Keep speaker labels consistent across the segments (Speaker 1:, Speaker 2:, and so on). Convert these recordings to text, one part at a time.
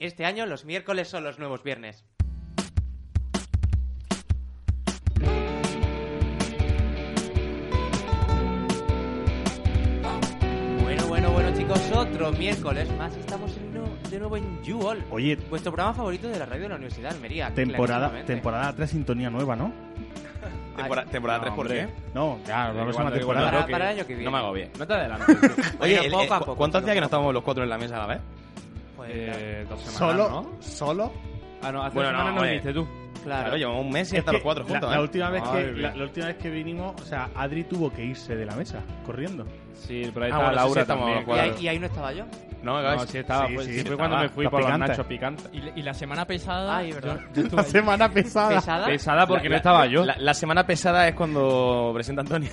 Speaker 1: Este año los miércoles son los nuevos viernes. Bueno, bueno, bueno, chicos, otro miércoles más. Estamos en nu- de nuevo en You All.
Speaker 2: Oye,
Speaker 1: Vuestro programa favorito de la radio de la Universidad de Almería.
Speaker 2: temporada,
Speaker 1: clarísimamente.
Speaker 2: temporada 3, sintonía nueva, ¿no?
Speaker 3: Tempora-
Speaker 1: Ay,
Speaker 3: temporada
Speaker 1: no,
Speaker 3: 3, ¿por
Speaker 1: hombre.
Speaker 3: qué?
Speaker 2: No, ya, la próxima
Speaker 3: Igual, igual,
Speaker 2: temporada.
Speaker 1: Para-
Speaker 3: no,
Speaker 1: para el año que viene.
Speaker 3: No me hago bien. No te adelantes. Oye,
Speaker 1: Oye,
Speaker 3: el-
Speaker 1: poco
Speaker 3: eh,
Speaker 1: a
Speaker 3: cu-
Speaker 1: poco,
Speaker 3: ¿cuánto hacía
Speaker 1: poco
Speaker 3: que
Speaker 1: a
Speaker 3: no estábamos los cuatro en la mesa a la vez?
Speaker 1: Pues,
Speaker 4: Eh, dos semanas,
Speaker 2: Solo,
Speaker 4: ¿no?
Speaker 2: solo.
Speaker 4: Ah, no, hace
Speaker 3: Bueno,
Speaker 4: dos semanas
Speaker 3: no,
Speaker 4: no
Speaker 3: oye.
Speaker 4: viniste tú.
Speaker 1: claro.
Speaker 3: Claro, llevamos un mes y
Speaker 2: Es
Speaker 3: hasta
Speaker 2: que
Speaker 3: los cuatro
Speaker 2: la-
Speaker 3: juntos,
Speaker 2: la,
Speaker 3: ¿eh?
Speaker 2: última vez
Speaker 4: Madre
Speaker 2: que,
Speaker 4: mía.
Speaker 2: la, la última vez que vinimos, o sea, Adri tuvo que irse de la mesa corriendo.
Speaker 4: Sí, pero ahí
Speaker 3: Ah,
Speaker 4: estaba
Speaker 3: bueno, sí, sí,
Speaker 4: Laura
Speaker 3: estamos de
Speaker 4: también.
Speaker 1: y,
Speaker 3: acuerdo.
Speaker 4: claro.
Speaker 1: ahí, y ahí no estaba yo.
Speaker 3: No,
Speaker 4: No, sí estaba.
Speaker 2: Sí,
Speaker 4: pues,
Speaker 2: sí,
Speaker 4: sí, fue
Speaker 2: estaba.
Speaker 4: cuando me fui
Speaker 2: Está
Speaker 4: por las
Speaker 2: picante.
Speaker 4: nachos picantes.
Speaker 5: Y, la- y la semana pesada.
Speaker 4: Ah,
Speaker 1: Ay, verdad.
Speaker 5: yo- yo estuve ahí.
Speaker 2: semana pesada.
Speaker 1: ¿Pesada?
Speaker 4: Pesada porque no estaba yo.
Speaker 3: La, la semana pesada es cuando presenta Antonio.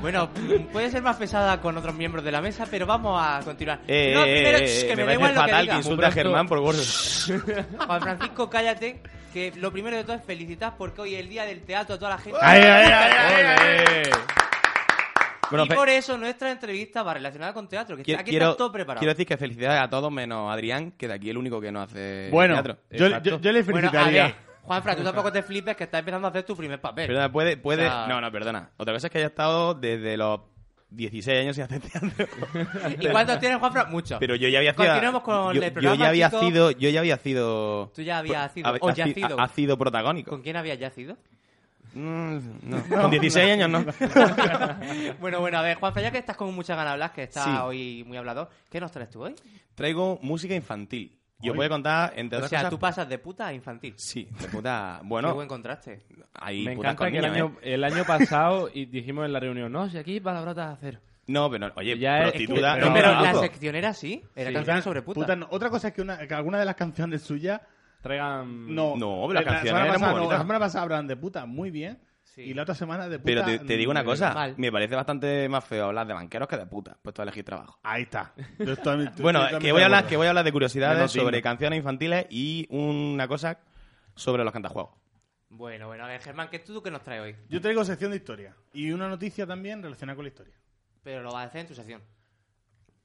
Speaker 1: Bueno, puede ser más pesada con otros miembros de la mesa, pero vamos a continuar.
Speaker 3: Eh,
Speaker 1: no,
Speaker 3: eh,
Speaker 1: primero,
Speaker 3: eh,
Speaker 1: shh, que
Speaker 3: eh,
Speaker 1: me, da
Speaker 3: parece
Speaker 1: igual lo que
Speaker 3: fatal que,
Speaker 1: diga.
Speaker 3: insulta a Germán por gordo.
Speaker 1: Juan Francisco, cállate, que lo primero de todo es felicitar porque hoy es el día del teatro a toda la gente.
Speaker 2: Ay, ay, ay, ay, ay.
Speaker 3: Bueno,
Speaker 1: y
Speaker 3: fe-
Speaker 1: por eso nuestra entrevista va relacionada con teatro, que
Speaker 3: quiero,
Speaker 1: aquí
Speaker 3: quiero-
Speaker 1: está todo preparado.
Speaker 3: quiero decir que felicidades a todos menos a Adrián, que de aquí el único que no hace
Speaker 2: Bueno, eh,
Speaker 3: teatro.
Speaker 2: yo,
Speaker 4: Exacto.
Speaker 2: yo- yo le
Speaker 1: bueno, a
Speaker 2: felicitaría.
Speaker 1: ver, Juanfran, tú tampoco te flipes que estás empezando a hacer tu primer papel.
Speaker 3: Perdona, puede, puede...
Speaker 1: O sea-
Speaker 3: No, no, perdona. Otra cosa es que haya estado desde los 16 años sin hacer teatro.
Speaker 1: ¿Y cuántos tienes, Juanfran? Mucho.
Speaker 3: Pero yo ya había sido.
Speaker 1: Continuemos con el
Speaker 3: yo, yo
Speaker 1: programa,
Speaker 3: ya había
Speaker 1: chicos.
Speaker 3: sido. Yo ya había sido.
Speaker 1: Tú ya habías
Speaker 3: pro-
Speaker 1: sido,
Speaker 3: habe-
Speaker 1: o
Speaker 3: ha-
Speaker 1: ya
Speaker 3: ha-
Speaker 1: sido.
Speaker 3: ha sido protagónico.
Speaker 1: ¿Con quién habías yacido?
Speaker 3: Mm, no. Con 16 años no.
Speaker 1: bueno, bueno, a ver, Juanfran, ya que estás con muchas ganas de hablar, que estás
Speaker 3: Sí.
Speaker 1: hoy muy hablador, ¿qué nos traes tú hoy?
Speaker 3: Traigo música infantil. Y os voy a contar, entre
Speaker 1: O
Speaker 3: otras
Speaker 1: sea,
Speaker 3: cosas.
Speaker 1: tú pasas de puta a infantil.
Speaker 3: Sí, de puta.
Speaker 1: Qué
Speaker 3: Bueno,
Speaker 1: buen contraste.
Speaker 3: hay
Speaker 4: Me
Speaker 3: putas
Speaker 4: encanta
Speaker 3: con
Speaker 4: que el
Speaker 3: niños,
Speaker 4: año,
Speaker 3: ¿eh?
Speaker 4: el año pasado y dijimos en la reunión, no, si aquí palabrotas a cero.
Speaker 3: No, pero oye,
Speaker 4: Ya es-
Speaker 3: prostituta.
Speaker 2: es que-
Speaker 3: no,
Speaker 1: Pero
Speaker 3: no,
Speaker 1: la
Speaker 3: no.
Speaker 1: sección era así, era
Speaker 4: Sí.
Speaker 1: canción sobre putas.
Speaker 2: Puta, no. Otra cosa es que, una, que alguna de las canciones suyas
Speaker 4: Traigan...
Speaker 2: no.
Speaker 3: Mm,
Speaker 2: Eh,
Speaker 3: No, pero
Speaker 2: la
Speaker 3: las canciones
Speaker 2: semana
Speaker 3: eran
Speaker 2: pasada
Speaker 3: muy
Speaker 2: no,
Speaker 3: bonitas.
Speaker 2: La semana pasada hablaban de puta muy bien.
Speaker 1: Sí.
Speaker 2: Y la otra semana de puta.
Speaker 3: Pero te, te digo una
Speaker 2: mm,
Speaker 3: cosa.
Speaker 1: Mal.
Speaker 3: Me parece bastante más feo hablar de banqueros que de putas, puesto a elegir trabajo.
Speaker 2: Ahí está. Yo estoy- estoy
Speaker 3: Bueno, eh,
Speaker 2: totalmente
Speaker 3: que voy, a hablar,
Speaker 2: de
Speaker 3: que voy a hablar de curiosidades
Speaker 2: Menos digno.
Speaker 3: sobre canciones infantiles y una cosa sobre los cantajuegos.
Speaker 1: Bueno, bueno, a ver, Germán, ¿qué tú qué nos traes hoy?
Speaker 2: acuerdo. Yo traigo sección de historia. Y una noticia también relacionada con la historia.
Speaker 1: Pero lo vas a hacer en tu sección.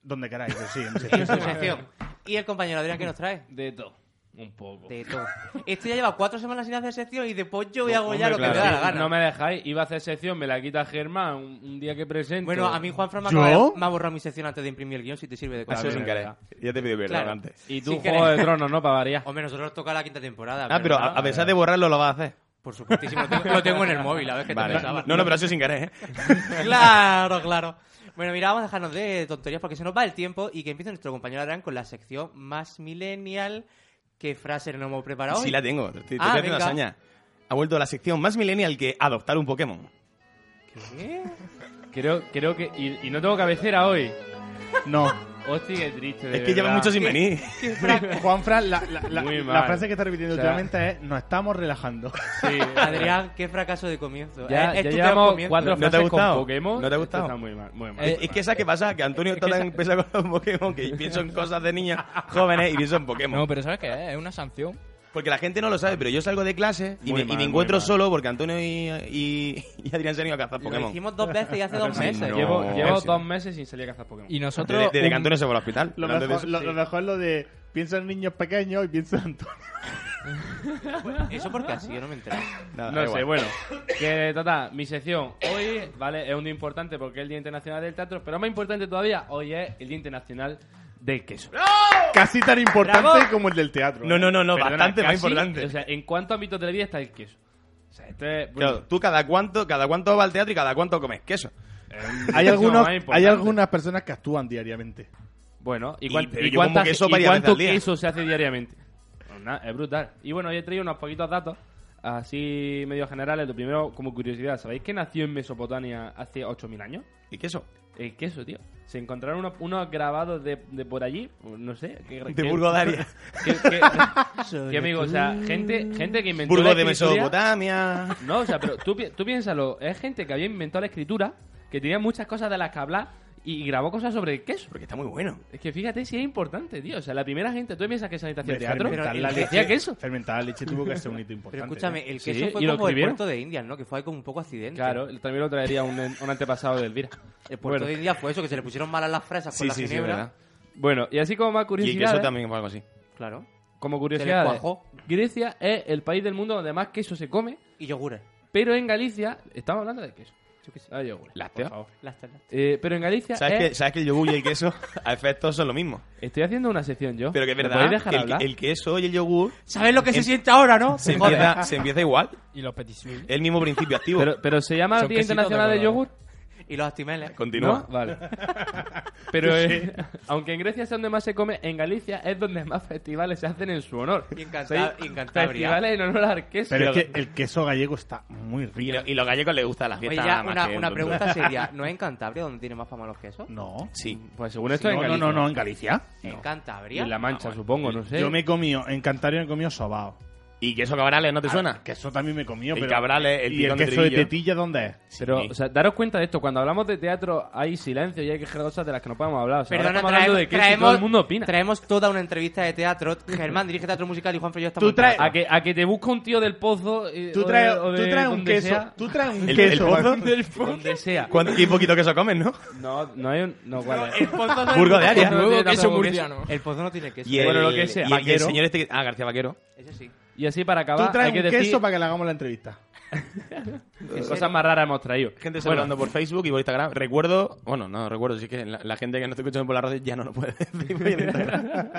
Speaker 2: Donde queráis, pero sí. en
Speaker 1: En
Speaker 2: sección.
Speaker 1: tu sección. ¿Y el compañero Adrián qué nos trae?
Speaker 4: De todo. Un poco.
Speaker 1: De todo. Este ya lleva cuatro semanas sin hacer sección y después yo voy a
Speaker 4: Hombre,
Speaker 1: apoyar lo que
Speaker 4: claro,
Speaker 1: me da la
Speaker 4: sí,
Speaker 1: gana.
Speaker 4: No me dejáis. Iba a hacer sección, me la quita Germán un, un día que presento.
Speaker 1: Bueno, a mí Juanfran me,
Speaker 2: ¿Yo?
Speaker 1: acaba de- me ha borrado mi sección antes de imprimir el guión, si te sirve de
Speaker 3: Ha
Speaker 1: cosa.
Speaker 3: sido sin querer. Ya te pido perdón
Speaker 1: Claro.
Speaker 3: antes.
Speaker 4: Y tú,
Speaker 1: sin
Speaker 4: Juego
Speaker 1: querer.
Speaker 4: de Tronos, ¿no? Para variar.
Speaker 1: Hombre, nosotros nos toca la quinta temporada.
Speaker 3: Ah, pero a, a pesar de borrarlo lo vas a hacer.
Speaker 1: Por supuestísimo, lo tengo, lo tengo en el móvil, a ver qué te
Speaker 3: Vale.
Speaker 1: pensaba.
Speaker 3: No, no, pero ha sido sin querer, ¿eh?
Speaker 1: Claro, claro. Bueno, mira, vamos a dejarnos de tonterías porque se nos va el tiempo y que empiece nuestro compañero Adrián con la sección más millennial. ¿Qué frase no hemos preparado?
Speaker 3: Sí
Speaker 1: hoy?
Speaker 3: la tengo. Te, te
Speaker 1: Ah,
Speaker 3: voy a hacer una
Speaker 1: venga.
Speaker 3: hazaña. Ha vuelto a la sección más millennial que adoptar un Pokémon.
Speaker 1: ¿Qué?
Speaker 4: Creo, creo que... Y, y no tengo cabecera hoy.
Speaker 2: No.
Speaker 4: Hostia, qué triste, de
Speaker 3: es que lleva
Speaker 4: verdad.
Speaker 3: mucho sin venir.
Speaker 1: ¿Qué frase?
Speaker 2: Juanfran, la, la, la-
Speaker 4: Muy
Speaker 2: la
Speaker 4: mal.
Speaker 2: frase que está repitiendo
Speaker 4: O sea-
Speaker 2: últimamente es: Nos estamos relajando.
Speaker 4: Sí.
Speaker 1: Adrián, qué fracaso de comienzo.
Speaker 4: Ya,
Speaker 1: es, es tu peor
Speaker 4: ya llevamos
Speaker 1: comienzo.
Speaker 4: cuatro
Speaker 3: ¿No te ha
Speaker 4: frases
Speaker 3: gustado?
Speaker 4: con Pokémon.
Speaker 3: ¿No te ha
Speaker 4: Esto
Speaker 3: gustado?
Speaker 4: Está muy mal, muy mal.
Speaker 3: Eh, es que esa que pasa, que Antonio está tan pesado con los Pokémon que pienso en cosas de niños jóvenes y pienso en Pokémon.
Speaker 5: No, pero ¿sabes qué? Es? Es una sanción.
Speaker 3: Porque la gente no lo sabe, pero yo salgo de clase y
Speaker 4: Muy
Speaker 3: me, y
Speaker 4: mal,
Speaker 3: me
Speaker 4: muy
Speaker 3: encuentro
Speaker 4: mal.
Speaker 3: solo porque Antonio y, y- y Adrián se han ido a cazar
Speaker 1: Lo
Speaker 3: Pokémon.
Speaker 1: hicimos dos veces y hace dos
Speaker 3: Sí,
Speaker 1: meses.
Speaker 3: no.
Speaker 4: Llevo,
Speaker 3: Oh,
Speaker 4: llevo
Speaker 3: sí.
Speaker 4: dos meses sin salir a cazar Pokémon.
Speaker 5: Y nosotros.
Speaker 3: Desde, desde
Speaker 5: un-
Speaker 3: que Antonio se fue al hospital.
Speaker 2: Lo
Speaker 3: Antes de
Speaker 2: mejor,
Speaker 3: eso.
Speaker 2: lo, lo mejor es lo de: Piensa en niños pequeños y piensa en Antonio.
Speaker 1: Eso porque así yo no me entero.
Speaker 3: Nada, da
Speaker 4: No sé,
Speaker 3: igual.
Speaker 4: Ah, eh, bueno. Que, tata, mi sección hoy, ¿vale? Es un día importante porque es el Día Internacional del Teatro, pero más importante todavía, hoy es el Día Internacional del Queso.
Speaker 2: Casi tan importante
Speaker 1: Bravo.
Speaker 2: como el del teatro. ¿eh?
Speaker 3: No, no, no, no,
Speaker 4: Perdona,
Speaker 3: bastante más
Speaker 4: casi,
Speaker 3: importante.
Speaker 4: O sea, ¿en cuántos ámbitos de la vida está el queso? O sea, este es...
Speaker 3: Claro, tú cada cuánto, cada cuánto vas al teatro y cada cuánto comes queso.
Speaker 2: Hay, algunos,
Speaker 4: algunos
Speaker 2: hay algunas personas que actúan diariamente.
Speaker 4: Bueno, ¿y,
Speaker 3: Y-
Speaker 4: cuán-
Speaker 3: pero
Speaker 4: y
Speaker 3: yo como
Speaker 4: cuántas-
Speaker 3: queso
Speaker 4: y
Speaker 3: varias veces
Speaker 4: cuánto
Speaker 3: al día.
Speaker 4: queso se hace diariamente? Pues nada, es brutal. Y bueno, hoy he traído unos poquitos datos, así medio generales. Lo primero, como curiosidad, ¿sabéis que nació en Mesopotamia hace 8.000 años?
Speaker 3: ¿Y queso?
Speaker 4: el queso, tío. Se encontraron unos, unos grabados de, de por allí, pues, no sé. qué-
Speaker 3: De
Speaker 4: qué-
Speaker 3: Burgodaria.
Speaker 4: qué- qué- qué amigo, o sea, gente, gente que inventó
Speaker 3: Burgo
Speaker 4: la
Speaker 3: de
Speaker 4: escritura-
Speaker 3: Mesopotamia.
Speaker 4: No, o sea, pero tú, pi- tú piénsalo. Es gente que había inventado la escritura, que tenía muchas cosas de las que hablar y grabó cosas sobre el queso.
Speaker 3: Porque está muy bueno.
Speaker 4: Es que fíjate si es importante, tío. O sea, la primera gente, tú piensas que esa gente hacía
Speaker 2: De
Speaker 4: teatro,
Speaker 2: fermentar
Speaker 1: Pero
Speaker 2: la
Speaker 1: el-
Speaker 2: leche.
Speaker 4: hacía queso.
Speaker 2: Fermentar la leche tuvo que ser un hito importante.
Speaker 1: Pero escúchame,
Speaker 2: ¿eh?
Speaker 1: el
Speaker 4: Sí,
Speaker 1: queso fue
Speaker 4: ¿y lo
Speaker 1: como el
Speaker 4: escribieron?
Speaker 1: puerto de Indias, ¿no? Que fue ahí como un poco accidente.
Speaker 4: Claro, también lo traería un, un antepasado de Elvira.
Speaker 1: El puerto
Speaker 4: Bueno,
Speaker 1: de Indias fue eso, que se le pusieron malas las fresas con la ginebra.
Speaker 4: bueno, y así como más
Speaker 3: Y que eso
Speaker 4: curiosidad.
Speaker 3: también fue algo así.
Speaker 1: claro.
Speaker 4: Como
Speaker 1: Se
Speaker 4: curiosidad,
Speaker 1: les cuajó.
Speaker 4: Grecia es el país del mundo donde más queso se come,
Speaker 1: Y yogures.
Speaker 4: pero en Galicia, estamos hablando de queso. Ah, yogur,
Speaker 3: Lácteo.
Speaker 4: por favor.
Speaker 1: Las- las-
Speaker 4: Eh, pero en Galicia
Speaker 3: ¿Sabes,
Speaker 4: es-
Speaker 3: que, ¿Sabes que el yogur y el queso a efectos son lo mismo?
Speaker 4: estoy haciendo una sección yo.
Speaker 3: Pero que es
Speaker 4: ¿Me
Speaker 3: verdad
Speaker 4: podéis dejar
Speaker 3: que el,
Speaker 4: hablar?
Speaker 3: el queso y el yogur
Speaker 1: ¿Sabes lo que se
Speaker 3: En-
Speaker 1: siente ahora, no?
Speaker 3: se
Speaker 1: Joder.
Speaker 3: empieza, se empieza igual.
Speaker 5: Y los petit suisses.
Speaker 3: El mismo principio activo.
Speaker 4: Pero, pero se llama
Speaker 5: Son
Speaker 4: Día
Speaker 5: quesitos de
Speaker 4: Internacional del
Speaker 5: colores.
Speaker 4: Yogur.
Speaker 1: Y los astimeles.
Speaker 3: Continúa.
Speaker 4: ¿No? Vale. Pero eh, aunque en Grecia es donde más se come, en Galicia es donde más festivales se hacen en su honor.
Speaker 1: Y en Canta-
Speaker 4: Sí,
Speaker 1: y en Cantabria.
Speaker 4: Festivales en honor al queso.
Speaker 2: Pero es que el queso gallego está muy rico.
Speaker 3: lo- los gallegos les gusta las
Speaker 1: Oye, ya una, una pregunta sería, ¿no es en Cantabria donde tiene más fama los quesos?
Speaker 2: No.
Speaker 3: Sí.
Speaker 4: Pues según esto en
Speaker 2: no, no,
Speaker 4: Galicia.
Speaker 2: no, no, en Galicia.
Speaker 1: ¿En
Speaker 4: Y
Speaker 1: Cantabria? Ah,
Speaker 4: en La Mancha, supongo, Pues no sé.
Speaker 2: Yo me he comido, en Cantabria me he comido sobao.
Speaker 3: ¿Y queso cabrales no te suena?
Speaker 2: Queso también me he comido,
Speaker 3: El
Speaker 2: pero...
Speaker 3: cabrales, el
Speaker 2: ¿Y el
Speaker 3: picón de
Speaker 2: queso de
Speaker 3: Trillo.
Speaker 2: tetilla dónde es?
Speaker 4: Pero,
Speaker 3: Sí.
Speaker 4: o sea, daros cuenta de esto. Cuando hablamos de teatro hay silencio y hay cosas de las que no podemos hablar. O sea, ahora
Speaker 1: Perdona,
Speaker 4: estamos hablando
Speaker 1: traemos,
Speaker 4: de queso y
Speaker 1: traemos-
Speaker 4: todo el mundo opina.
Speaker 1: traemos toda una entrevista de teatro. Germán dirige teatro musical y Juan Frío está
Speaker 2: Tú traes-
Speaker 4: A que, a que te busca un tío del pozo eh,
Speaker 2: Tú
Speaker 4: o de-
Speaker 2: traes,
Speaker 4: o de
Speaker 2: tú traes un
Speaker 4: donde
Speaker 2: queso,
Speaker 4: sea.
Speaker 2: tú traes un
Speaker 3: El- el
Speaker 2: queso.
Speaker 3: pozo.
Speaker 4: Del pozo. Donde sea.
Speaker 3: ¿Cuánto, qué poquito queso comen, ¿no?
Speaker 4: No, no hay un... No, ¿cuál es?
Speaker 3: Burgo de Aria.
Speaker 4: No, no
Speaker 5: Nuevo
Speaker 4: tiene
Speaker 5: queso
Speaker 4: tampoco
Speaker 5: murciano.
Speaker 1: El pozo no tiene queso.
Speaker 3: Y el,
Speaker 4: Bueno, lo que
Speaker 3: y
Speaker 4: sea.
Speaker 3: el- y el
Speaker 2: Vaquero.
Speaker 3: señor este... que- Ah, García Vaquero.
Speaker 1: Ese sí.
Speaker 4: Y así para acabar,
Speaker 2: Tú traes
Speaker 4: hay que
Speaker 2: un
Speaker 4: decir
Speaker 2: queso para que le hagamos la entrevista.
Speaker 4: qué cosas más raras hemos traído.
Speaker 3: Gente
Speaker 4: Bueno,
Speaker 3: saludando por Facebook y por Instagram. Recuerdo... Bueno, no, recuerdo. Sí que la, la gente que no está escuchando por la radio ya no lo puede decir por Instagram.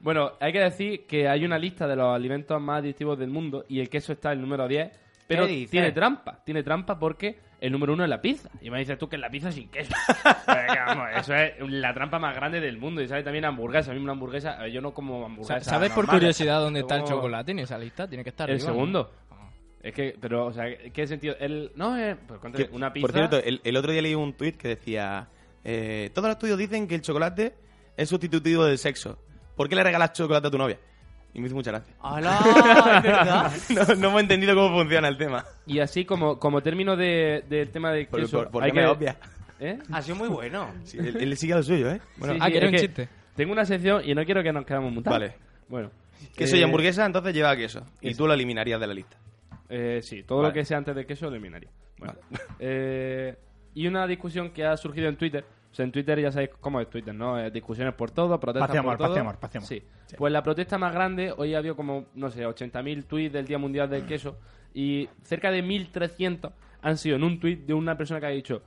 Speaker 4: bueno, hay que decir que hay una lista de los alimentos más adictivos del mundo y el queso está en el número 10, pero
Speaker 1: ¿Qué dices?
Speaker 4: tiene trampa. Tiene trampa porque el número uno es la pizza. Y me dices tú que es la pizza sin queso. Pero que, vamos, eso es la trampa más grande del mundo. Y sabe también hamburguesa. A mí una hamburguesa... eh, Yo no como
Speaker 3: Pues
Speaker 4: hamburguesa
Speaker 5: ¿Sabes por
Speaker 3: ¿eh?
Speaker 4: normales.
Speaker 5: curiosidad dónde está el
Speaker 4: Como-
Speaker 5: chocolate en esa lista? Tiene que estar
Speaker 4: El
Speaker 5: arriba, ¿no?
Speaker 4: segundo.
Speaker 3: Ah.
Speaker 4: Es que, pero, o sea, ¿qué sentido? El, no, es... pues, cuéntale, una pizza...
Speaker 3: Por cierto, el, el otro día leí un tuit que decía... eh, Todos los estudios dicen que el chocolate es sustitutivo del sexo. ¿Por qué le regalas chocolate a tu novia? Y me hizo mucha gracia.
Speaker 1: ¡Hala! ¿Es verdad?
Speaker 3: No, no hemos entendido cómo funciona el tema.
Speaker 4: Y así como, como término de- del tema de
Speaker 3: Por-
Speaker 4: queso...
Speaker 3: por- por
Speaker 4: hay
Speaker 3: qué me obvia?
Speaker 4: ¿Eh?
Speaker 1: Ha sido muy bueno.
Speaker 3: Sí, él, él sigue a lo suyo, ¿eh? Bueno,
Speaker 4: Sí,
Speaker 5: ah,
Speaker 4: sí,
Speaker 5: que era
Speaker 4: es
Speaker 5: un chiste.
Speaker 4: Tengo una sección y no quiero que nos quedamos mutados.
Speaker 3: Vale.
Speaker 4: Bueno.
Speaker 3: queso
Speaker 4: Eh,
Speaker 3: y hamburguesa, entonces lleva queso. Y
Speaker 4: queso.
Speaker 3: tú lo eliminarías de la lista.
Speaker 4: eh, sí, todo lo
Speaker 3: Vale.
Speaker 4: que sea antes de queso eliminaría. Bueno. Eh, y una discusión que ha surgido en Twitter. O sea, en Twitter ya sabéis cómo es Twitter, ¿no? Eh, discusiones por todo, protestas
Speaker 2: Paz y amor,
Speaker 4: por todo.
Speaker 2: paz y amor, paz y amor.
Speaker 4: Sí. Pues la protesta más grande, hoy ha habido como, no sé, 80.000 tweets del Día Mundial del Queso y cerca de 1.300 han sido en un tweet de una persona que ha dicho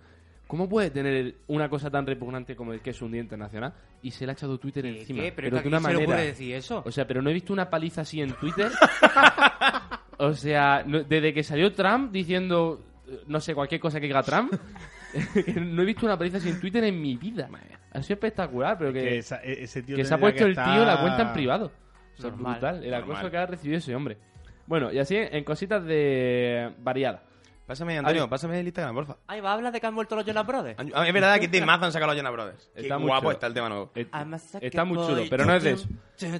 Speaker 4: ¿Cómo puede tener una cosa tan repugnante como el queso un día internacional? Y se le ha echado Twitter
Speaker 1: ¿Qué?
Speaker 4: encima.
Speaker 1: ¿Qué?
Speaker 4: Pero,
Speaker 1: Pero, es
Speaker 4: de
Speaker 1: que
Speaker 4: una
Speaker 1: ¿a quién se le
Speaker 4: manera...
Speaker 1: ocurre decir eso?
Speaker 4: O sea, pero no he visto una paliza así en Twitter. o sea, no- desde que salió Trump diciendo, eh, no sé, cualquier cosa que diga Trump, que no he visto una paliza así en Twitter en mi vida. Ha sido espectacular, pero
Speaker 2: Que
Speaker 4: que,
Speaker 2: esa- e- ese tío
Speaker 4: que se
Speaker 2: tendría
Speaker 4: ha puesto
Speaker 2: que
Speaker 4: el tío la
Speaker 2: estar-
Speaker 4: cuenta en privado. O sea,
Speaker 1: Normal,
Speaker 4: brutal, el acoso
Speaker 3: normal.
Speaker 4: que ha recibido ese hombre. Bueno, y así en cositas de variadas.
Speaker 3: Pásame, Antonio,
Speaker 4: Ay.
Speaker 3: pásame el Instagram, porfa.
Speaker 1: Ay, va a hablar de que han vuelto los Jonas Brothers.
Speaker 3: Ah, Es verdad que te mazo han sacado los Jonas Brothers. Qué
Speaker 4: Está muy
Speaker 3: guapo
Speaker 4: chulo.
Speaker 3: está el tema nuevo.
Speaker 4: Et-
Speaker 1: I'm a sucker
Speaker 4: Eh, Está muy
Speaker 1: boy.
Speaker 4: chulo, pero no es de eso.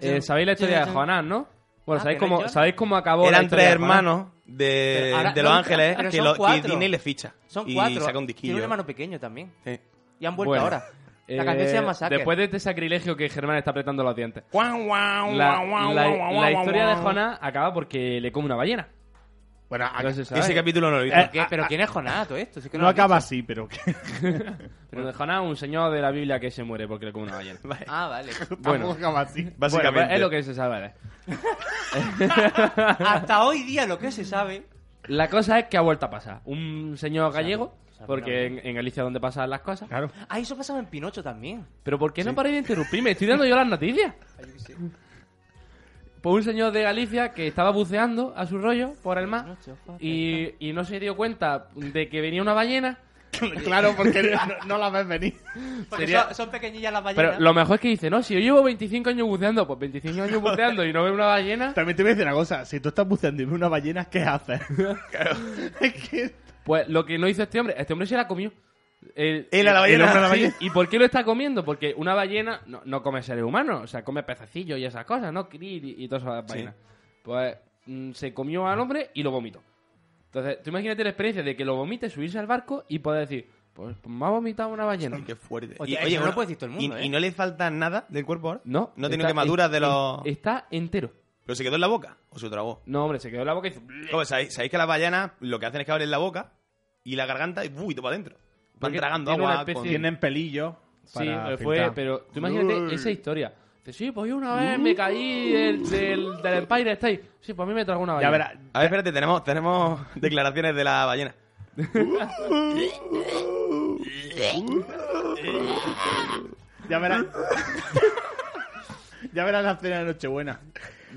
Speaker 4: Eh, ¿Sabéis la historia de Juanán, no? Bueno,
Speaker 1: Ah,
Speaker 4: ¿sabéis
Speaker 1: que no es
Speaker 4: cómo,
Speaker 1: Jonas.
Speaker 4: ¿sabéis cómo acabó la
Speaker 3: Eran
Speaker 4: historia
Speaker 3: tres
Speaker 4: de Juanán?
Speaker 3: hermanos de,
Speaker 1: Pero ahora-
Speaker 3: de
Speaker 1: no,
Speaker 3: Los Ángeles
Speaker 1: pero
Speaker 3: que,
Speaker 1: son
Speaker 3: lo- que
Speaker 1: cuatro.
Speaker 3: Disney le ficha.
Speaker 1: Son
Speaker 3: y
Speaker 1: cuatro.
Speaker 3: saca un
Speaker 1: Tiene
Speaker 3: disquillo.
Speaker 1: un hermano pequeño también.
Speaker 3: Sí.
Speaker 1: Y han vuelto
Speaker 4: Bueno,
Speaker 1: ahora. La
Speaker 4: Eh,
Speaker 1: canción se llama Sucker.
Speaker 4: Después de este sacrilegio que Germán está apretando los dientes.
Speaker 3: Guau, guau,
Speaker 4: La,
Speaker 3: guau, guau,
Speaker 4: la-
Speaker 3: guau,
Speaker 4: la
Speaker 3: guau,
Speaker 4: historia de
Speaker 3: guau.
Speaker 4: Jonás acaba porque le come una ballena.
Speaker 2: Bueno, a-
Speaker 4: No se sabe.
Speaker 3: Ese capítulo no lo he visto.
Speaker 4: Eh.
Speaker 1: ¿Pero, qué-
Speaker 4: Ah,
Speaker 1: pero quién es Jonás todo esto? Si es que
Speaker 2: no
Speaker 1: lo han
Speaker 2: acaba
Speaker 1: dicho.
Speaker 2: así, pero que...
Speaker 4: Pero de Jonás, un señor de la Biblia que se muere porque le come una ballena.
Speaker 3: Vale.
Speaker 1: Ah, vale.
Speaker 2: Tampoco acaba así.
Speaker 3: Básicamente.
Speaker 4: Bueno, pues es lo que se sabe. ¿eh?
Speaker 1: Hasta hoy día lo que se sabe.
Speaker 4: La cosa es que ha vuelto a pasar. Un señor gallego, porque en, en Galicia es donde pasan las cosas.
Speaker 2: Claro.
Speaker 1: Ah, eso pasaba en Pinocho también.
Speaker 4: Pero ¿por qué no paráis de interrumpirme? Estoy dando yo las noticias. Pues un señor de Galicia que estaba buceando a su rollo por el mar y, y no se dio cuenta de que venía una ballena.
Speaker 2: Claro, porque no, no la ves venir.
Speaker 1: Porque
Speaker 4: Sería-
Speaker 1: son, son pequeñillas las ballenas.
Speaker 4: Pero lo mejor es que dice, no, si yo llevo 25 años buceando, pues 25 años buceando y no veo una ballena,
Speaker 2: También te voy a decir una cosa. Si tú estás buceando y ves una ballena, ¿qué haces? Es que...
Speaker 4: pues lo que no hizo este hombre, este hombre se la comió. El,
Speaker 3: Él a la ballena.
Speaker 4: hombre a la
Speaker 3: Sí.
Speaker 4: ballena. ¿Y por qué lo está comiendo? Porque una ballena no, no come seres humanos, o sea, come pececillos y esas cosas, ¿no? Krill y, y todas esas
Speaker 3: Sí.
Speaker 4: vainas. Pues mm, se comió al hombre y lo vomitó. Entonces, tú imagínate la experiencia de que lo vomite, subirse al barco y poder decir, pues, pues me ha vomitado una ballena.
Speaker 3: Ay, qué fuerte.
Speaker 1: Oye, eso no lo
Speaker 3: bueno,
Speaker 1: puede decir todo el mundo,
Speaker 3: y,
Speaker 1: ¿eh?
Speaker 3: y no le falta nada del cuerpo ahora?
Speaker 4: No.
Speaker 3: No tiene
Speaker 4: está-
Speaker 3: quemaduras de
Speaker 4: es-
Speaker 3: los...
Speaker 4: Está entero.
Speaker 3: ¿Pero se quedó en la boca o se tragó?
Speaker 4: No, hombre, se quedó en la boca y hizo...
Speaker 3: Como sabéis, sabéis que las ballenas lo que hacen es que abren la boca y la garganta y ¡uy! todo para adentro. Van
Speaker 4: Porque
Speaker 3: tragando
Speaker 4: tiene una
Speaker 3: agua.
Speaker 4: especie-
Speaker 3: con-
Speaker 2: Tienen pelillo.
Speaker 4: Sí,
Speaker 2: para
Speaker 4: eh, fue,
Speaker 2: pintar.
Speaker 4: pero tú imagínate esa historia. Dice, sí, pues yo una vez me caí del, del, del Empire State. Sí, pues a mí me tragó una
Speaker 2: Ya
Speaker 4: ballena.
Speaker 2: verás.
Speaker 3: A ver, espérate, tenemos, tenemos declaraciones de la ballena.
Speaker 2: Ya verás. ya verás la cena de Nochebuena.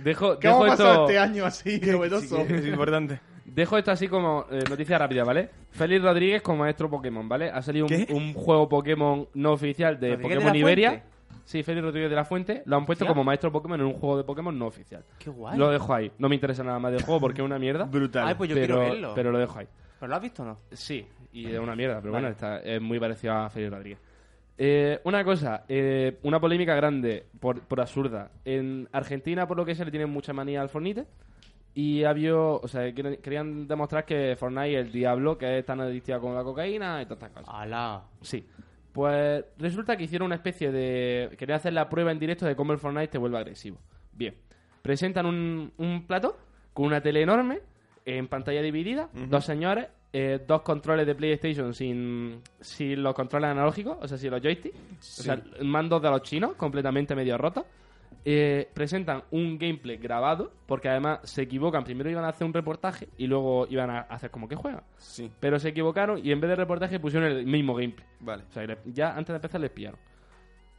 Speaker 4: Dejo,
Speaker 2: ¿Qué vamos
Speaker 4: dejo,
Speaker 2: a pasar
Speaker 4: esto,
Speaker 2: este año así, novedoso?
Speaker 3: es importante.
Speaker 4: dejo esto así como eh, noticia rápida, ¿vale? Félix Rodríguez como maestro Pokémon, ¿vale? Ha salido un,
Speaker 3: ¿Qué?
Speaker 4: un juego Pokémon no oficial de
Speaker 1: ¿Rodríguez de
Speaker 4: Pokémon
Speaker 1: la
Speaker 4: Iberia.
Speaker 1: Fuente?
Speaker 4: Sí, Félix Rodríguez de la Fuente. Lo han puesto
Speaker 1: Hostia.
Speaker 4: como maestro Pokémon en un juego de Pokémon no oficial.
Speaker 1: Qué guay.
Speaker 4: Lo dejo ahí. No me interesa nada más del juego porque es una mierda.
Speaker 2: Brutal.
Speaker 1: Ay, pues yo
Speaker 4: pero,
Speaker 1: quiero verlo.
Speaker 4: pero lo dejo ahí.
Speaker 1: ¿Pero lo has visto o no?
Speaker 4: Sí, y es una mierda, pero
Speaker 1: Vale.
Speaker 4: bueno, está, es muy parecido a Félix Rodríguez. Eh, una cosa, eh, una polémica grande, por, por absurda. En Argentina, por lo que sé, le tienen mucha manía al Fornite. Y había, o sea, querían- querían demostrar que Fortnite es el diablo, que es tan adictiva como la cocaína y todas estas cosas.
Speaker 1: ¡Hala!
Speaker 4: Sí. Pues resulta que hicieron una especie de. Querían hacer la prueba en directo de cómo el Fortnite te vuelve agresivo. Bien. Presentan un, un plato con una tele enorme, en pantalla dividida, dos señores, eh, dos controles de PlayStation sin, sin los controles analógicos, o sea, sin los joysticks. O sea, mandos de los chinos, completamente medio rotos. Eh, presentan un gameplay grabado, porque además se equivocan. Primero iban a hacer un reportaje y luego iban a hacer como que juegan.
Speaker 3: Sí,
Speaker 4: Pero se equivocaron y en vez de reportaje pusieron el mismo gameplay.
Speaker 3: vale.
Speaker 4: O sea, le- ya antes de empezar les pillaron.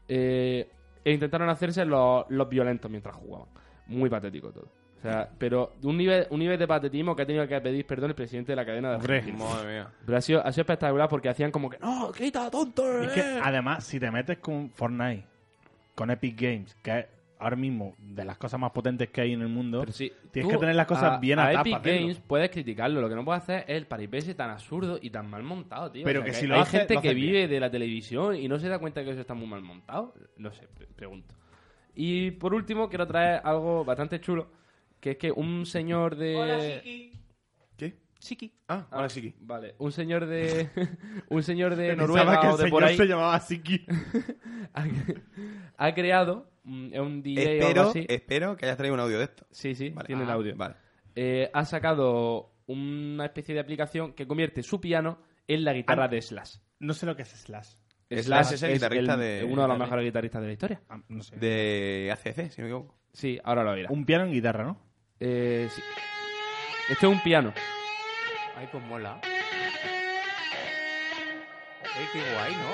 Speaker 4: Eh, e intentaron hacerse los, los violentos mientras jugaban. Muy patético todo. O sea, pero de un nivel, un nivel de patetismo que ha tenido que pedir perdón el presidente de la cadena de
Speaker 2: Hombre.
Speaker 4: Argentina.
Speaker 3: Madre mía.
Speaker 4: Pero ha sido, ha sido espectacular porque hacían como que ¡No, quita, tonto! eh".
Speaker 2: Es que además, si te metes con Fortnite, con Epic Games, que es ahora mismo de las cosas más potentes que hay en el mundo,
Speaker 4: Pero sí,
Speaker 2: tienes
Speaker 4: tú
Speaker 2: que tener las cosas
Speaker 4: a-
Speaker 2: bien
Speaker 4: a
Speaker 2: atrás
Speaker 4: Epic
Speaker 2: para hacerlo.
Speaker 4: Games puedes criticarlo. Lo que no puedes hacer es el paripése tan absurdo y tan mal montado, tío.
Speaker 2: Pero
Speaker 4: O sea,
Speaker 2: que si lo
Speaker 4: hay
Speaker 2: haces,
Speaker 4: gente
Speaker 2: lo
Speaker 4: que
Speaker 2: haces
Speaker 4: vive de la televisión y no se da cuenta que eso está muy mal montado. No sé, pre- pregunto. Y por último, quiero traer algo bastante chulo. Que es que un señor de.
Speaker 3: ¿Qué?
Speaker 1: Chiqui.
Speaker 3: Ah,
Speaker 4: Ah,
Speaker 3: ahora sí. que-
Speaker 4: Vale, un señor de. un señor de
Speaker 2: Pensaba
Speaker 4: Noruega
Speaker 2: que el
Speaker 4: o de
Speaker 2: señor
Speaker 4: por ahí.
Speaker 2: se llamaba Siki.
Speaker 4: Ha, ha creado. mm, Es un DJ o algo
Speaker 3: Espero,
Speaker 4: así.
Speaker 3: espero que hayas traído un audio de esto.
Speaker 4: Sí, sí,
Speaker 3: Vale.
Speaker 4: tiene el
Speaker 3: Ah,
Speaker 4: audio.
Speaker 3: Vale.
Speaker 4: eh, ha sacado una especie de aplicación que convierte su piano en la guitarra
Speaker 2: Ah.
Speaker 4: de Slash.
Speaker 2: No sé lo que es Slash.
Speaker 3: Slash es el guitarrista
Speaker 4: el-
Speaker 3: de-
Speaker 4: uno de los mejores guitarristas de la historia.
Speaker 2: Ah, no sé.
Speaker 3: De ACC, si no me equivoco.
Speaker 4: Sí, ahora lo verás.
Speaker 2: Un piano en guitarra, ¿no?
Speaker 4: Eh, sí. Esto es un piano.
Speaker 1: Ay, pues mola. Ey, qué guay, ¿no?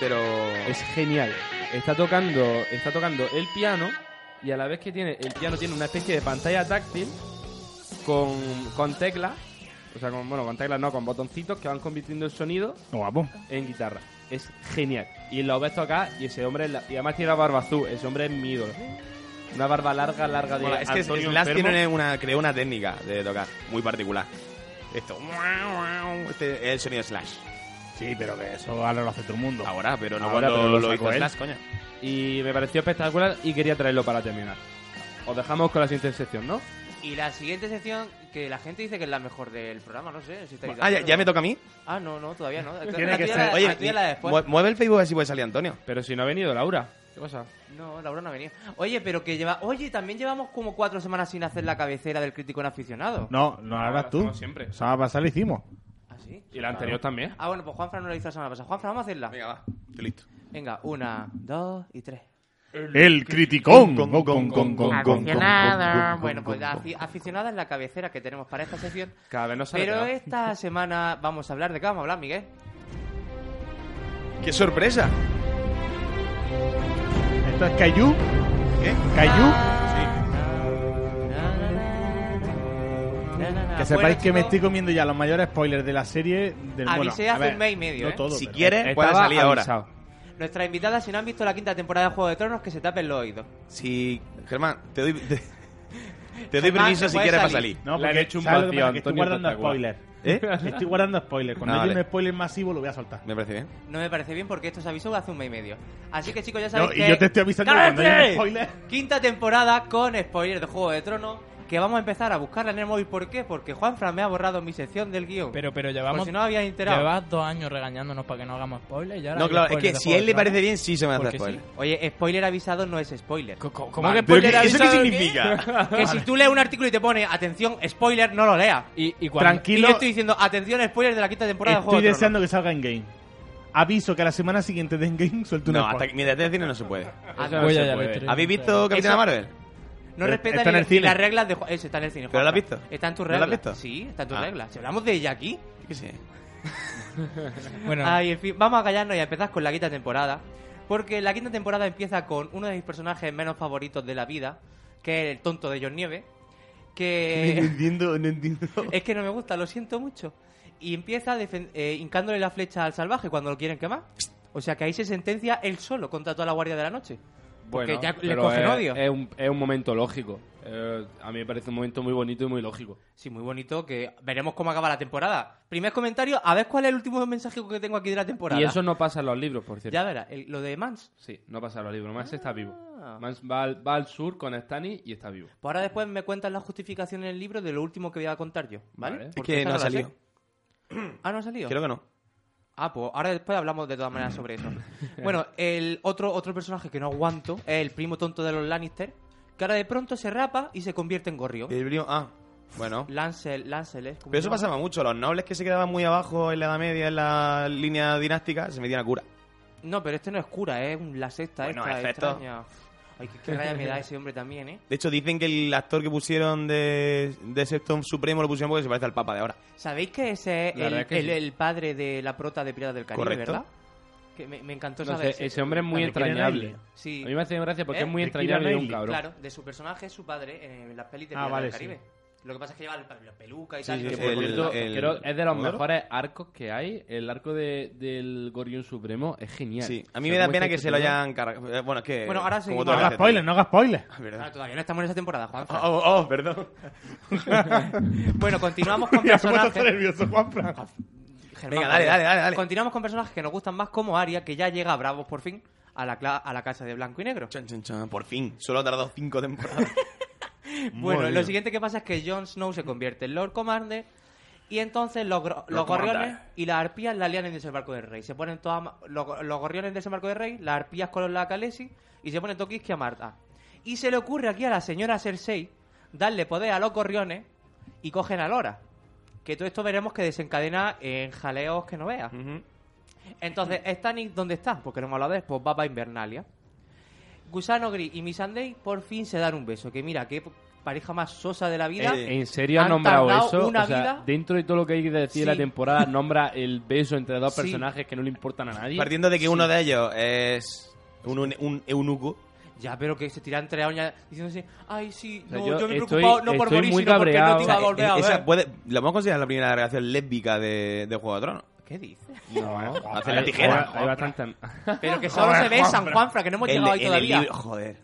Speaker 3: Pero...
Speaker 4: Es genial. Está tocando, está tocando el piano y a la vez que tiene el piano tiene una especie de pantalla táctil con, con teclas, o sea, con, bueno, con teclas no, con botoncitos que van convirtiendo el sonido
Speaker 2: Guapo.
Speaker 4: en guitarra. Es genial. Y lo ves tocar y ese hombre... es la- Y además tiene la barba azul. Ese hombre es mi ídolo. Una barba larga, larga de
Speaker 3: Mola, es que
Speaker 4: Antonio
Speaker 3: Slash
Speaker 4: Enfermo.
Speaker 3: tiene una, creó una técnica de tocar muy particular. Esto. Este es el sonido de Slash.
Speaker 2: Sí, pero que eso ahora lo hace todo el mundo.
Speaker 3: Ahora, pero no
Speaker 4: Ahora,
Speaker 3: cuando
Speaker 4: pero lo
Speaker 3: lo
Speaker 4: sacó
Speaker 3: hizo
Speaker 4: él.
Speaker 3: Slash, coño.
Speaker 4: Y me pareció espectacular y quería traerlo para terminar. Os dejamos con la siguiente sección, ¿no?
Speaker 1: Y la siguiente sección, que la gente dice que es la mejor del programa, no sé si estáis de
Speaker 3: Ah, ya,
Speaker 1: acuerdo.
Speaker 3: ya me toca a mí.
Speaker 1: Ah, no, no, todavía no. La
Speaker 2: Tiene que
Speaker 1: tuya
Speaker 2: ser-
Speaker 1: la-
Speaker 3: Oye,
Speaker 1: la tuya la de después.
Speaker 3: mue- mueve el Facebook así puede salir Antonio.
Speaker 4: Pero si no ha venido Laura. ¿Qué pasa?
Speaker 1: No, Laura no ha venido. Oye, pero que lleva... Oye, también llevamos como cuatro semanas sin hacer la cabecera del crítico en aficionado.
Speaker 2: No, no lo harás tú.
Speaker 4: Como siempre.
Speaker 2: O sea, pasar lo hicimos.
Speaker 1: ¿Ah, sí?
Speaker 4: Y la anterior también.
Speaker 1: Ah, bueno, pues Juanfran no la hizo la semana pasada. Juanfran, vamos a hacerla.
Speaker 3: Venga, va. Estoy listo.
Speaker 1: Venga, una, dos y tres.
Speaker 2: El criticón.
Speaker 3: Con, con, con, con, con, con.
Speaker 4: Ah,
Speaker 1: Aficionada. Bueno, pues afi- aficionada es la cabecera que tenemos para esta sección.
Speaker 4: Cada vez no sale.
Speaker 1: Pero este-
Speaker 4: peor.
Speaker 1: esta semana vamos a hablar de qué vamos a hablar, Miguel.
Speaker 3: ¡Qué sorpresa!
Speaker 2: Esto es Caillou.
Speaker 3: ¿Qué? Ah.
Speaker 2: Caillou. Que sepáis
Speaker 1: Bueno,
Speaker 2: que me
Speaker 1: chicos,
Speaker 2: estoy comiendo ya los mayores spoilers de la serie del bueno,
Speaker 1: Avisé
Speaker 2: a
Speaker 1: hace
Speaker 2: ver,
Speaker 1: un mes y medio,
Speaker 2: no
Speaker 1: ¿eh?
Speaker 2: todo,
Speaker 3: Si
Speaker 2: pero-
Speaker 3: quieres, puede
Speaker 4: Estaba
Speaker 3: salir ahora.
Speaker 4: avisado.
Speaker 1: Nuestra invitada, si no han visto la quinta temporada de Juego de Tronos, que se tapen los oídos.
Speaker 3: Si. Germán, te doy. Te, te doy
Speaker 1: Germán,
Speaker 3: permiso
Speaker 1: no
Speaker 3: si
Speaker 1: puedes
Speaker 3: quieres para
Speaker 1: salir.
Speaker 3: salir.
Speaker 2: No,
Speaker 4: Le han
Speaker 2: porque
Speaker 4: hecho un
Speaker 2: ¿sabes lo que
Speaker 4: vacío a
Speaker 2: pasa? Que estoy
Speaker 4: Antonio
Speaker 2: guardando
Speaker 4: espectacular.
Speaker 2: spoilers.
Speaker 3: ¿Eh?
Speaker 2: Estoy guardando spoilers. Cuando
Speaker 3: Ah,
Speaker 2: haya
Speaker 3: vale.
Speaker 2: un spoiler masivo lo voy a soltar.
Speaker 3: Me parece bien.
Speaker 1: No me parece bien porque esto se avisó hace un mes y medio. Así que chicos, ya
Speaker 2: No,
Speaker 1: sabéis
Speaker 2: y
Speaker 1: que-
Speaker 2: yo te estoy avisando que cuando haya un
Speaker 1: ¡Cállate!
Speaker 2: spoiler.
Speaker 1: Quinta temporada con spoilers de Juego de Tronos que vamos a empezar a buscarla en el móvil. ¿Por qué? Porque Juanfran me ha borrado mi sección del guión.
Speaker 5: Pero, pero
Speaker 1: Por
Speaker 5: llevamos,
Speaker 3: Pues
Speaker 1: si no habías enterado.
Speaker 5: llevas dos años regañándonos para que no hagamos spoilers. y ahora
Speaker 3: No,
Speaker 5: hay
Speaker 3: claro, es
Speaker 5: spoilers
Speaker 3: que
Speaker 5: de
Speaker 3: si a
Speaker 5: Juego
Speaker 3: él
Speaker 5: de
Speaker 3: le parece
Speaker 5: Tronos.
Speaker 3: bien, sí se me hace
Speaker 5: Porque
Speaker 3: spoiler.
Speaker 5: sí.
Speaker 1: Oye, spoiler avisado no es spoiler.
Speaker 5: Co- co- ¿Cómo,
Speaker 3: Vale,
Speaker 5: que
Speaker 3: pero
Speaker 5: spoiler
Speaker 3: ¿qué- ¿Eso qué
Speaker 5: avisado de
Speaker 3: significa?
Speaker 1: Que si tú lees un artículo y te pone atención, spoiler, no lo leas.
Speaker 5: Y, y cuando-
Speaker 1: Y
Speaker 2: Tranquilo,
Speaker 1: yo estoy diciendo atención, spoiler de la quinta temporada
Speaker 2: estoy
Speaker 1: de Juego de Tronos.
Speaker 2: deseando que salga en game. Aviso que a la semana siguiente de Endgame suelto un
Speaker 3: No,
Speaker 2: spoiler.
Speaker 3: hasta que mientras esté en cine no se puede.
Speaker 5: Ah,
Speaker 4: Eso no
Speaker 5: voy
Speaker 4: se
Speaker 5: a ya
Speaker 4: puede.
Speaker 5: ver tres.
Speaker 3: ¿Habéis visto Capitana
Speaker 1: Eso-
Speaker 3: Marvel?
Speaker 1: No
Speaker 2: Pero
Speaker 1: respeta
Speaker 2: está
Speaker 1: ni,
Speaker 2: en
Speaker 1: ni
Speaker 2: el cine.
Speaker 1: las reglas de Ju- Eso está en el cine.
Speaker 3: ¿Pero
Speaker 1: Juanfran.
Speaker 3: la has visto?
Speaker 1: Está en tus
Speaker 3: ¿No la has
Speaker 1: reglas.
Speaker 3: visto?
Speaker 1: Sí, está en tus
Speaker 3: Ah.
Speaker 1: reglas. Si hablamos de ella aquí.
Speaker 3: Yo qué sé.
Speaker 5: Bueno,
Speaker 1: Ay, en fin, vamos a callarnos y a empezar con la quinta temporada. Porque la quinta temporada empieza con uno de mis personajes menos favoritos de la vida, que es el tonto de John Nieve. Que.
Speaker 3: entiendo, no entiendo.
Speaker 1: es que no me gusta, lo siento mucho. Y empieza defen- eh, hincándole la flecha al salvaje cuando lo quieren quemar. O sea que ahí se sentencia él solo contra toda la Guardia de la Noche. Porque
Speaker 4: Bueno,
Speaker 1: ya le
Speaker 4: pero
Speaker 1: cogen
Speaker 4: es,
Speaker 1: odio.
Speaker 4: Es un, es un momento lógico. Eh, a mí me parece un momento muy bonito y muy lógico.
Speaker 1: Sí, muy bonito, que veremos cómo acaba la temporada. Primer comentario, a ver cuál es el último mensaje que tengo aquí de la temporada.
Speaker 4: Y eso no pasa en los libros, por cierto.
Speaker 1: Ya verás, el- lo de Mans.
Speaker 4: Sí, no pasa en los libros. Mans está vivo.
Speaker 1: Ah.
Speaker 4: Mans va al, va al sur con Stani y está vivo.
Speaker 1: Pues ahora después me cuentas la justificación en el libro de lo último que voy a contar yo, ¿vale?
Speaker 4: Vale. Es
Speaker 1: Porque
Speaker 3: que
Speaker 1: esa
Speaker 3: no ha
Speaker 1: la sé.
Speaker 3: salido.
Speaker 1: Ah, no ha salido.
Speaker 3: Creo que no.
Speaker 1: Ah, pues ahora después hablamos de todas maneras sobre eso. bueno, el otro, otro personaje que no aguanto es el primo tonto de los Lannister, que ahora de pronto se rapa y se convierte en gorrión.
Speaker 3: El brío- Ah, bueno.
Speaker 1: Lancel, Lancel, ¿eh? ¿Cómo
Speaker 3: Pero
Speaker 1: se
Speaker 3: eso
Speaker 1: llama?
Speaker 3: pasaba mucho. Los nobles que se quedaban muy abajo en la Edad Media, en la línea dinástica, se metían a cura.
Speaker 1: No, pero este no es cura, es un la sexta
Speaker 3: Bueno,
Speaker 1: esta
Speaker 3: excepto-
Speaker 1: extraña. Ay, qué, qué raya me da ese hombre también, ¿eh?
Speaker 3: De hecho, dicen que el actor que pusieron de, de Septon Supremo lo pusieron porque se parece al Papa de ahora.
Speaker 1: ¿Sabéis que ese es
Speaker 4: La
Speaker 1: el,
Speaker 4: verdad que
Speaker 1: el-
Speaker 4: sí.
Speaker 1: el padre de la prota de Piratas del Caribe,
Speaker 3: Correcto.
Speaker 1: verdad? Que me, me encantó
Speaker 4: No
Speaker 1: saber
Speaker 4: sé, ese hombre es muy
Speaker 2: Cuando quieren
Speaker 4: entrañable.
Speaker 2: a Ellie.
Speaker 1: Sí.
Speaker 4: A mí me hace gracia porque
Speaker 1: ¿Eh?
Speaker 4: es muy
Speaker 2: De
Speaker 4: entrañable y
Speaker 2: Kira
Speaker 4: un
Speaker 2: Knightley.
Speaker 4: cabrón.
Speaker 1: Claro, de su personaje es su padre eh, en las pelis de
Speaker 2: Ah,
Speaker 1: Piratas
Speaker 2: vale,
Speaker 1: del
Speaker 2: sí.
Speaker 1: Caribe. Lo que pasa es que lleva la, la peluca y
Speaker 3: Sí,
Speaker 1: tal.
Speaker 3: sí,
Speaker 1: no
Speaker 3: sí,
Speaker 1: sé
Speaker 4: Por
Speaker 1: qué.
Speaker 3: el-
Speaker 4: cierto,
Speaker 3: el-
Speaker 4: creo es de los
Speaker 3: ¿Modelo?
Speaker 4: mejores arcos que hay. El arco de- del Gorión Supremo es genial.
Speaker 3: Sí, a mí
Speaker 4: O sea,
Speaker 3: me da
Speaker 4: cómo
Speaker 3: pena
Speaker 4: está
Speaker 3: que se lo
Speaker 4: estructurado.
Speaker 3: hayan cargado. Eh, Bueno, es que.
Speaker 1: Bueno, ahora seguimos.
Speaker 3: todo
Speaker 2: No
Speaker 3: lo que
Speaker 2: hagas
Speaker 3: hace
Speaker 2: spoiler, no hagas spoiler.
Speaker 3: Tolkien.
Speaker 1: Ah,
Speaker 3: Verdad.
Speaker 1: todavía no estamos en esa temporada, Juan.
Speaker 3: Oh, oh, oh, perdón.
Speaker 1: Bueno, continuamos con
Speaker 2: Ya me puesto
Speaker 1: personajes.
Speaker 2: nervioso, Juanfran.
Speaker 1: Germán,
Speaker 3: Venga,
Speaker 1: por
Speaker 3: dale,
Speaker 1: Dios.
Speaker 3: dale, dale, dale.
Speaker 1: Continuamos con personajes que nos gustan más, como Aria, que ya llega a Bravos por fin a la, cla- a la casa de blanco y negro.
Speaker 3: Chan, chan, chan. Por fin. Solo ha tardado cinco temporadas.
Speaker 1: Bueno,
Speaker 2: Madre
Speaker 1: lo
Speaker 2: mía.
Speaker 1: siguiente que pasa es que Jon Snow se convierte en Lord Commander y entonces los, gro- los
Speaker 3: Commander.
Speaker 1: gorriones y las arpías la lían en ese barco del rey. Se ponen todas ma- los, go- los gorriones de ese barco del rey, las arpías con la calesi y se pone Tokiski a Marta. Y se le ocurre aquí a la señora Cersei darle poder a los gorriones y cogen a Lora. Que todo esto veremos que desencadena en jaleos que no veas.
Speaker 3: Ujú.
Speaker 1: Entonces, Stannis, ¿dónde está? Porque no me lo ves, pues va para Invernalia. Gusano Gris y Missandei por fin se dan un beso. Que mira, qué pareja más sosa de la vida.
Speaker 3: Eh,
Speaker 4: ¿En serio has
Speaker 1: Han
Speaker 4: nombrado
Speaker 1: tardado
Speaker 4: eso?
Speaker 1: una
Speaker 4: O sea,
Speaker 1: vida.
Speaker 4: dentro de todo lo que hay que decir de
Speaker 1: Sí.
Speaker 4: la temporada, nombra el beso entre dos
Speaker 1: Sí.
Speaker 4: personajes que no le importan a nadie.
Speaker 3: Partiendo de que uno de ellos es un, un, un eunuco.
Speaker 1: Ya, pero que se tiran tres uñas diciéndose, ay, sí,
Speaker 4: O sea,
Speaker 1: no,
Speaker 4: yo
Speaker 1: yo, me he
Speaker 4: estoy-
Speaker 1: preocupado no por
Speaker 4: estoy
Speaker 1: morir,
Speaker 4: muy
Speaker 1: sino porque no
Speaker 4: cabreado.
Speaker 1: te iba a
Speaker 4: O sea,
Speaker 1: volver a ver.
Speaker 3: Eh, esa puede, la podemos considerar la primera relación lésbica de, de Juego de Tronos.
Speaker 1: ¿Qué dices?
Speaker 4: No,
Speaker 3: hace la tijera.
Speaker 4: Hay, hay bastante...
Speaker 1: Pero que solo se ve en San Juanfra, que no hemos
Speaker 3: En-
Speaker 1: llegado ahí
Speaker 3: en el
Speaker 1: todavía.
Speaker 3: libro- joder.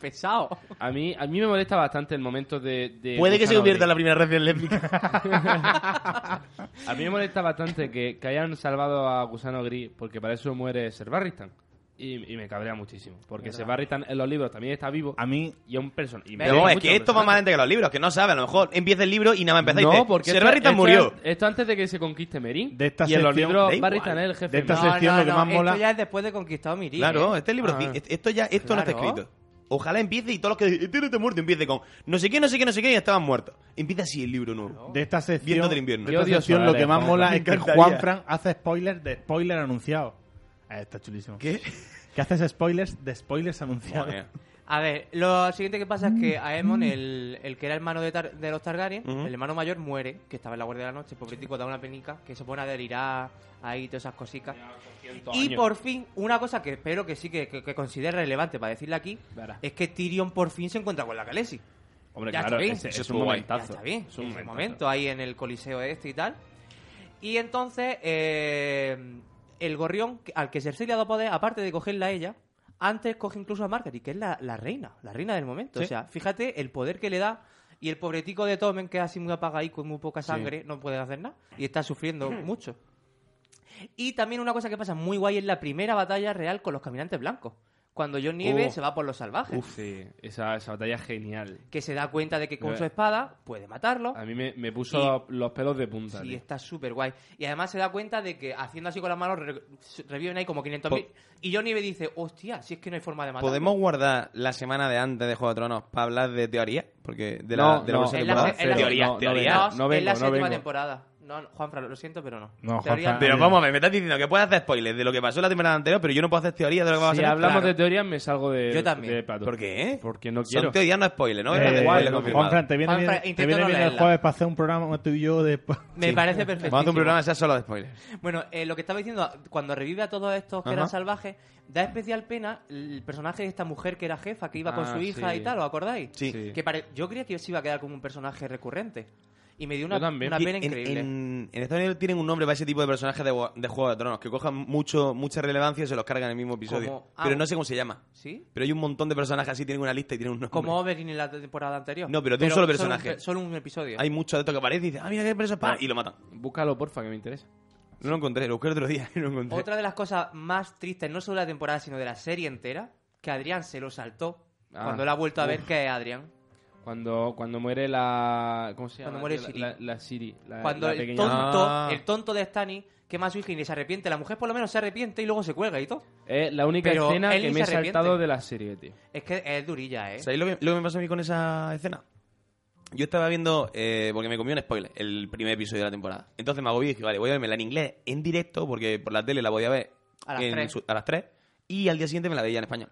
Speaker 1: Pesado.
Speaker 4: A mí, a mí me molesta bastante el momento de... de
Speaker 3: Puede que se
Speaker 4: Gusano
Speaker 3: convierta en
Speaker 4: Gris.
Speaker 3: la primera relación lésbica.
Speaker 4: A mí me molesta bastante que, que hayan salvado a Gusano Gris porque para eso muere Ser Barristan. Y, y me cabrea muchísimo. Porque Ser Barristan en los libros también está vivo.
Speaker 2: A mí,
Speaker 4: Y es un personaje.
Speaker 3: Pero vamos, es que esto va más adelante que los libros, que no sabe, a lo mejor empieza el libro y nada más empieza y
Speaker 4: No,
Speaker 3: dice,
Speaker 4: porque
Speaker 3: Ser
Speaker 4: esto-
Speaker 3: Barristan
Speaker 4: esto
Speaker 3: murió.
Speaker 4: es- Esto antes de que se conquiste Merín.
Speaker 2: De esta
Speaker 4: y en los
Speaker 2: sección-
Speaker 3: Da
Speaker 4: libros
Speaker 3: igual.
Speaker 4: Barristan es el jefe.
Speaker 2: De esta
Speaker 4: ¿no?
Speaker 2: sección lo que más mola-
Speaker 1: Esto ya es después de conquistado Mirí.
Speaker 3: Claro,
Speaker 1: ¿eh?
Speaker 3: este libro,
Speaker 4: Ah.
Speaker 3: es- esto ya, esto no está
Speaker 1: Claro.
Speaker 3: escrito. Ojalá empiece y todos los que dicen, este no está muerto, empiece con no sé qué, no sé qué, no sé qué, y estaban muertos. Empieza así el libro nuevo.
Speaker 2: de esta
Speaker 3: Viento
Speaker 2: sección,
Speaker 3: del invierno.
Speaker 2: de
Speaker 4: Yo
Speaker 2: esta
Speaker 4: odio
Speaker 2: sección
Speaker 4: Solar,
Speaker 2: lo que más
Speaker 4: me
Speaker 2: mola es que
Speaker 3: encantaría.
Speaker 2: Juanfran hace spoilers de spoilers anunciados. Ah, está chulísimo.
Speaker 3: ¿Qué?
Speaker 2: Que haces spoilers de spoilers anunciados.
Speaker 3: Joder.
Speaker 1: A ver, lo siguiente que pasa es que Aemon, el, el que era hermano de, Tar- de los Targaryen,
Speaker 3: Ujú.
Speaker 1: el hermano mayor muere, que estaba en la Guardia de la Noche, pobretico, da una penica, que se pone a delirar ahí, todas esas cositas. Y por fin, una cosa que espero que sí que, que, que considere relevante para decirle aquí,
Speaker 4: Verá.
Speaker 1: es que Tyrion por fin se encuentra con la Khaleesi.
Speaker 4: Hombre,
Speaker 1: Ya
Speaker 4: claro,
Speaker 1: está bien.
Speaker 3: Eso
Speaker 4: ese- es
Speaker 3: estuvo
Speaker 4: un
Speaker 3: guay.
Speaker 1: Ya
Speaker 4: momentazo.
Speaker 1: está bien,
Speaker 4: Es
Speaker 1: en
Speaker 4: un
Speaker 1: ese
Speaker 4: momentazo.
Speaker 1: momento, ahí en el coliseo este y tal. Y entonces, eh, el gorrión que- al que Cersei le ha dado poder, aparte de cogerla a ella, antes coge incluso a Margaery, que es la, la reina, la reina del momento.
Speaker 3: Sí.
Speaker 1: O sea, fíjate el poder que le da. Y el pobretico de Tomen, que es así muy apagadico y muy poca sangre, no puede hacer nada. Y está sufriendo mucho. Y también una cosa que pasa muy guay es la primera batalla real con los caminantes blancos. Cuando John Nieve
Speaker 4: Oh.
Speaker 1: se va por los salvajes.
Speaker 4: Uf, sí. Esa, esa batalla es genial.
Speaker 1: Que se da cuenta de que con
Speaker 4: Eh.
Speaker 1: su espada puede matarlo.
Speaker 4: A mí me, me puso los pelos de punta.
Speaker 1: Oh. Sí,
Speaker 4: tío.
Speaker 1: está súper guay. Y además se da cuenta de que haciendo así con las manos re- reviven ahí como 500.000. Y Johnny me dice, hostia, si es que no hay forma de matar.
Speaker 3: ¿Podemos guardar la semana de antes de Juego de Tronos para hablar de teoría? Porque de la,
Speaker 4: No,
Speaker 3: de la
Speaker 4: no,
Speaker 3: próxima
Speaker 1: en la,
Speaker 3: temporada.
Speaker 1: se- en la-
Speaker 3: teoría,
Speaker 4: no, no,
Speaker 3: teoría.
Speaker 4: no,
Speaker 1: en
Speaker 4: no vengo,
Speaker 1: la
Speaker 4: no
Speaker 1: séptima
Speaker 4: vengo.
Speaker 1: temporada. No, no, Juanfran, lo siento, pero no.
Speaker 2: No,
Speaker 1: Teoría-
Speaker 2: Juanfran,
Speaker 3: Pero vamos, a ver, me estás diciendo que puedes hacer spoilers de lo que pasó en la temporada anterior, pero yo no puedo hacer teoría de lo que va a
Speaker 4: Si
Speaker 3: pasar.
Speaker 4: hablamos
Speaker 3: Claro.
Speaker 4: de teorías, me salgo de,
Speaker 1: Yo también.
Speaker 4: de plato.
Speaker 3: ¿Por qué?
Speaker 4: Porque no
Speaker 3: Son
Speaker 4: quiero.
Speaker 3: teorías, no spoilers, ¿no?
Speaker 2: Eh,
Speaker 3: Es spoiler
Speaker 4: no,
Speaker 3: confirmado.
Speaker 2: Juanfran, te viene
Speaker 1: Juanfran,
Speaker 2: bien, te
Speaker 1: intento
Speaker 2: viene
Speaker 1: no
Speaker 2: bien el
Speaker 1: leerla.
Speaker 2: jueves para hacer un programa tú y yo de...
Speaker 1: Me
Speaker 2: Sí.
Speaker 1: parece perfecto.
Speaker 3: Vamos a hacer un programa que sea solo de spoilers.
Speaker 1: Bueno, eh, lo que estaba diciendo, cuando revive a todos estos que eran
Speaker 3: Ajá.
Speaker 1: salvajes, da especial pena el personaje de esta mujer que era jefa, que iba con
Speaker 4: Ah,
Speaker 1: su hija
Speaker 4: sí.
Speaker 1: y tal, ¿os acordáis?
Speaker 3: Sí.
Speaker 4: Sí.
Speaker 1: Que pare- Yo creía que se iba a quedar como un personaje recurrente. Y me dio una,
Speaker 4: Yo también.
Speaker 1: una
Speaker 4: Y
Speaker 1: pena
Speaker 3: en,
Speaker 1: increíble.
Speaker 3: en- en Estados Unidos tienen un nombre para ese tipo de personajes de, Wa- de Juego de Tronos, que cojan mucho, mucha relevancia y se los cargan en el mismo episodio.
Speaker 1: Como- ah,
Speaker 3: pero no sé cómo se llama.
Speaker 1: ¿Sí?
Speaker 3: Pero hay un montón de personajes así, tienen una lista y tienen un nombre.
Speaker 1: Como Oberyn en la temporada anterior.
Speaker 3: No, pero de un solo personaje.
Speaker 1: pe- Solo un, episodio.
Speaker 3: Hay muchos de estos que aparecen y dicen, ah, mira qué preso es pa", y lo matan.
Speaker 4: Búscalo, porfa, que me interesa.
Speaker 3: No lo encontré, lo busqué el otro día y no lo encontré.
Speaker 1: Otra de las cosas más tristes, no solo de la temporada, sino de la serie entera, que Adrián se lo saltó
Speaker 4: Ah,
Speaker 1: cuando la ha vuelto a ver
Speaker 4: uf.
Speaker 1: que es Adrián.
Speaker 4: Cuando, cuando muere la. ¿Cómo se
Speaker 1: Cuando
Speaker 4: llama?
Speaker 1: muere
Speaker 4: tío?
Speaker 1: Siri.
Speaker 4: La, la, la Siri. La,
Speaker 1: Cuando
Speaker 4: Eh, la
Speaker 1: el
Speaker 4: pequeña.
Speaker 1: tonto,
Speaker 3: Ah.
Speaker 1: el tonto de Stanny quema a su hija y se arrepiente. La mujer por lo menos se arrepiente y luego se cuelga y todo.
Speaker 4: Es la única
Speaker 1: Pero
Speaker 4: escena
Speaker 1: él
Speaker 4: que
Speaker 1: ni
Speaker 4: me he
Speaker 1: se arrepiente.
Speaker 4: saltado de la serie, tío.
Speaker 1: Es que es durilla, ¿eh?
Speaker 3: ¿Sabéis lo que, lo que me pasó a mí con esa escena? Yo estaba viendo, eh, porque me comí un spoiler, el primer episodio de la temporada. Entonces me agobié y dije, vale, voy a vermela en inglés, en directo, porque por la tele la podía ver
Speaker 1: A las
Speaker 3: en
Speaker 1: tres.
Speaker 3: su- a las 3, y al día siguiente me la veía en español.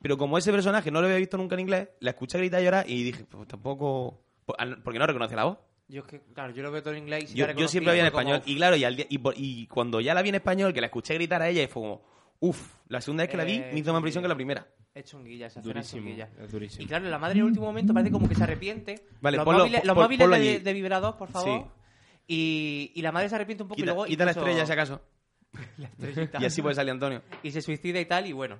Speaker 3: Pero como ese personaje no lo había visto nunca en inglés, la escuché gritar y llorar y dije, pues tampoco... pues, al- Porque no reconoce la voz.
Speaker 1: Yo es que, claro, yo lo veo todo en inglés y si
Speaker 3: Yo,
Speaker 1: la
Speaker 3: yo
Speaker 1: reconocí,
Speaker 3: siempre la vi en
Speaker 1: fue como,
Speaker 3: español. Y claro, y, al día- y, por- y cuando ya la vi en español, que la escuché gritar a ella, y fue como, uff, la segunda vez que la vi
Speaker 1: Eh,
Speaker 3: me hizo más impresión
Speaker 1: sí.
Speaker 3: que la primera.
Speaker 1: Es chunguilla, esa escena es
Speaker 4: Durísimo.
Speaker 1: chunguilla.
Speaker 4: Es
Speaker 1: Y
Speaker 4: durísimo.
Speaker 1: claro, la madre en el último momento parece como que se arrepiente.
Speaker 3: Vale,
Speaker 1: los
Speaker 3: ponlo-
Speaker 1: móviles, los
Speaker 3: pon-
Speaker 1: móviles
Speaker 3: ponlo
Speaker 1: de,
Speaker 3: allí.
Speaker 1: de vibrador, por favor.
Speaker 3: Sí.
Speaker 1: Y, y la madre se arrepiente un poco
Speaker 3: Quita,
Speaker 1: y luego. incluso-
Speaker 3: quita la estrella, si acaso.
Speaker 1: estrellita.
Speaker 3: Y así puede salir Antonio.
Speaker 1: y se suicida y tal, y bueno.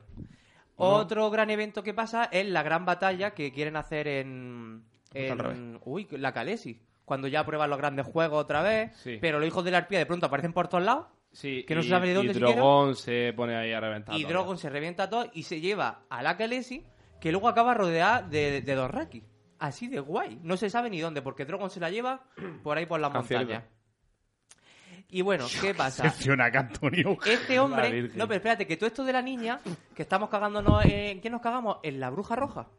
Speaker 1: Otro gran evento que pasa es la gran batalla que quieren hacer en.
Speaker 3: Está Pues al
Speaker 1: en-
Speaker 3: revés.
Speaker 1: uy, la Calesi. Cuando ya prueban los grandes juegos otra vez.
Speaker 4: Sí.
Speaker 1: Pero los hijos de la arpía de pronto aparecen por todos lados.
Speaker 4: Sí,
Speaker 1: que no
Speaker 4: y-
Speaker 1: se sabe de dónde
Speaker 4: Y
Speaker 1: siquiera.
Speaker 4: Drogon se pone ahí a reventar.
Speaker 1: y
Speaker 4: todo.
Speaker 1: Drogon se revienta todo y se lleva a la Calesi, que luego acaba rodeada de, de Dorraki. Así de guay. No se sabe ni dónde, porque Drogon se la lleva por ahí por las
Speaker 3: Ah, cierto.
Speaker 1: montañas. Y bueno, ¿qué pasa?
Speaker 2: Decepciona que Antonio.
Speaker 1: Este hombre.
Speaker 4: La Virgen.
Speaker 1: no, pero espérate, que todo esto de la niña, que estamos cagándonos. ¿En ¿Qué nos cagamos? En la bruja roja.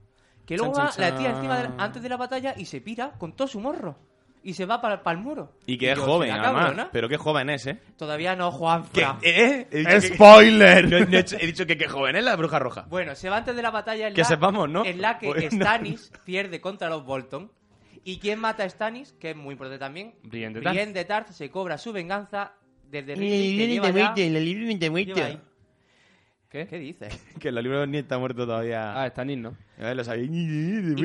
Speaker 1: Que luego
Speaker 3: Chan,
Speaker 1: va
Speaker 3: chan,
Speaker 1: la tía encima de la-
Speaker 3: chan.
Speaker 1: antes de la batalla y se pira con todo su morro. Y se va para el muro.
Speaker 3: Y que es
Speaker 1: yo,
Speaker 3: joven,
Speaker 1: ¿será
Speaker 3: además.
Speaker 1: cabrona?
Speaker 3: Pero qué joven es, ¿eh?
Speaker 1: Todavía no, Juan
Speaker 3: ¿Eh? He dicho que-
Speaker 2: ¡Spoiler!
Speaker 3: Yo he dicho- he dicho que qué joven es la bruja roja.
Speaker 1: Bueno, se va antes de la batalla en
Speaker 3: Que
Speaker 1: la,
Speaker 3: sepamos, ¿no?
Speaker 1: en la que
Speaker 3: Pues no.
Speaker 1: Stannis pierde contra los Bolton. ¿Y quién mata a Stannis? Que es muy importante también.
Speaker 4: Brienne de Tarth.
Speaker 1: Bien de Tarth se cobra su venganza desde Ripley, que lleva ya- lleva ahí.
Speaker 4: ¿Qué?
Speaker 1: ¿Qué dices?
Speaker 3: Que en los libros ni está muerto todavía.
Speaker 4: Ah, está Nin, ¿no?
Speaker 3: A ver, lo sabía.
Speaker 1: Y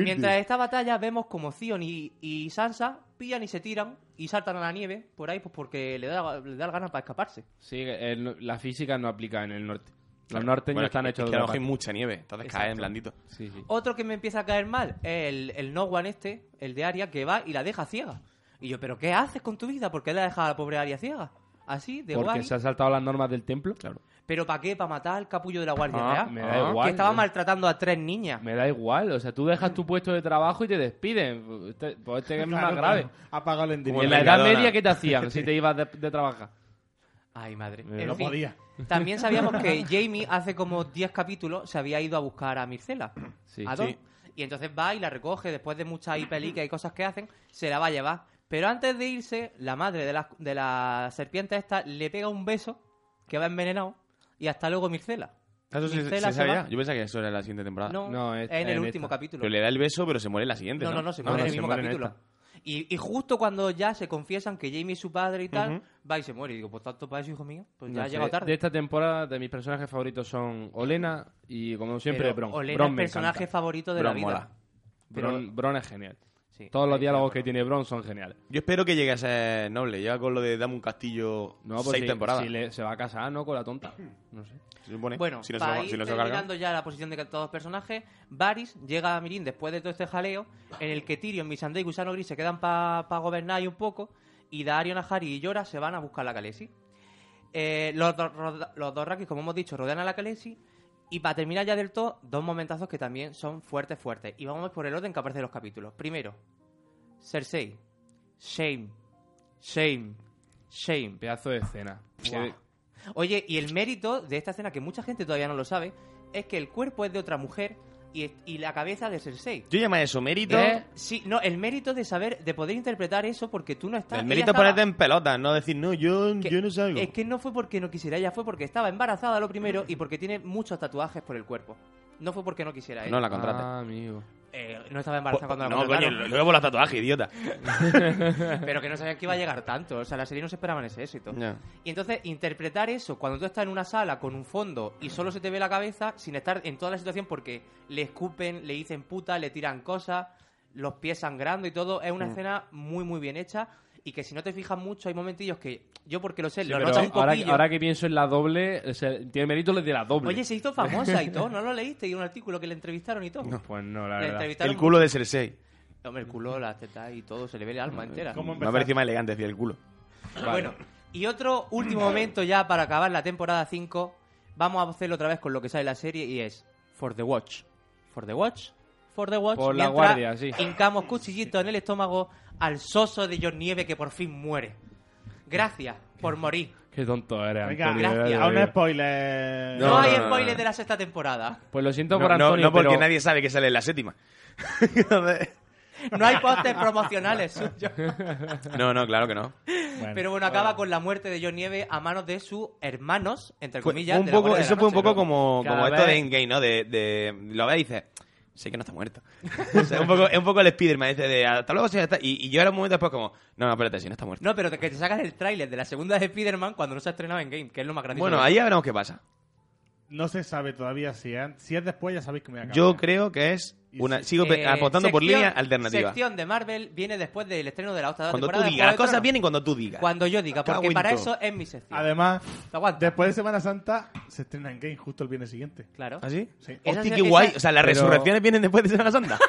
Speaker 1: mientras esta batalla vemos como Zion y, y Sansa pillan y se tiran y saltan a la nieve por ahí pues porque le da, le da la gana para escaparse.
Speaker 4: Sí, el- la física no aplica en el norte. Los norteños
Speaker 3: Bueno,
Speaker 4: están
Speaker 3: es
Speaker 4: hechos
Speaker 3: que
Speaker 4: de
Speaker 3: a lo
Speaker 4: otra
Speaker 3: mejor hay mucha nieve, entonces cae en blandito.
Speaker 4: parte. Sí, sí.
Speaker 1: Otro que me empieza a caer mal es el, el No One este, el de Aria, que va y la deja ciega. Y yo, ¿pero qué haces con tu vida? ¿Por qué la dejas a la pobre Aria ciega? Así, de
Speaker 4: Porque
Speaker 1: guay.
Speaker 4: se han saltado las normas del templo. Claro.
Speaker 1: ¿Pero para qué? ¿Para matar al capullo de la Guardia
Speaker 4: Ah,
Speaker 1: Real?
Speaker 4: me da
Speaker 1: Que
Speaker 4: igual,
Speaker 1: estaba
Speaker 4: eh.
Speaker 1: maltratando a tres niñas.
Speaker 4: Me da igual, o sea, tú dejas tu puesto de trabajo y te despiden. Este- pues este es más grave.
Speaker 2: Apágalo en
Speaker 3: Como
Speaker 2: directo.
Speaker 4: en la Edad
Speaker 3: Mercadona.
Speaker 4: Media, ¿qué te hacían si te ibas de, de trabajar?
Speaker 1: Ay, madre.
Speaker 4: Me
Speaker 1: En
Speaker 2: No
Speaker 1: fin,
Speaker 2: podía.
Speaker 1: También sabíamos que Jamie hace como 10 capítulos se había ido a buscar a Mircela.
Speaker 4: Sí.
Speaker 1: a Don.
Speaker 3: Sí.
Speaker 1: Y entonces va y la recoge, después de muchas ahí pelicas y cosas que hacen, se la va a llevar. Pero antes de irse, la madre de la, de la serpiente esta le pega un beso que va envenenado y hasta luego Mircela.
Speaker 3: Eso se,
Speaker 1: Mistela
Speaker 3: se
Speaker 1: se
Speaker 3: sabía.
Speaker 1: va.
Speaker 3: Yo pensaba que eso era la siguiente temporada.
Speaker 1: No,
Speaker 4: Ah, no, es-
Speaker 1: es en el
Speaker 4: en
Speaker 1: último
Speaker 4: esta.
Speaker 1: capítulo.
Speaker 3: Pero le da el beso, pero se muere en la siguiente.
Speaker 1: No,
Speaker 3: No,
Speaker 1: no, no, se muere en el
Speaker 4: se
Speaker 1: mismo
Speaker 4: muere en
Speaker 1: capítulo.
Speaker 4: esta.
Speaker 1: Y, y justo cuando ya se confiesan que Jamie es su padre y tal, va y se muere. Y digo, pues tanto para eso, hijo mío, pues ya
Speaker 4: No
Speaker 1: ha
Speaker 4: sé,
Speaker 1: llegado tarde.
Speaker 4: De esta temporada, de mis personajes favoritos son Olena y, como siempre,
Speaker 1: Pero
Speaker 4: Bron.
Speaker 1: Olena
Speaker 4: Bron
Speaker 1: es
Speaker 4: me
Speaker 1: personaje
Speaker 4: encanta.
Speaker 1: favorito de
Speaker 3: Bron
Speaker 1: la vida.
Speaker 3: mola.
Speaker 1: pero-
Speaker 4: Bron, Bron es genial.
Speaker 1: Sí,
Speaker 4: Todos los
Speaker 1: ahí
Speaker 4: diálogos
Speaker 1: estoy
Speaker 4: que
Speaker 1: de
Speaker 4: tiene Bron son geniales.
Speaker 3: Yo espero que llegue a ser noble. Lleva con lo de dame un castillo
Speaker 4: No, pues
Speaker 3: seis
Speaker 4: si-
Speaker 3: temporadas.
Speaker 4: ah, si le- se va a casar, ¿no? Con la tonta. No sé.
Speaker 3: se supone.
Speaker 1: Bueno,
Speaker 3: si no se
Speaker 1: para
Speaker 3: lo-
Speaker 1: ir
Speaker 3: si no se lo cargan.
Speaker 1: terminando ya la posición de que todos los personajes, Varys llega a Mirin después de todo este jaleo, en el que Tyrion, Missandei y Gusano Gris se quedan para gobernar ahí un poco, y Dario, Nahari y Llora se van a buscar la Khaleesi. Eh, los, dos roda- los dos Rakis, como hemos dicho, rodean a la Khaleesi, y para terminar ya del todo, dos momentazos que también son fuertes, fuertes. Y vamos por el orden que aparece en los capítulos. Primero, Cersei. Shame. Shame. Shame.
Speaker 4: Pedazo de escena.
Speaker 1: Guau. Oye, y el mérito de esta escena, que mucha gente todavía no lo sabe, es que el cuerpo es de otra mujer y, es- y la cabeza de Cersei.
Speaker 3: Yo llamo a eso mérito.
Speaker 4: ¿Eh?
Speaker 1: Sí, no, el mérito de saber, de poder interpretar eso porque tú no estás...
Speaker 3: El
Speaker 1: ella
Speaker 3: mérito es
Speaker 1: estaba-
Speaker 3: ponerte en pelotas, no decir, no, yo,
Speaker 1: que-
Speaker 3: yo no salgo.
Speaker 1: Es que no fue porque no quisiera, ella fue porque estaba embarazada lo primero y porque tiene muchos tatuajes por el cuerpo. No fue porque no quisiera ella.
Speaker 3: No la contrate. Pues,
Speaker 4: Ah, amigo.
Speaker 1: Eh, no estaba embarazada cuando la
Speaker 3: no, coño,
Speaker 1: contrataron,
Speaker 3: luego por los tatuajes, idiota.
Speaker 1: pero que no sabía que iba a llegar tanto. O sea, la serie no se esperaban ese éxito.
Speaker 3: Ya.
Speaker 1: Y entonces interpretar eso cuando tú estás en una sala con un fondo y solo se te ve la cabeza sin estar en toda la situación porque le escupen, le dicen puta, le tiran cosas, los pies sangrando y todo, es una escena muy muy bien hecha y que si no te fijas mucho hay momentillos que yo porque lo sé, lo
Speaker 4: Pero
Speaker 1: notas un
Speaker 4: ahora,
Speaker 1: poquillo.
Speaker 4: ahora que pienso en la doble, o sea, tiene mérito el de la doble.
Speaker 1: Oye, se hizo famosa y todo, ¿no lo leíste? Y un artículo que le entrevistaron y todo.
Speaker 4: Pues no, la
Speaker 1: Le
Speaker 4: verdad.
Speaker 1: entrevistaron
Speaker 3: El culo de Cersei.
Speaker 1: Hombre, el culo, las tetas y todo, se le ve el alma entera.
Speaker 2: ¿Cómo
Speaker 3: Me ha parecido más elegante decir el culo.
Speaker 1: Bueno, y otro último momento ya para acabar la temporada 5. Vamos a hacerlo otra vez con lo que sale la serie y es For the Watch. For the Watch. For the Watch.
Speaker 4: Por la
Speaker 1: mientras
Speaker 4: guardia, sí.
Speaker 1: Hincamos cuchillito en el estómago al soso de John Nieve que por fin muere. Gracias por morir.
Speaker 4: Qué tonto eres,
Speaker 2: Venga,
Speaker 4: Antonio. de
Speaker 1: gracias.
Speaker 4: verdad,
Speaker 2: a un
Speaker 4: tío.
Speaker 2: spoiler.
Speaker 1: No,
Speaker 3: No,
Speaker 1: hay
Speaker 3: no, no,
Speaker 1: spoiler
Speaker 3: no.
Speaker 1: de la sexta temporada.
Speaker 4: Pues lo siento
Speaker 3: No,
Speaker 4: por
Speaker 3: no,
Speaker 4: Antonio,
Speaker 3: no porque
Speaker 4: pero-
Speaker 3: nadie sabe que sale en la séptima. Entonces-
Speaker 1: No hay pósters promocionales suyos.
Speaker 3: no, no, claro que no.
Speaker 2: Bueno,
Speaker 1: Pero bueno, acaba con la muerte de John Nieve a manos de sus hermanos, entre
Speaker 3: Fue-
Speaker 1: comillas.
Speaker 3: fue un
Speaker 1: de la
Speaker 3: poco,
Speaker 1: Guardia de
Speaker 3: eso
Speaker 1: la
Speaker 3: fue un
Speaker 1: Noche,
Speaker 3: poco
Speaker 1: ¿no?
Speaker 3: como,
Speaker 4: Cada
Speaker 3: como esto de
Speaker 4: vez-
Speaker 3: Endgame, ¿no? De, de- lo ves y dices, sé que no está muerto. O sea, un poco, es un poco el Spider-Man, ese de hasta luego, señor, hasta-". Y, y yo era un momento después como, no, no, espérate, si no está muerto.
Speaker 1: No, pero que te sacas el tráiler de la segunda de Spider-Man cuando no se ha estrenado en Game, que es lo más grande.
Speaker 3: bueno, ahí ya veremos qué pasa.
Speaker 2: no se sabe todavía si es, si es después, ya sabéis que me voy a
Speaker 3: Yo
Speaker 2: cabrear.
Speaker 3: creo que es
Speaker 2: Y
Speaker 3: una.
Speaker 2: sí.
Speaker 3: Sigo pe- apostando por línea alternativa.
Speaker 1: Eh, sección de Marvel viene después del estreno de la octava
Speaker 3: Cuando tú
Speaker 1: temporada. de
Speaker 3: digas, las
Speaker 1: Juego de
Speaker 3: cosas
Speaker 1: Tronos.
Speaker 3: vienen cuando tú digas.
Speaker 1: Cuando yo diga,
Speaker 3: Cago
Speaker 1: porque
Speaker 3: en
Speaker 1: para
Speaker 3: todo.
Speaker 1: eso es mi sección.
Speaker 2: Además,
Speaker 1: Aguanta.
Speaker 2: después de Semana Santa, se estrena en Game justo el viernes siguiente.
Speaker 1: Claro.
Speaker 3: ¿Ah, sí?
Speaker 2: Sí.
Speaker 1: Esa
Speaker 3: Hostia,
Speaker 1: se-
Speaker 3: qué
Speaker 1: esa-
Speaker 3: guay. O sea, las
Speaker 4: Pero-
Speaker 3: resurrecciones vienen después de Semana Santa.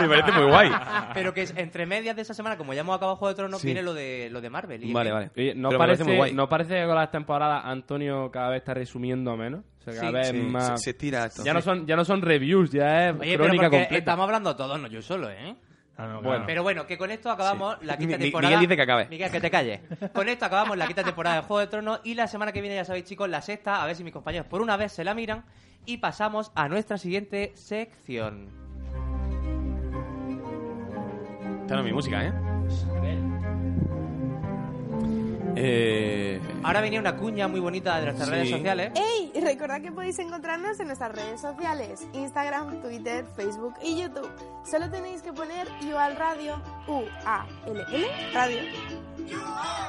Speaker 3: Me parece muy guay.
Speaker 1: Pero que es entre medias de esa semana, como ya hemos acabado Juego de Tronos, viene lo de, lo de Marvel. Y
Speaker 3: Vale, vale.
Speaker 4: Oye, ¿no,
Speaker 3: Pero me
Speaker 4: parece,
Speaker 3: muy guay.
Speaker 4: ¿No parece que con las temporadas Antonio cada vez está resumiendo menos? O sea, cada
Speaker 1: Sí.
Speaker 4: vez
Speaker 3: Sí,
Speaker 4: más...
Speaker 3: se, se tira esto.
Speaker 4: ya, no son, ya no son reviews, ya es
Speaker 1: Oye, pero
Speaker 4: crónica
Speaker 1: porque
Speaker 4: completa.
Speaker 1: estamos hablando todos, no yo solo, ¿eh?
Speaker 2: Ah, no,
Speaker 4: Bueno.
Speaker 2: claro.
Speaker 1: Pero bueno, que con esto acabamos
Speaker 3: Sí.
Speaker 1: la quinta
Speaker 3: Mi- mi-
Speaker 1: temporada.
Speaker 3: Miguel dice que acabe.
Speaker 1: Miguel, que te calles. Con esto acabamos la quinta temporada de Juego de Tronos y la semana que viene, ya sabéis, chicos, la sexta, a ver si mis compañeros por una vez se la miran. Y pasamos a nuestra siguiente sección.
Speaker 3: Esta no es mi música, ¿eh? Eh.
Speaker 1: Ahora venía una cuña muy bonita de nuestras
Speaker 3: Sí.
Speaker 1: redes sociales.
Speaker 6: ¡Ey! Y Recordad que podéis encontrarnos en nuestras redes sociales, Instagram, Twitter, Facebook y YouTube. Solo tenéis que poner UAL Radio, U-A-L-L Radio.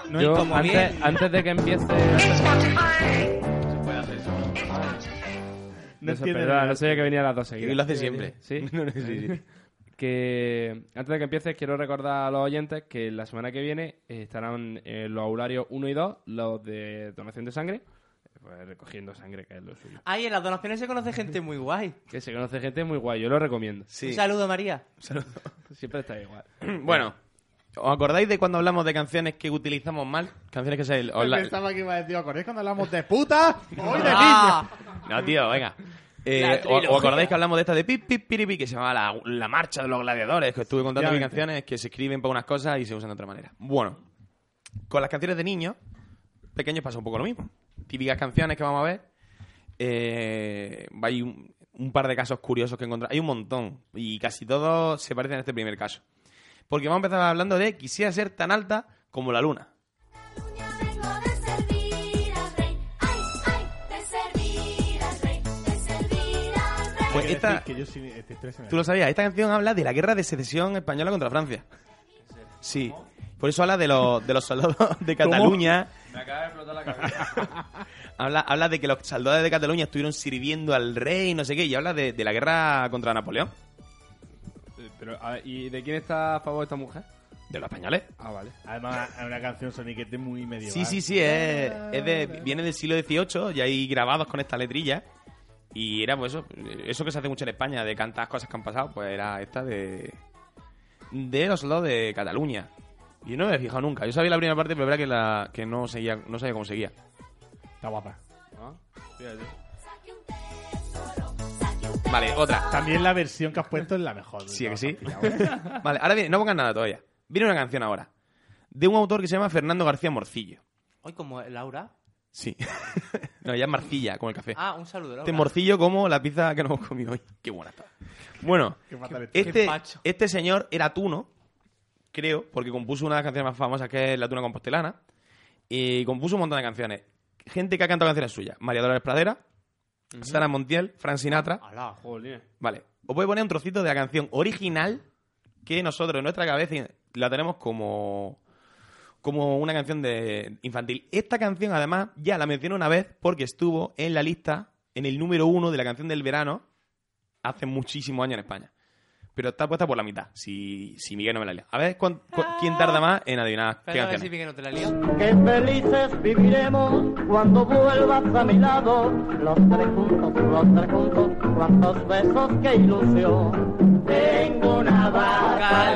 Speaker 2: No
Speaker 4: Yo,
Speaker 2: es como-
Speaker 4: antes,
Speaker 1: bien.
Speaker 4: antes de que empiece...
Speaker 2: no
Speaker 4: No sé,
Speaker 2: entiende
Speaker 4: perdona,
Speaker 2: nada.
Speaker 4: no sabía que venía las dos seguidas.
Speaker 3: Y lo hace siempre.
Speaker 4: Sí.
Speaker 3: No, no, sí, sí.
Speaker 4: que antes de que empieces quiero recordar a los oyentes que la semana que viene eh, estarán eh, los aularios 1 y 2, los de donación de sangre, eh, pues, recogiendo sangre, que es lo suyo.
Speaker 1: Ahí en las donaciones se conoce gente muy guay.
Speaker 4: Que se conoce gente muy guay, yo lo recomiendo.
Speaker 1: Un
Speaker 3: Sí.
Speaker 1: saludo, María.
Speaker 4: Siempre está igual.
Speaker 3: Bueno, ¿os acordáis de cuando hablamos de canciones que utilizamos mal? Canciones que se. os la-
Speaker 2: Pensaba que iba a decir, ¿acordáis cuando hablamos de puta? Hoy de
Speaker 1: Ah,
Speaker 3: No, tío, venga. Eh,
Speaker 1: La
Speaker 3: ¿o-
Speaker 1: trilogía.
Speaker 3: ¿Os acordáis que hablamos de esta de pip, pip, piripi, que se llamaba la, la marcha de los gladiadores? Que estuve contando mis
Speaker 2: Efectivamente.
Speaker 3: canciones que se escriben para unas cosas y se usan de otra manera. Bueno, con las canciones de niños pequeños pasa un poco lo mismo. Típicas canciones que vamos a ver. eh, hay un, un par de casos curiosos que encontrar. Hay un montón y casi todos se parecen a este primer caso. Porque vamos a empezar hablando de quisiera ser tan alta como la luna.
Speaker 7: Yo vengo de servir al rey, ay, ay, de servir al rey, de servir al rey.
Speaker 3: Pues
Speaker 2: Hay que
Speaker 3: esta-
Speaker 2: decir que yo sí, este estoy estresado.
Speaker 3: Tú lo sabías, esta canción habla de la guerra de secesión española contra Francia. Sí. Por eso habla de los, de los soldados de Cataluña.
Speaker 4: Me acaba de explotar la cabeza.
Speaker 3: Habla, habla de que los soldados de Cataluña estuvieron sirviendo al rey, no sé qué, y habla de, de la guerra contra Napoleón.
Speaker 4: Eh, Pero, a ver, ¿Y de quién está a favor esta mujer?
Speaker 3: de los españoles.
Speaker 4: Ah, vale.
Speaker 2: Además, es una canción soniquete muy medieval.
Speaker 3: Sí, sí, sí, es, es de, viene del siglo XVIII y hay grabados con esta letrilla. Y era pues eso, eso que se hace mucho en España, de cantar cosas que han pasado, pues era esta de, de los soldados de Cataluña. Y no me he fijado nunca. Yo sabía la primera parte, pero era que, la, que no, seguía, no sabía cómo seguía.
Speaker 2: Está guapa.
Speaker 4: Ah, fíjate.
Speaker 3: Vale, otra.
Speaker 2: También la versión que has puesto es la mejor.
Speaker 3: Sí, que
Speaker 2: ¿no?
Speaker 3: sí. Vale, ahora viene, no pongan nada todavía. Viene una canción ahora. De un autor que se llama Fernando García Morcillo.
Speaker 1: Hoy como Laura.
Speaker 3: Sí. no, ya es Marcilla, como el café.
Speaker 1: Ah, un saludo, Laura.
Speaker 3: Este morcillo como la pizza que nos hemos comido hoy. Qué buena está. Bueno,
Speaker 2: Qué fatal esto.
Speaker 3: este,
Speaker 1: Qué pacho.
Speaker 3: este señor era tuno, creo, porque compuso una de las canciones más famosas que es La Tuna Compostelana. Y compuso un montón de canciones. Gente que ha cantado canciones suyas. María Dolores Pradera, Sara Montiel, Fran Sinatra.
Speaker 1: Alá.
Speaker 4: Ah, Jolín.
Speaker 3: Vale, os voy a poner un trocito de la canción original que nosotros en nuestra cabeza la tenemos como como una canción de infantil. Esta canción además ya la mencioné una vez porque estuvo en la lista en el número uno de la canción del verano hace muchísimos años en España. Pero está puesta por la mitad, si, si Miguel no me la lea. A ver cuán- cu- quién tarda más en adivinar qué
Speaker 1: Espera, a ver si
Speaker 3: canción. es.
Speaker 1: bien que no te la lío.
Speaker 8: Qué felices viviremos cuando vuelvas a mi lado. Los tres juntos, los tres juntos, cuántos besos, qué ilusión. Tengo una vaca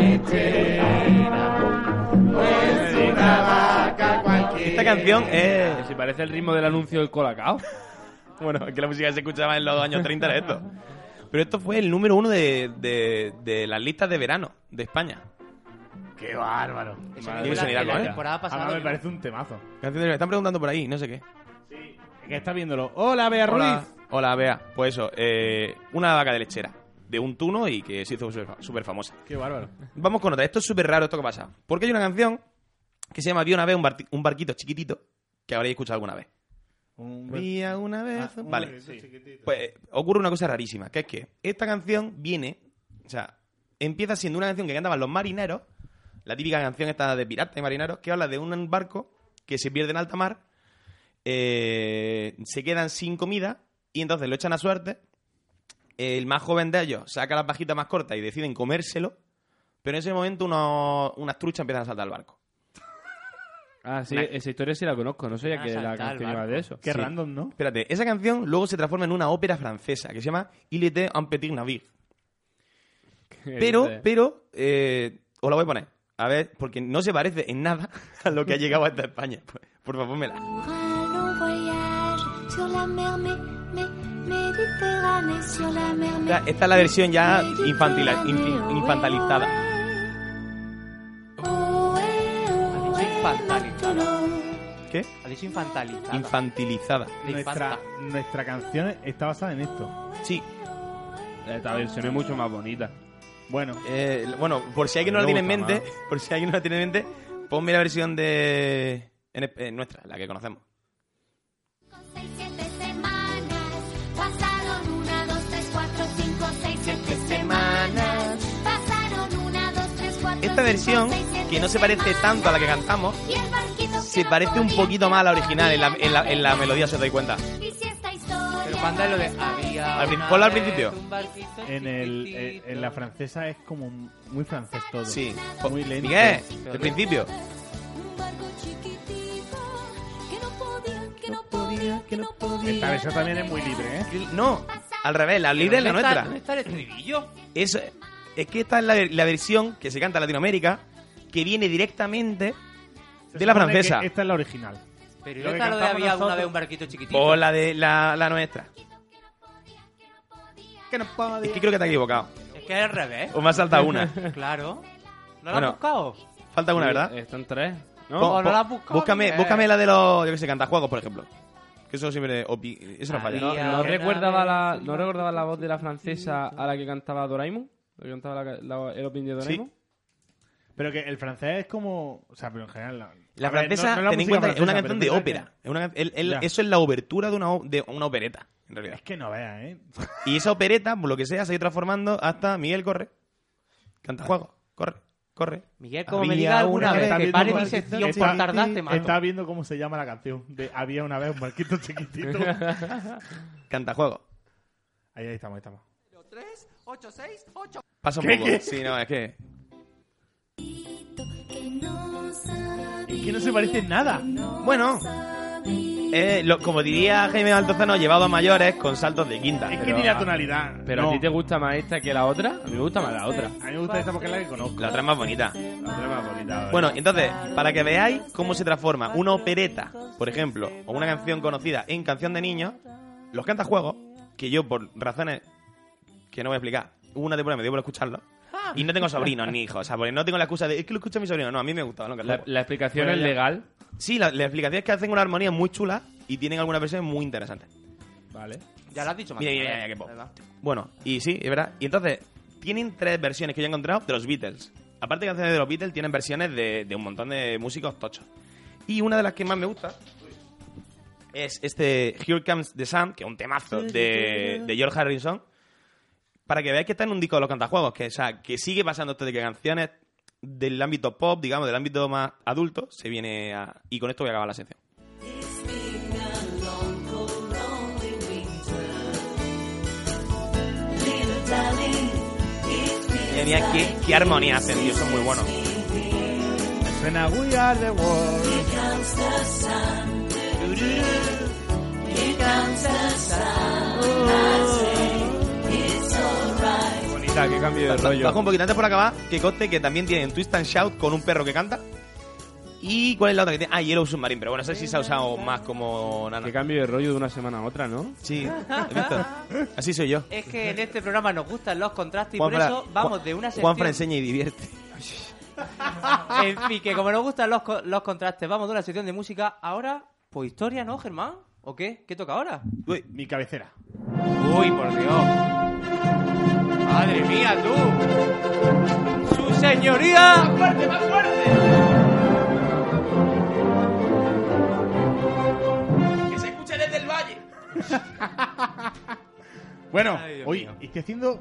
Speaker 8: lechera, no es una vaca cualquiera.
Speaker 3: Esta canción es...
Speaker 4: Si parece el ritmo del anuncio del Colacao.
Speaker 3: Bueno, es que la música que se escuchaba en los años 30 era esto. Pero esto fue el número uno de, de- de las listas de verano de España.
Speaker 2: Qué bárbaro.
Speaker 1: Esa
Speaker 3: Madre
Speaker 1: que fue
Speaker 3: mía.
Speaker 1: la, de la
Speaker 3: Sonidad, ¿eh?
Speaker 1: temporada pasada.
Speaker 2: Además, Ah, me parece un temazo.
Speaker 3: Canción de- Me están preguntando por ahí, no sé qué.
Speaker 2: Es Que está viéndolo. Hola, Bea
Speaker 3: Hola,
Speaker 2: Ah, Ruiz.
Speaker 3: hola, Bea. Pues eso, eh, una vaca de lechera. De un tuno y que se hizo súper famosa.
Speaker 2: Qué bárbaro.
Speaker 3: Vamos con otra. Esto es súper raro, esto que pasa. Porque hay una canción que se llama Había una vez un, barti- un barquito chiquitito que habréis escuchado alguna vez.
Speaker 2: Un
Speaker 3: Había una vez.
Speaker 2: un-
Speaker 3: Ah, vale.
Speaker 2: sí. chiquitito.
Speaker 3: Pues ocurre una cosa rarísima, que es que esta canción viene, o sea, empieza siendo una canción que cantaban los marineros, la típica canción esta de piratas y marineros, que habla de un barco que se pierde en alta mar, eh, se quedan sin comida y entonces lo echan a suerte, el más joven de ellos saca las pajitas más cortas y deciden comérselo, pero en ese momento unos- unas truchas empiezan a saltar al barco.
Speaker 4: Ah, sí,
Speaker 3: Nah.
Speaker 4: esa historia sí la conozco. No sabía
Speaker 1: Ah,
Speaker 4: que la
Speaker 1: saltar
Speaker 4: canción
Speaker 1: al
Speaker 4: iba
Speaker 1: barco.
Speaker 4: de eso.
Speaker 2: Qué
Speaker 4: Sí.
Speaker 2: random, ¿no?
Speaker 3: Espérate, esa canción luego se transforma en una ópera francesa que se llama Il était un petit navire. Pero, pero, eh, os la voy a poner. A ver, porque no se parece en nada a lo que ha llegado hasta España. Por- Por favor, pónmela.
Speaker 7: Pour un long voyage sur la mer, mais, mais, Méditerranée, sur la mer,
Speaker 3: Esta, esta es la versión ya infantil, infi- infantilizada.
Speaker 7: Oh, eh,
Speaker 3: ¿Qué?
Speaker 1: Ha dicho infantilizada.
Speaker 3: Infantilizada.
Speaker 1: Me
Speaker 2: Nuestra,
Speaker 1: encanta.
Speaker 2: nuestra canción está basada en esto.
Speaker 3: Sí.
Speaker 4: Esta versión es mucho más bonita.
Speaker 2: Bueno,
Speaker 3: Eh, bueno, por si alguien no
Speaker 2: A
Speaker 3: la
Speaker 2: mí me
Speaker 3: tiene en
Speaker 2: gusta
Speaker 3: mente, por si alguien no la tiene en mente, ponme la versión de... en es- eh, nuestra, la que conocemos.
Speaker 7: Seis, siete semanas, pasaron una, dos, tres, cuatro, cinco, seis, siete semanas. Pasaron una, dos, tres, cuatro,
Speaker 3: Esta versión, que no se parece tanto a la que cantamos, se parece un poquito más a la original en la, en la- en la melodía, se os doy cuenta.
Speaker 1: Pero cuando es lo de había.
Speaker 3: Al prin-
Speaker 1: una
Speaker 3: ponlo al
Speaker 1: vez
Speaker 3: principio.
Speaker 1: un barquito
Speaker 2: en, el, en,
Speaker 1: chiquitito.
Speaker 2: en la francesa es como muy francés todo.
Speaker 3: Sí.
Speaker 2: Muy lento.
Speaker 3: Miguel, el principio.
Speaker 2: Esta versión también es muy libre, ¿eh?
Speaker 3: No, al revés, la líder es la
Speaker 1: ¿Dónde está-
Speaker 3: nuestra.
Speaker 1: ¿Dónde está el estribillo?
Speaker 3: Es, es que esta es la, la versión que se canta en Latinoamérica que viene directamente
Speaker 2: Se
Speaker 3: de la
Speaker 2: supone que
Speaker 3: francesa.
Speaker 2: Esta es la original.
Speaker 1: Pero
Speaker 2: Lo
Speaker 1: yo
Speaker 2: que
Speaker 1: está lo de
Speaker 2: cantamos
Speaker 1: había una
Speaker 2: nosotros-
Speaker 1: vez un barquito chiquitito.
Speaker 3: O la de la, la nuestra. Es que creo que te has equivocado.
Speaker 1: Es que es al revés.
Speaker 3: O me has saltado una.
Speaker 1: Claro. ¿No lo
Speaker 3: Oh. Bueno.
Speaker 1: has buscado?
Speaker 3: Falta una, ¿verdad?
Speaker 2: eh,
Speaker 4: Están tres. ¿No?
Speaker 3: Pon-
Speaker 1: o no
Speaker 3: pon-
Speaker 1: la has buscado,
Speaker 3: búscame,
Speaker 1: Miguel.
Speaker 3: búscame la de los, yo que sé, cantajuegos, por ejemplo. Que eso siempre... opi- Eso no falla.
Speaker 1: Había-
Speaker 4: ¿No
Speaker 1: Ahora,
Speaker 4: recordaba la,
Speaker 1: nada,
Speaker 4: ¿No recordaba la voz de la francesa a la que cantaba Doraemon? ¿La que cantaba la- la- el opening de Doraemon?
Speaker 2: Pero que el francés es como... O sea, pero en general... La,
Speaker 3: La
Speaker 2: a ver, no-
Speaker 3: francesa,
Speaker 2: no la
Speaker 3: ten en
Speaker 2: música
Speaker 3: cuenta que es una
Speaker 2: francesa,
Speaker 3: canción de
Speaker 2: pero
Speaker 3: ópera. Es una can- el- el-
Speaker 2: Ya.
Speaker 3: eso es la obertura de una, o- de una opereta, en realidad.
Speaker 2: Es que no veas, ¿eh?
Speaker 3: Y esa opereta, por lo que sea, se ha ido transformando hasta Miguel corre. Canta juego, corre, corre.
Speaker 1: Miguel, como me
Speaker 3: Había
Speaker 1: diga alguna
Speaker 3: una
Speaker 1: vez
Speaker 3: vez
Speaker 1: que
Speaker 2: viendo
Speaker 1: pare
Speaker 2: un
Speaker 1: mi
Speaker 2: barquito
Speaker 1: sección
Speaker 2: chiquitito.
Speaker 1: por tardar, te mato.
Speaker 2: Está viendo cómo se llama la canción. De Había una vez un barquito chiquitito.
Speaker 3: Canta juego.
Speaker 2: ahí, ahí estamos, ahí estamos.
Speaker 3: Pasa un poco. Sí, no, es que.
Speaker 2: Es que no se parece en nada.
Speaker 3: Bueno, eh, lo- como diría Jaime Altozano, llevado a mayores con saltos de quinta.
Speaker 2: Es que
Speaker 3: pero-
Speaker 2: ni la tonalidad.
Speaker 4: ¿Pero
Speaker 2: No.
Speaker 4: a ti te gusta más esta que la otra? A mí me gusta más la otra.
Speaker 2: A mí me gusta esta porque es la que conozco.
Speaker 3: La otra es más bonita.
Speaker 2: La otra es más bonita. ¿vale?
Speaker 3: Bueno, entonces, para que veáis cómo se transforma una opereta, por ejemplo, o una canción conocida en canción de niños,
Speaker 7: Ah,
Speaker 3: los cantajuegos, que yo por razones que no voy a explicar, hubo una temporada que me dio por escucharlo, y no tengo sobrinos ni hijos, o sea, porque no tengo la excusa de, es que lo escucha mi sobrino, no, a mí me gustaba. ¿no?
Speaker 4: La, la explicación
Speaker 2: Bueno,
Speaker 4: es
Speaker 2: ya.
Speaker 4: legal.
Speaker 3: Sí, la, la explicación es que hacen una armonía muy chula y tienen alguna versión muy interesante.
Speaker 4: Vale.
Speaker 1: Ya lo has dicho,
Speaker 3: Mira,
Speaker 1: Martín,
Speaker 3: mira,
Speaker 1: ¿verdad?
Speaker 3: mira, qué pop.
Speaker 1: ¿Verdad?
Speaker 3: Bueno, y sí, es verdad. Y entonces, tienen tres versiones que yo he encontrado de los Beatles. Aparte de canciones de los Beatles, tienen versiones de, de un montón de músicos tochos. Y una de las que más me gusta es este Here Comes the Sun, que es un temazo de, de George Harrison. Para que veáis que está en un disco de los cantajuegos, que, o sea, que sigue pasando esto de que canciones del ámbito pop, digamos, del ámbito más adulto, se viene a... Y con esto voy a acabar la sección. Mira, mira, qué, qué armonía hacen, tío, son muy buenos.
Speaker 2: Suena We Are the World.
Speaker 4: Bonita, qué cambio de rollo.
Speaker 3: Bajo un poquito antes por acabar, que conste que también tienen Twist and Shout con un perro que canta. ¿Y cuál es la otra que tiene? Ah, Yellow Submarine, pero bueno, no sé si se ha usado más como nana.
Speaker 4: Qué cambio de rollo de una semana a otra, ¿no?
Speaker 3: Sí, ¿has visto? Así soy yo.
Speaker 1: Es que en este programa nos gustan los contrastes y
Speaker 3: Juan
Speaker 1: por
Speaker 3: Fra-
Speaker 1: eso vamos
Speaker 3: Juan-
Speaker 1: de una sección.
Speaker 3: Juanfra enseña y divierte.
Speaker 1: En fin, que como nos gustan los, co- los contrastes, vamos de una sección de música ahora. Pues historia, ¿no, Germán? ¿O qué? ¿Qué toca ahora?
Speaker 3: Uy,
Speaker 2: Mi cabecera.
Speaker 1: Uy, por Dios. Madre mía, tú. Su señoría. ¡Más fuerte, más fuerte!
Speaker 3: que se escuche desde el valle.
Speaker 2: Bueno,
Speaker 1: Ay, Dios
Speaker 2: hoy
Speaker 1: mío.
Speaker 2: estoy haciendo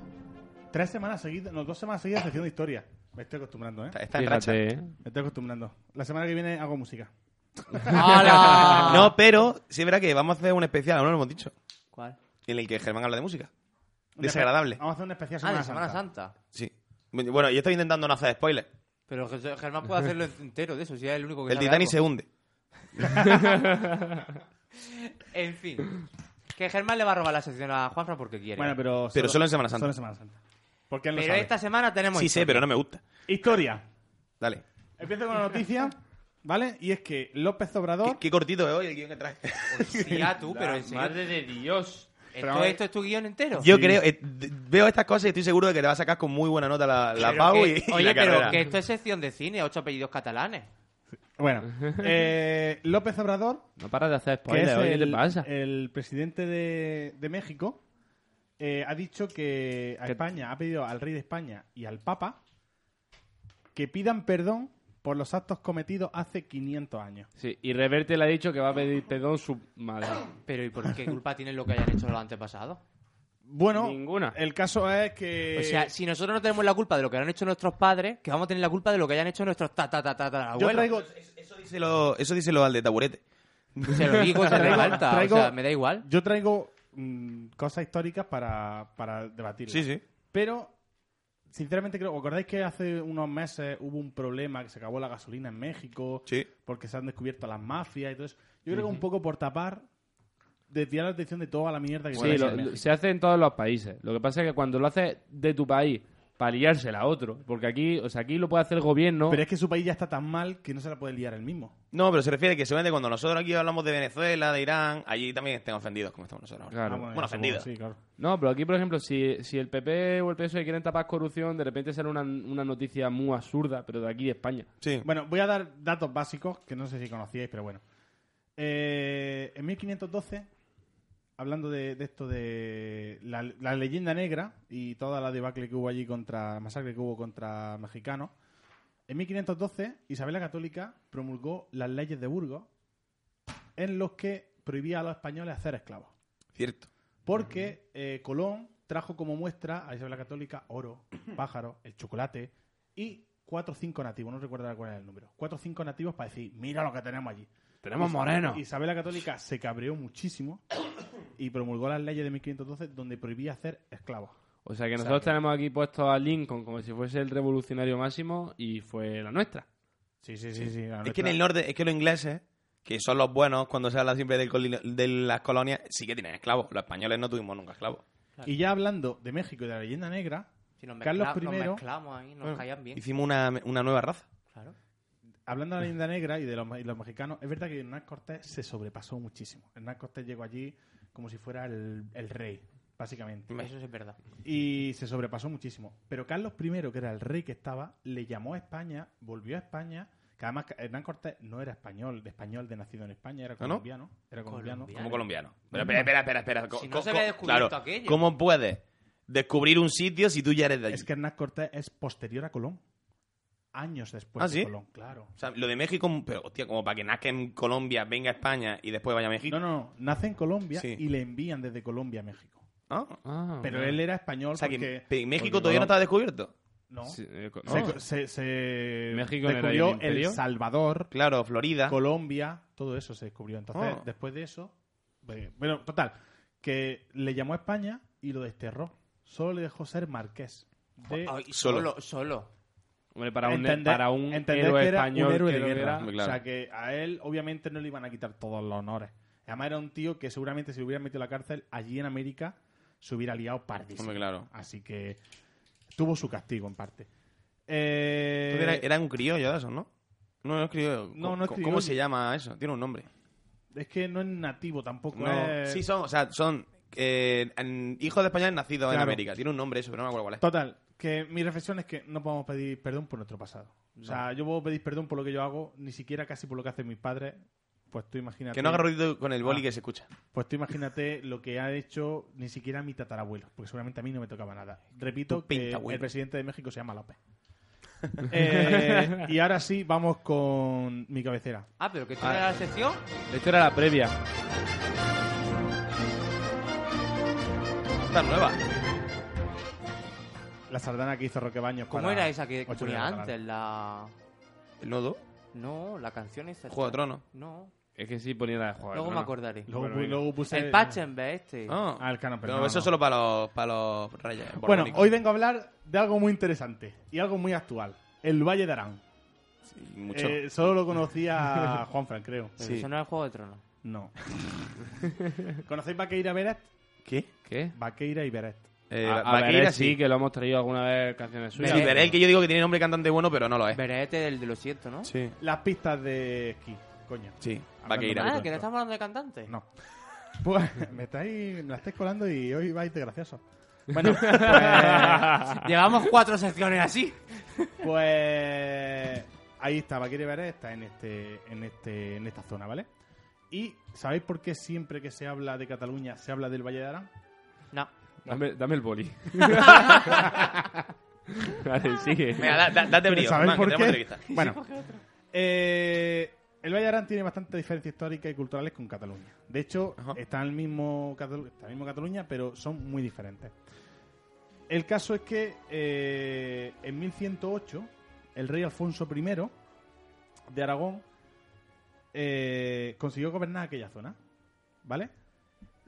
Speaker 2: tres semanas seguidas, no, dos semanas seguidas haciendo historia. Me estoy acostumbrando, ¿eh?
Speaker 3: Está, está en racha.
Speaker 4: Fíjate, ¿eh?
Speaker 2: Me estoy acostumbrando. La semana que viene hago música.
Speaker 1: ¡Hala!
Speaker 3: No, pero sí es verdad que vamos a hacer un especial, no lo hemos dicho,
Speaker 1: ¿Cuál? Ah,
Speaker 3: en el que Germán habla de música.
Speaker 2: Un
Speaker 3: Desagradable.
Speaker 2: espe- Vamos a hacer una especial
Speaker 1: Ah,
Speaker 2: Semana,
Speaker 1: de Semana
Speaker 2: Santa.
Speaker 1: Santa.
Speaker 3: Sí. Bueno, yo estoy intentando no hacer spoilers.
Speaker 1: Pero Jes- Germán puede hacerlo entero de eso, si es el único que
Speaker 3: El
Speaker 1: sabe
Speaker 3: Titanic
Speaker 1: algo.
Speaker 3: se hunde.
Speaker 1: En fin. Que Germán le va a robar la sección a Juanfra porque quiere.
Speaker 2: Bueno, pero
Speaker 3: Pero solo en Semana Santa.
Speaker 2: Solo en Semana Santa. Porque él lo
Speaker 1: Pero
Speaker 2: sabe.
Speaker 1: esta semana tenemos.
Speaker 3: Sí, sé,
Speaker 1: historia.
Speaker 3: pero no me gusta.
Speaker 2: Historia.
Speaker 3: Dale.
Speaker 2: Empiezo con la noticia, ¿vale? Y es que López Obrador...
Speaker 3: Qué, qué cortito es hoy el guión que trae.
Speaker 1: Pues Sí, ya tú, pero en serio.
Speaker 4: Madre de Dios.
Speaker 1: ¿Esto, esto es tu guión entero.
Speaker 3: Yo creo, eh, d- veo estas cosas y estoy seguro de que te va a sacar con muy buena nota la, la
Speaker 1: Pero
Speaker 3: Pau
Speaker 1: que-
Speaker 3: Ah, y, y
Speaker 1: Oye,
Speaker 3: la
Speaker 1: pero
Speaker 3: carrera.
Speaker 1: que esto es sección de cine, ocho apellidos catalanes.
Speaker 2: Bueno, eh, López Obrador,
Speaker 4: No paras de hacer
Speaker 1: Pues,
Speaker 2: que es
Speaker 4: spoilers, oye, ¿qué
Speaker 2: el,
Speaker 4: te pasa?
Speaker 2: el presidente de, de México, eh, ha dicho que a
Speaker 4: Que-
Speaker 2: España, ha pedido al rey de España y al papa que pidan perdón por los actos cometidos hace 500 años.
Speaker 4: Sí, y Reverte le ha dicho que va a pedir perdón su madre.
Speaker 1: Pero ¿y por qué culpa tienen lo que hayan hecho los antepasados?
Speaker 2: Bueno,
Speaker 4: Ninguna.
Speaker 2: el caso es que...
Speaker 1: O sea, si nosotros no tenemos la culpa de lo que han hecho nuestros padres, que vamos a tener la culpa de lo que hayan hecho nuestros ta ta ta ta ta
Speaker 2: yo traigo,
Speaker 3: Eso díselo, eso díselo al de taburete.
Speaker 1: Se lo digo, se
Speaker 2: Traigo-
Speaker 1: regalta.
Speaker 2: traigo-
Speaker 1: O sea, me da igual.
Speaker 2: yo traigo mm, cosas históricas para, para debatir.
Speaker 3: Sí, sí.
Speaker 2: Pero, sinceramente creo, ¿os acordáis que hace unos meses hubo un problema que se acabó la gasolina en México?
Speaker 3: Sí.
Speaker 2: Porque se han descubierto las mafias y todo eso. Yo creo que un poco por tapar, desviar la atención de toda la mierda que
Speaker 4: Sí,
Speaker 2: se
Speaker 4: lo-
Speaker 2: ha hecho en
Speaker 4: lo-
Speaker 2: México.
Speaker 4: se hace en todos los países. Lo que pasa es que cuando lo haces de tu país para liársela a otro, porque aquí, o sea, aquí lo puede hacer el gobierno.
Speaker 2: Pero es que su país ya está tan mal que no se la puede liar él mismo.
Speaker 3: No, pero se refiere que seguramente cuando nosotros aquí hablamos de Venezuela, de Irán, allí también estén ofendidos como estamos nosotros ahora.
Speaker 4: Claro.
Speaker 2: Ah, bueno,
Speaker 3: Bueno,
Speaker 2: supongo,
Speaker 3: ofendido.
Speaker 2: Sí, claro.
Speaker 4: No, pero aquí, por ejemplo, si, si el PP o el PSOE quieren tapar corrupción, de repente sale una, una noticia muy absurda, pero de aquí de España.
Speaker 3: Sí.
Speaker 2: Bueno, voy a dar datos básicos que no sé si conocíais, pero bueno. Eh, en 1512, hablando de, de esto de la, la leyenda negra y toda la debacle que hubo allí contra, la masacre que hubo contra mexicanos, en 1512 Isabel la Católica promulgó las leyes de Burgos en los que prohibía a los españoles hacer esclavos.
Speaker 3: Cierto.
Speaker 2: Porque eh, Colón trajo como muestra a Isabel la Católica oro, pájaro, el chocolate y cuatro o cinco nativos, no recuerdo cuál era el número. Cuatro o cinco nativos para decir, mira lo que tenemos allí.
Speaker 4: Tenemos moreno.
Speaker 2: Isabel la Católica se cabreó muchísimo y promulgó las leyes de 1512 donde prohibía hacer esclavos.
Speaker 4: O sea que nosotros tenemos aquí puesto a Lincoln como si fuese el revolucionario máximo y fue la nuestra.
Speaker 2: Sí, sí, sí. sí la
Speaker 3: Es que en
Speaker 2: nuestra-
Speaker 3: el norte, es que los ingleses, que son los buenos cuando se habla siempre del coli- de las colonias, sí que tienen esclavos. Los españoles no tuvimos nunca esclavos.
Speaker 2: Y ya hablando de México y de la leyenda negra,
Speaker 1: Si nos,
Speaker 2: Carlos
Speaker 1: mezcla- nos
Speaker 2: I,
Speaker 1: mezclamos ahí, nos
Speaker 3: Bueno,
Speaker 1: callan bien.
Speaker 3: Hicimos una, una nueva raza.
Speaker 1: Claro.
Speaker 2: hablando de la leyenda negra y de los, y los mexicanos, es verdad que Hernán Cortés se sobrepasó muchísimo. Hernán Cortés llegó allí como si fuera el, el rey, básicamente.
Speaker 1: Eso sí es verdad.
Speaker 2: Y se sobrepasó muchísimo. Pero Carlos I, que era el rey que estaba, le llamó a España, volvió a España. Que además Hernán Cortés no era español, de español de nacido en España, era
Speaker 3: ¿Ah, no?
Speaker 2: colombiano. Era colombiano.
Speaker 1: Colombiano.
Speaker 3: Como colombianos. Pero espera, espera, espera. espera. Co-
Speaker 1: Mm. Si no
Speaker 3: co-
Speaker 1: se había
Speaker 3: co-
Speaker 1: descubierto aquello.
Speaker 3: ¿Cómo puedes descubrir un sitio si tú ya eres de allí?
Speaker 2: Es que Hernán Cortés es posterior a Colón. Años después
Speaker 3: ¿Ah,
Speaker 2: de
Speaker 3: sí?
Speaker 2: Colón, claro.
Speaker 3: O sea, lo de México, pero hostia, como para que nazca en Colombia, venga a España y después vaya a México.
Speaker 2: No, no, no. Nace en Colombia
Speaker 3: Sí.
Speaker 2: y le envían desde Colombia a México.
Speaker 3: Ah.
Speaker 4: Ah,
Speaker 2: Pero
Speaker 4: vale.
Speaker 2: él era español
Speaker 3: O sea, que
Speaker 2: porque...
Speaker 3: pe- México
Speaker 2: porque
Speaker 3: todavía no
Speaker 2: Colón-
Speaker 3: está descubierto.
Speaker 2: No.
Speaker 4: Sí, eh, co-
Speaker 2: Se,
Speaker 4: no.
Speaker 2: se- se
Speaker 4: México no era
Speaker 2: descubrió
Speaker 4: el imperio.
Speaker 2: El Salvador,
Speaker 3: Claro, Florida.
Speaker 2: Colombia, todo eso se descubrió. Entonces,
Speaker 4: Oh.
Speaker 3: Ah.
Speaker 2: después de eso... pues, Bueno, total, que le llamó a España y lo desterró. Solo le dejó ser marqués. De,
Speaker 1: Ay,
Speaker 3: Solo.
Speaker 1: solo, solo.
Speaker 4: Hombre, para un,
Speaker 2: entender-
Speaker 4: para un
Speaker 2: entender
Speaker 4: héroe
Speaker 2: que era
Speaker 4: español
Speaker 2: un héroe de
Speaker 4: creo que
Speaker 2: guerra.
Speaker 4: era-
Speaker 3: claro.
Speaker 2: O sea que a él obviamente no le iban a quitar todos los honores. Además era un tío que seguramente si lo hubieran metido a la cárcel allí en América se hubiera liado pardísimo.
Speaker 3: Hombre, claro.
Speaker 2: Así que tuvo su castigo en parte. Eh,
Speaker 3: Entonces era, era un criollo de esos, ¿no? No, no es criollo.
Speaker 2: No,
Speaker 3: Co-
Speaker 2: no es
Speaker 3: co-
Speaker 2: criollo.
Speaker 3: ¿Cómo se llama eso? Tiene un nombre.
Speaker 2: Es que no es nativo tampoco.
Speaker 3: No.
Speaker 2: es-
Speaker 3: Sí, son, o sea, son eh, en- hijos de españoles nacidos en
Speaker 2: Claro.
Speaker 3: América. Tiene un nombre eso, pero no me acuerdo cuál es.
Speaker 2: Total, que mi reflexión es que no podemos pedir perdón por nuestro pasado. O sea, yo puedo pedir perdón por lo que yo hago, ni siquiera casi por lo que hacen mis padres. Pues tú imagínate.
Speaker 3: Que no haga ruido con el boli
Speaker 2: Ah.
Speaker 3: que se escucha.
Speaker 2: Pues tú imagínate lo que ha hecho ni siquiera mi tatarabuelo, porque seguramente a mí no me tocaba nada.
Speaker 3: Tu
Speaker 2: Repito que
Speaker 3: pintabuelo.
Speaker 2: el presidente de México se llama López. Eh, y ahora sí, vamos con mi cabecera.
Speaker 1: Ah, pero que esto era la sección.
Speaker 4: Esto era la previa.
Speaker 3: Esta es nueva.
Speaker 2: La sardana que hizo Roque Baños.
Speaker 1: ¿Cómo
Speaker 2: para
Speaker 1: era esa que que
Speaker 2: Ocho
Speaker 1: ponía
Speaker 2: Días de
Speaker 1: antes? La.
Speaker 3: El nodo.
Speaker 1: No, la canción esa.
Speaker 3: Juego de Tronos.
Speaker 1: No.
Speaker 4: Es que sí ponía la de juego.
Speaker 1: Luego
Speaker 4: no,
Speaker 1: me
Speaker 4: no.
Speaker 1: acordaré.
Speaker 2: Luego,
Speaker 4: Bueno, venga.
Speaker 2: luego puse.
Speaker 1: El Pachenberg este.
Speaker 3: Ah.
Speaker 2: Ah, el canon, pero
Speaker 3: No,
Speaker 2: no,
Speaker 3: eso
Speaker 2: no.
Speaker 3: es solo para los, para los reyes.
Speaker 2: Bueno,
Speaker 3: borbónicos.
Speaker 2: hoy vengo a hablar de algo muy interesante y algo muy actual: el Valle de Arán.
Speaker 3: Sí, mucho.
Speaker 2: Eh, solo lo conocía Juanfran, creo.
Speaker 1: Pero
Speaker 3: sí.
Speaker 1: eso no era el Juego de Tronos.
Speaker 2: No. ¿Conocéis Vaqueira Beret?
Speaker 3: ¿Qué?
Speaker 4: ¿Qué?
Speaker 2: Vaqueira y Beret.
Speaker 3: Eh,
Speaker 4: a, a
Speaker 3: Vaqueira,
Speaker 4: Beret
Speaker 3: sí.
Speaker 4: sí, que lo hemos traído alguna vez canciones
Speaker 3: Sí,
Speaker 4: suyas.
Speaker 3: Beret, que yo digo que tiene nombre de cantante bueno, pero no lo es.
Speaker 1: Veré este del de lo siento, ¿no?
Speaker 3: Sí.
Speaker 2: Las pistas de esquí, coño.
Speaker 3: Sí,
Speaker 2: Hablando
Speaker 3: Vaqueira.
Speaker 2: mal.
Speaker 1: Ah, que no estamos hablando de cantantes.
Speaker 2: No. Pues me estáis, me la estáis colando y hoy vais de gracioso. Bueno, pues,
Speaker 1: Llevamos cuatro secciones así.
Speaker 2: pues ahí está, Vaquero Ibarra está en este, en este, en esta zona, ¿vale? Y ¿sabéis por qué siempre que se habla de Cataluña se habla del Valle de Arán?
Speaker 1: No.
Speaker 4: Dame, dame el boli. vale, sigue.
Speaker 3: Venga, da- da- date brío.
Speaker 2: ¿Sabéis
Speaker 3: Hernán, que
Speaker 2: por
Speaker 3: tenemos
Speaker 2: qué?
Speaker 3: entrevista.
Speaker 2: Bueno, eh, el Valle de Arán tiene bastante diferencia histórica y culturales con Cataluña. De hecho,
Speaker 3: Ajá.
Speaker 2: está en el mismo, Catalu- está en el mismo Cataluña, pero son muy diferentes. El caso es que eh, en 1108 el rey Alfonso I de Aragón eh, consiguió gobernar aquella zona, ¿vale?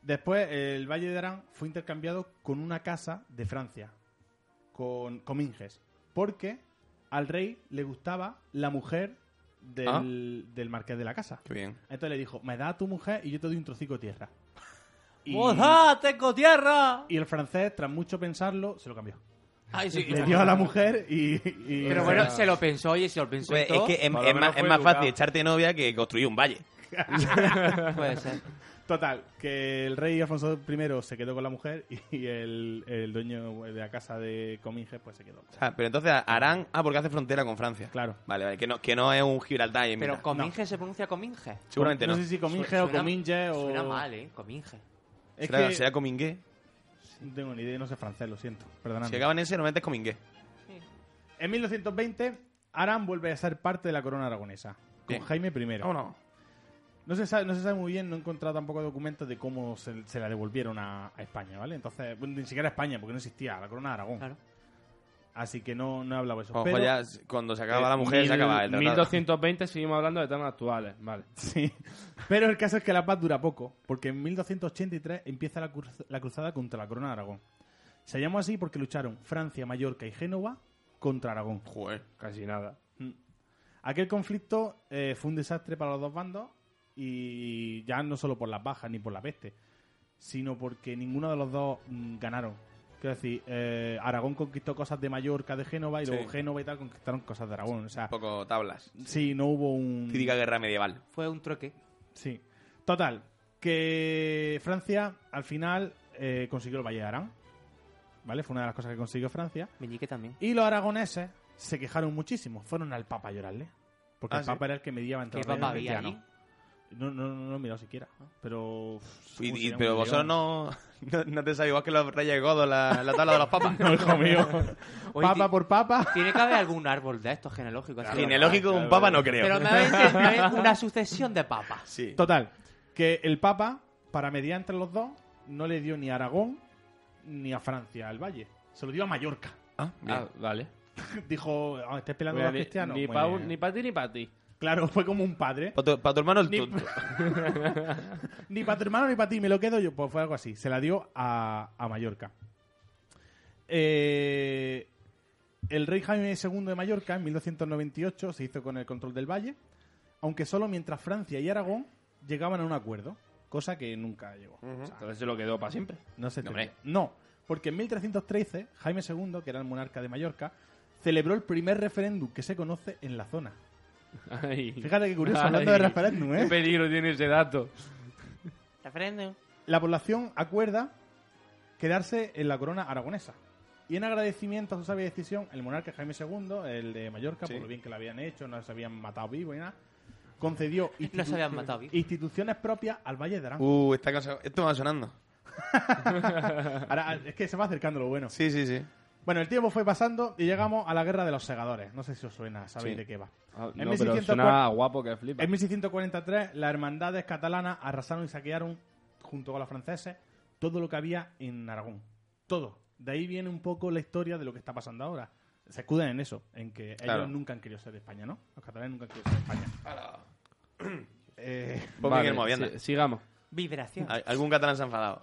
Speaker 2: Después el Valle de Arán fue intercambiado con una casa de Francia, con Cominges, porque al rey le gustaba la mujer del, del marqués de la casa.
Speaker 3: Qué bien.
Speaker 2: Entonces le dijo, me da a tu mujer y yo te doy un trocico de tierra. Y,
Speaker 1: ¡Hola, tengo tierra!
Speaker 2: y el francés, tras mucho pensarlo, se lo cambió.
Speaker 1: Ay, sí.
Speaker 2: Le dio a la mujer y... y-
Speaker 1: Pero bueno, se lo pensó, oye, se lo pensó. y
Speaker 3: Pues, es
Speaker 1: todo.
Speaker 3: que es,
Speaker 4: Por lo
Speaker 3: es
Speaker 4: menos
Speaker 3: más, es
Speaker 4: fue
Speaker 3: más
Speaker 4: educado.
Speaker 3: fácil echarte novia que construir un valle.
Speaker 1: Puede ser.
Speaker 2: Total, que el rey Alfonso I se quedó con la mujer y el, el dueño de la casa de Cominges pues se quedó.
Speaker 3: O sea, pero entonces Arán... Ah, porque hace frontera con Francia.
Speaker 2: Claro.
Speaker 3: Vale, vale. Que no, que no es un Gibraltar. y
Speaker 1: Pero
Speaker 3: mira.
Speaker 1: Cominge se pronuncia Cominge.
Speaker 3: Seguramente no.
Speaker 2: No sé si Cominges
Speaker 1: Su-
Speaker 2: o
Speaker 1: suena-
Speaker 2: Cominges o...
Speaker 1: Suena mal, ¿eh? Cominge.
Speaker 2: Es
Speaker 3: será,
Speaker 2: que
Speaker 3: será Comingué.
Speaker 2: no tengo ni idea, no sé francés, lo siento. Perdóname.
Speaker 3: Si acaba en ese, normalmente es Comingué.
Speaker 2: En 1220, Arán vuelve a ser parte de la corona aragonesa, con
Speaker 3: Bien.
Speaker 2: Jaime I.
Speaker 3: ¿O no?
Speaker 2: No se, sabe, no se sabe muy bien, no he encontrado tampoco documentos de cómo se, se la devolvieron a, a España, ¿vale? Entonces, bueno, ni siquiera a España, porque no existía la corona de Aragón.
Speaker 1: Claro.
Speaker 2: Así que no, no he hablado de eso.
Speaker 3: Ojo,
Speaker 2: pero,
Speaker 3: ya cuando se acaba
Speaker 2: eh,
Speaker 3: la mujer, se acaba el tratado.
Speaker 4: 1220 seguimos hablando de temas actuales. Vale.
Speaker 2: sí. pero el caso es que la paz dura poco, porque en 1283 empieza la, cruz- la cruzada contra la corona de Aragón. Se llamó así porque lucharon Francia, Mallorca y Génova contra Aragón.
Speaker 3: Joder.
Speaker 4: Casi nada.
Speaker 2: Aquel conflicto eh, fue un desastre para los dos bandos y ya no solo por las bajas ni por la peste, sino porque ninguno de los dos mm, ganaron. Quiero decir, eh, Aragón conquistó cosas de Mallorca, de Génova y luego
Speaker 3: Sí.
Speaker 2: Génova y tal conquistaron cosas de Aragón. O sea,
Speaker 3: Un poco tablas.
Speaker 2: sí, no hubo un...
Speaker 3: Típica guerra medieval.
Speaker 1: Fue un trueque.
Speaker 2: Sí. Total, que Francia al final eh, consiguió el Valle de Arán. ¿Vale? Fue una de las cosas que consiguió Francia.
Speaker 1: Meñique también.
Speaker 2: Y los aragoneses se quejaron muchísimo. Fueron al Papa a llorarle. Porque
Speaker 3: Ah,
Speaker 2: el
Speaker 3: ¿sí?
Speaker 2: Papa era el que mediaba entre
Speaker 1: ¿Qué
Speaker 2: los
Speaker 1: papa
Speaker 2: reyes
Speaker 1: había Ah. allí?
Speaker 2: cristianos. No, no, no, no he mirado siquiera. Pero. uff, según
Speaker 3: Y- y-
Speaker 2: Pues sería un
Speaker 3: pero
Speaker 2: león.
Speaker 3: vosotros no, no, no te sabéis igual que los reyes godos la, la tabla de los papas.
Speaker 2: No, hijo mío.
Speaker 1: Oye,
Speaker 2: papa
Speaker 1: ti-
Speaker 2: por papa.
Speaker 1: Tiene que haber algún árbol de estos genealógicos. así.
Speaker 3: Genealógico un papa no creo.
Speaker 1: Pero me habéis me habéis- una sucesión de papas.
Speaker 3: Sí.
Speaker 2: Total, que el Papa, para mediar entre los dos, no le dio ni a Aragón ni a Francia al Valle. Se lo dio a Mallorca.
Speaker 3: Ah, bien.
Speaker 4: Ah, vale.
Speaker 2: Dijo, "Ah, ¿estáis pelando a
Speaker 4: Voy a
Speaker 2: los
Speaker 4: de-
Speaker 2: cristianos?
Speaker 4: Ni
Speaker 2: Muy
Speaker 4: para
Speaker 2: bien.
Speaker 4: ni pa' ti ni para ti.
Speaker 2: Claro, fue como un padre.
Speaker 3: Pa' tu, pa' tu hermano el
Speaker 2: Ni-
Speaker 3: tonto.
Speaker 2: ni para tu hermano ni para ti, me lo quedo yo. Pues fue algo así. Se la dio a, a Mallorca. Eh, el rey Jaime II de Mallorca en 1298 se hizo con el control del valle, aunque solo mientras Francia y Aragón llegaban a un acuerdo, cosa que nunca llegó. O sea,
Speaker 4: Entonces se lo quedó para siempre.
Speaker 2: no se
Speaker 3: No,
Speaker 2: entendió.
Speaker 3: hombre.
Speaker 2: No, porque en 1313 Jaime II, que era el monarca de Mallorca, celebró el primer referéndum que se conoce en la zona.
Speaker 4: Ay.
Speaker 2: Fíjate qué curioso, hablando de
Speaker 4: Ay.
Speaker 2: referéndum, ¿eh?
Speaker 4: Qué peligro tiene ese dato.
Speaker 1: Referéndum.
Speaker 2: la población acuerda quedarse en la corona aragonesa. Y en agradecimiento a su sabia decisión, el monarca Jaime II, el de Mallorca,
Speaker 3: Sí.
Speaker 2: por lo bien que lo habían hecho, no se habían matado vivo y nada, concedió
Speaker 1: No se habían
Speaker 2: institu-
Speaker 1: matado vivo.
Speaker 2: instituciones propias al Valle de Arán.
Speaker 3: Uh, esta cosa- esto me va sonando.
Speaker 2: Ahora, es que se va acercando lo bueno.
Speaker 3: Sí, sí, sí.
Speaker 2: Bueno, el tiempo fue pasando y llegamos a la guerra de los segadores. No sé si os suena, sabéis
Speaker 3: Sí.
Speaker 2: de qué va.
Speaker 4: Ah,
Speaker 2: En
Speaker 4: no,
Speaker 2: 1604
Speaker 4: pero suena guapo que flipa.
Speaker 2: En 1643, las hermandades catalanas arrasaron y saquearon, junto con los franceses, todo lo que había en Aragón. Todo. De ahí viene un poco la historia de lo que está pasando ahora. Se escudan en eso, en que
Speaker 3: Claro.
Speaker 2: ellos nunca han querido ser de España, ¿no? Los catalanes nunca han querido ser de España. Eh,
Speaker 3: Ponme
Speaker 4: Vale,
Speaker 3: que no me viene.
Speaker 4: sí, sigamos.
Speaker 1: Vibración.
Speaker 3: Al- Algún catalán se ha enfadado.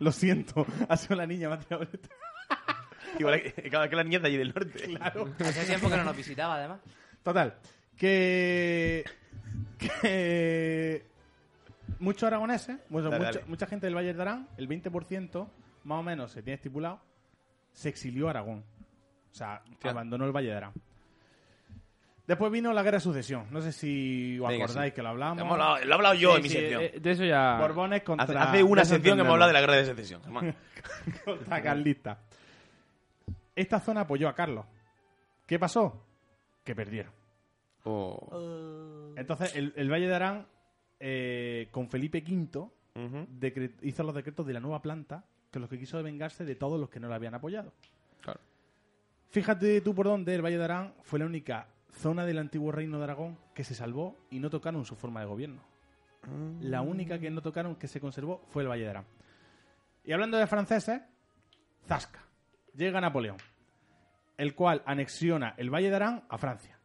Speaker 2: lo siento, ha sido la niña más tirada.
Speaker 3: Igual que, claro, que la niña de allí del norte.
Speaker 2: Claro.
Speaker 1: Hacía tiempo que no nos visitaba, además.
Speaker 2: Total, que. que. Muchos aragoneses, bueno,
Speaker 3: Dale,
Speaker 2: mucha,
Speaker 3: dale.
Speaker 2: mucha gente del Valle de Arán, el 20% más o menos se tiene estipulado, se exilió a Aragón. O sea,
Speaker 3: Hostia.
Speaker 2: abandonó el Valle de Arán. Después vino la guerra de sucesión. No sé si os
Speaker 3: Venga,
Speaker 2: acordáis
Speaker 3: sí.
Speaker 2: que lo hablamos.
Speaker 3: Hemos hablado- lo he hablado yo
Speaker 4: Sí,
Speaker 3: en mi
Speaker 4: sí,
Speaker 3: sección.
Speaker 4: eh, de eso ya.
Speaker 2: Borbones
Speaker 3: hace,
Speaker 2: contra.
Speaker 3: hace una
Speaker 4: ya se
Speaker 3: sección que hemos
Speaker 4: entendemos.
Speaker 3: hablado de la guerra de secesión. Germán.
Speaker 2: contra carlista. Esta zona apoyó a Carlos. ¿Qué pasó? Que perdieron.
Speaker 3: Oh.
Speaker 2: Entonces, el, el Valle de Arán, eh, con Felipe V,
Speaker 3: Ujú.
Speaker 2: decre- hizo los decretos de la nueva planta, que los que quiso vengarse de todos los que no la habían apoyado.
Speaker 3: Claro.
Speaker 2: Fíjate tú por dónde el Valle de Arán fue la única zona del antiguo reino de Aragón que se salvó y no tocaron su forma de gobierno. La única que no tocaron que se conservó fue el Valle de Arán. Y hablando de franceses, Zasca. Llega Napoleón, el cual anexiona el Valle de Arán a Francia.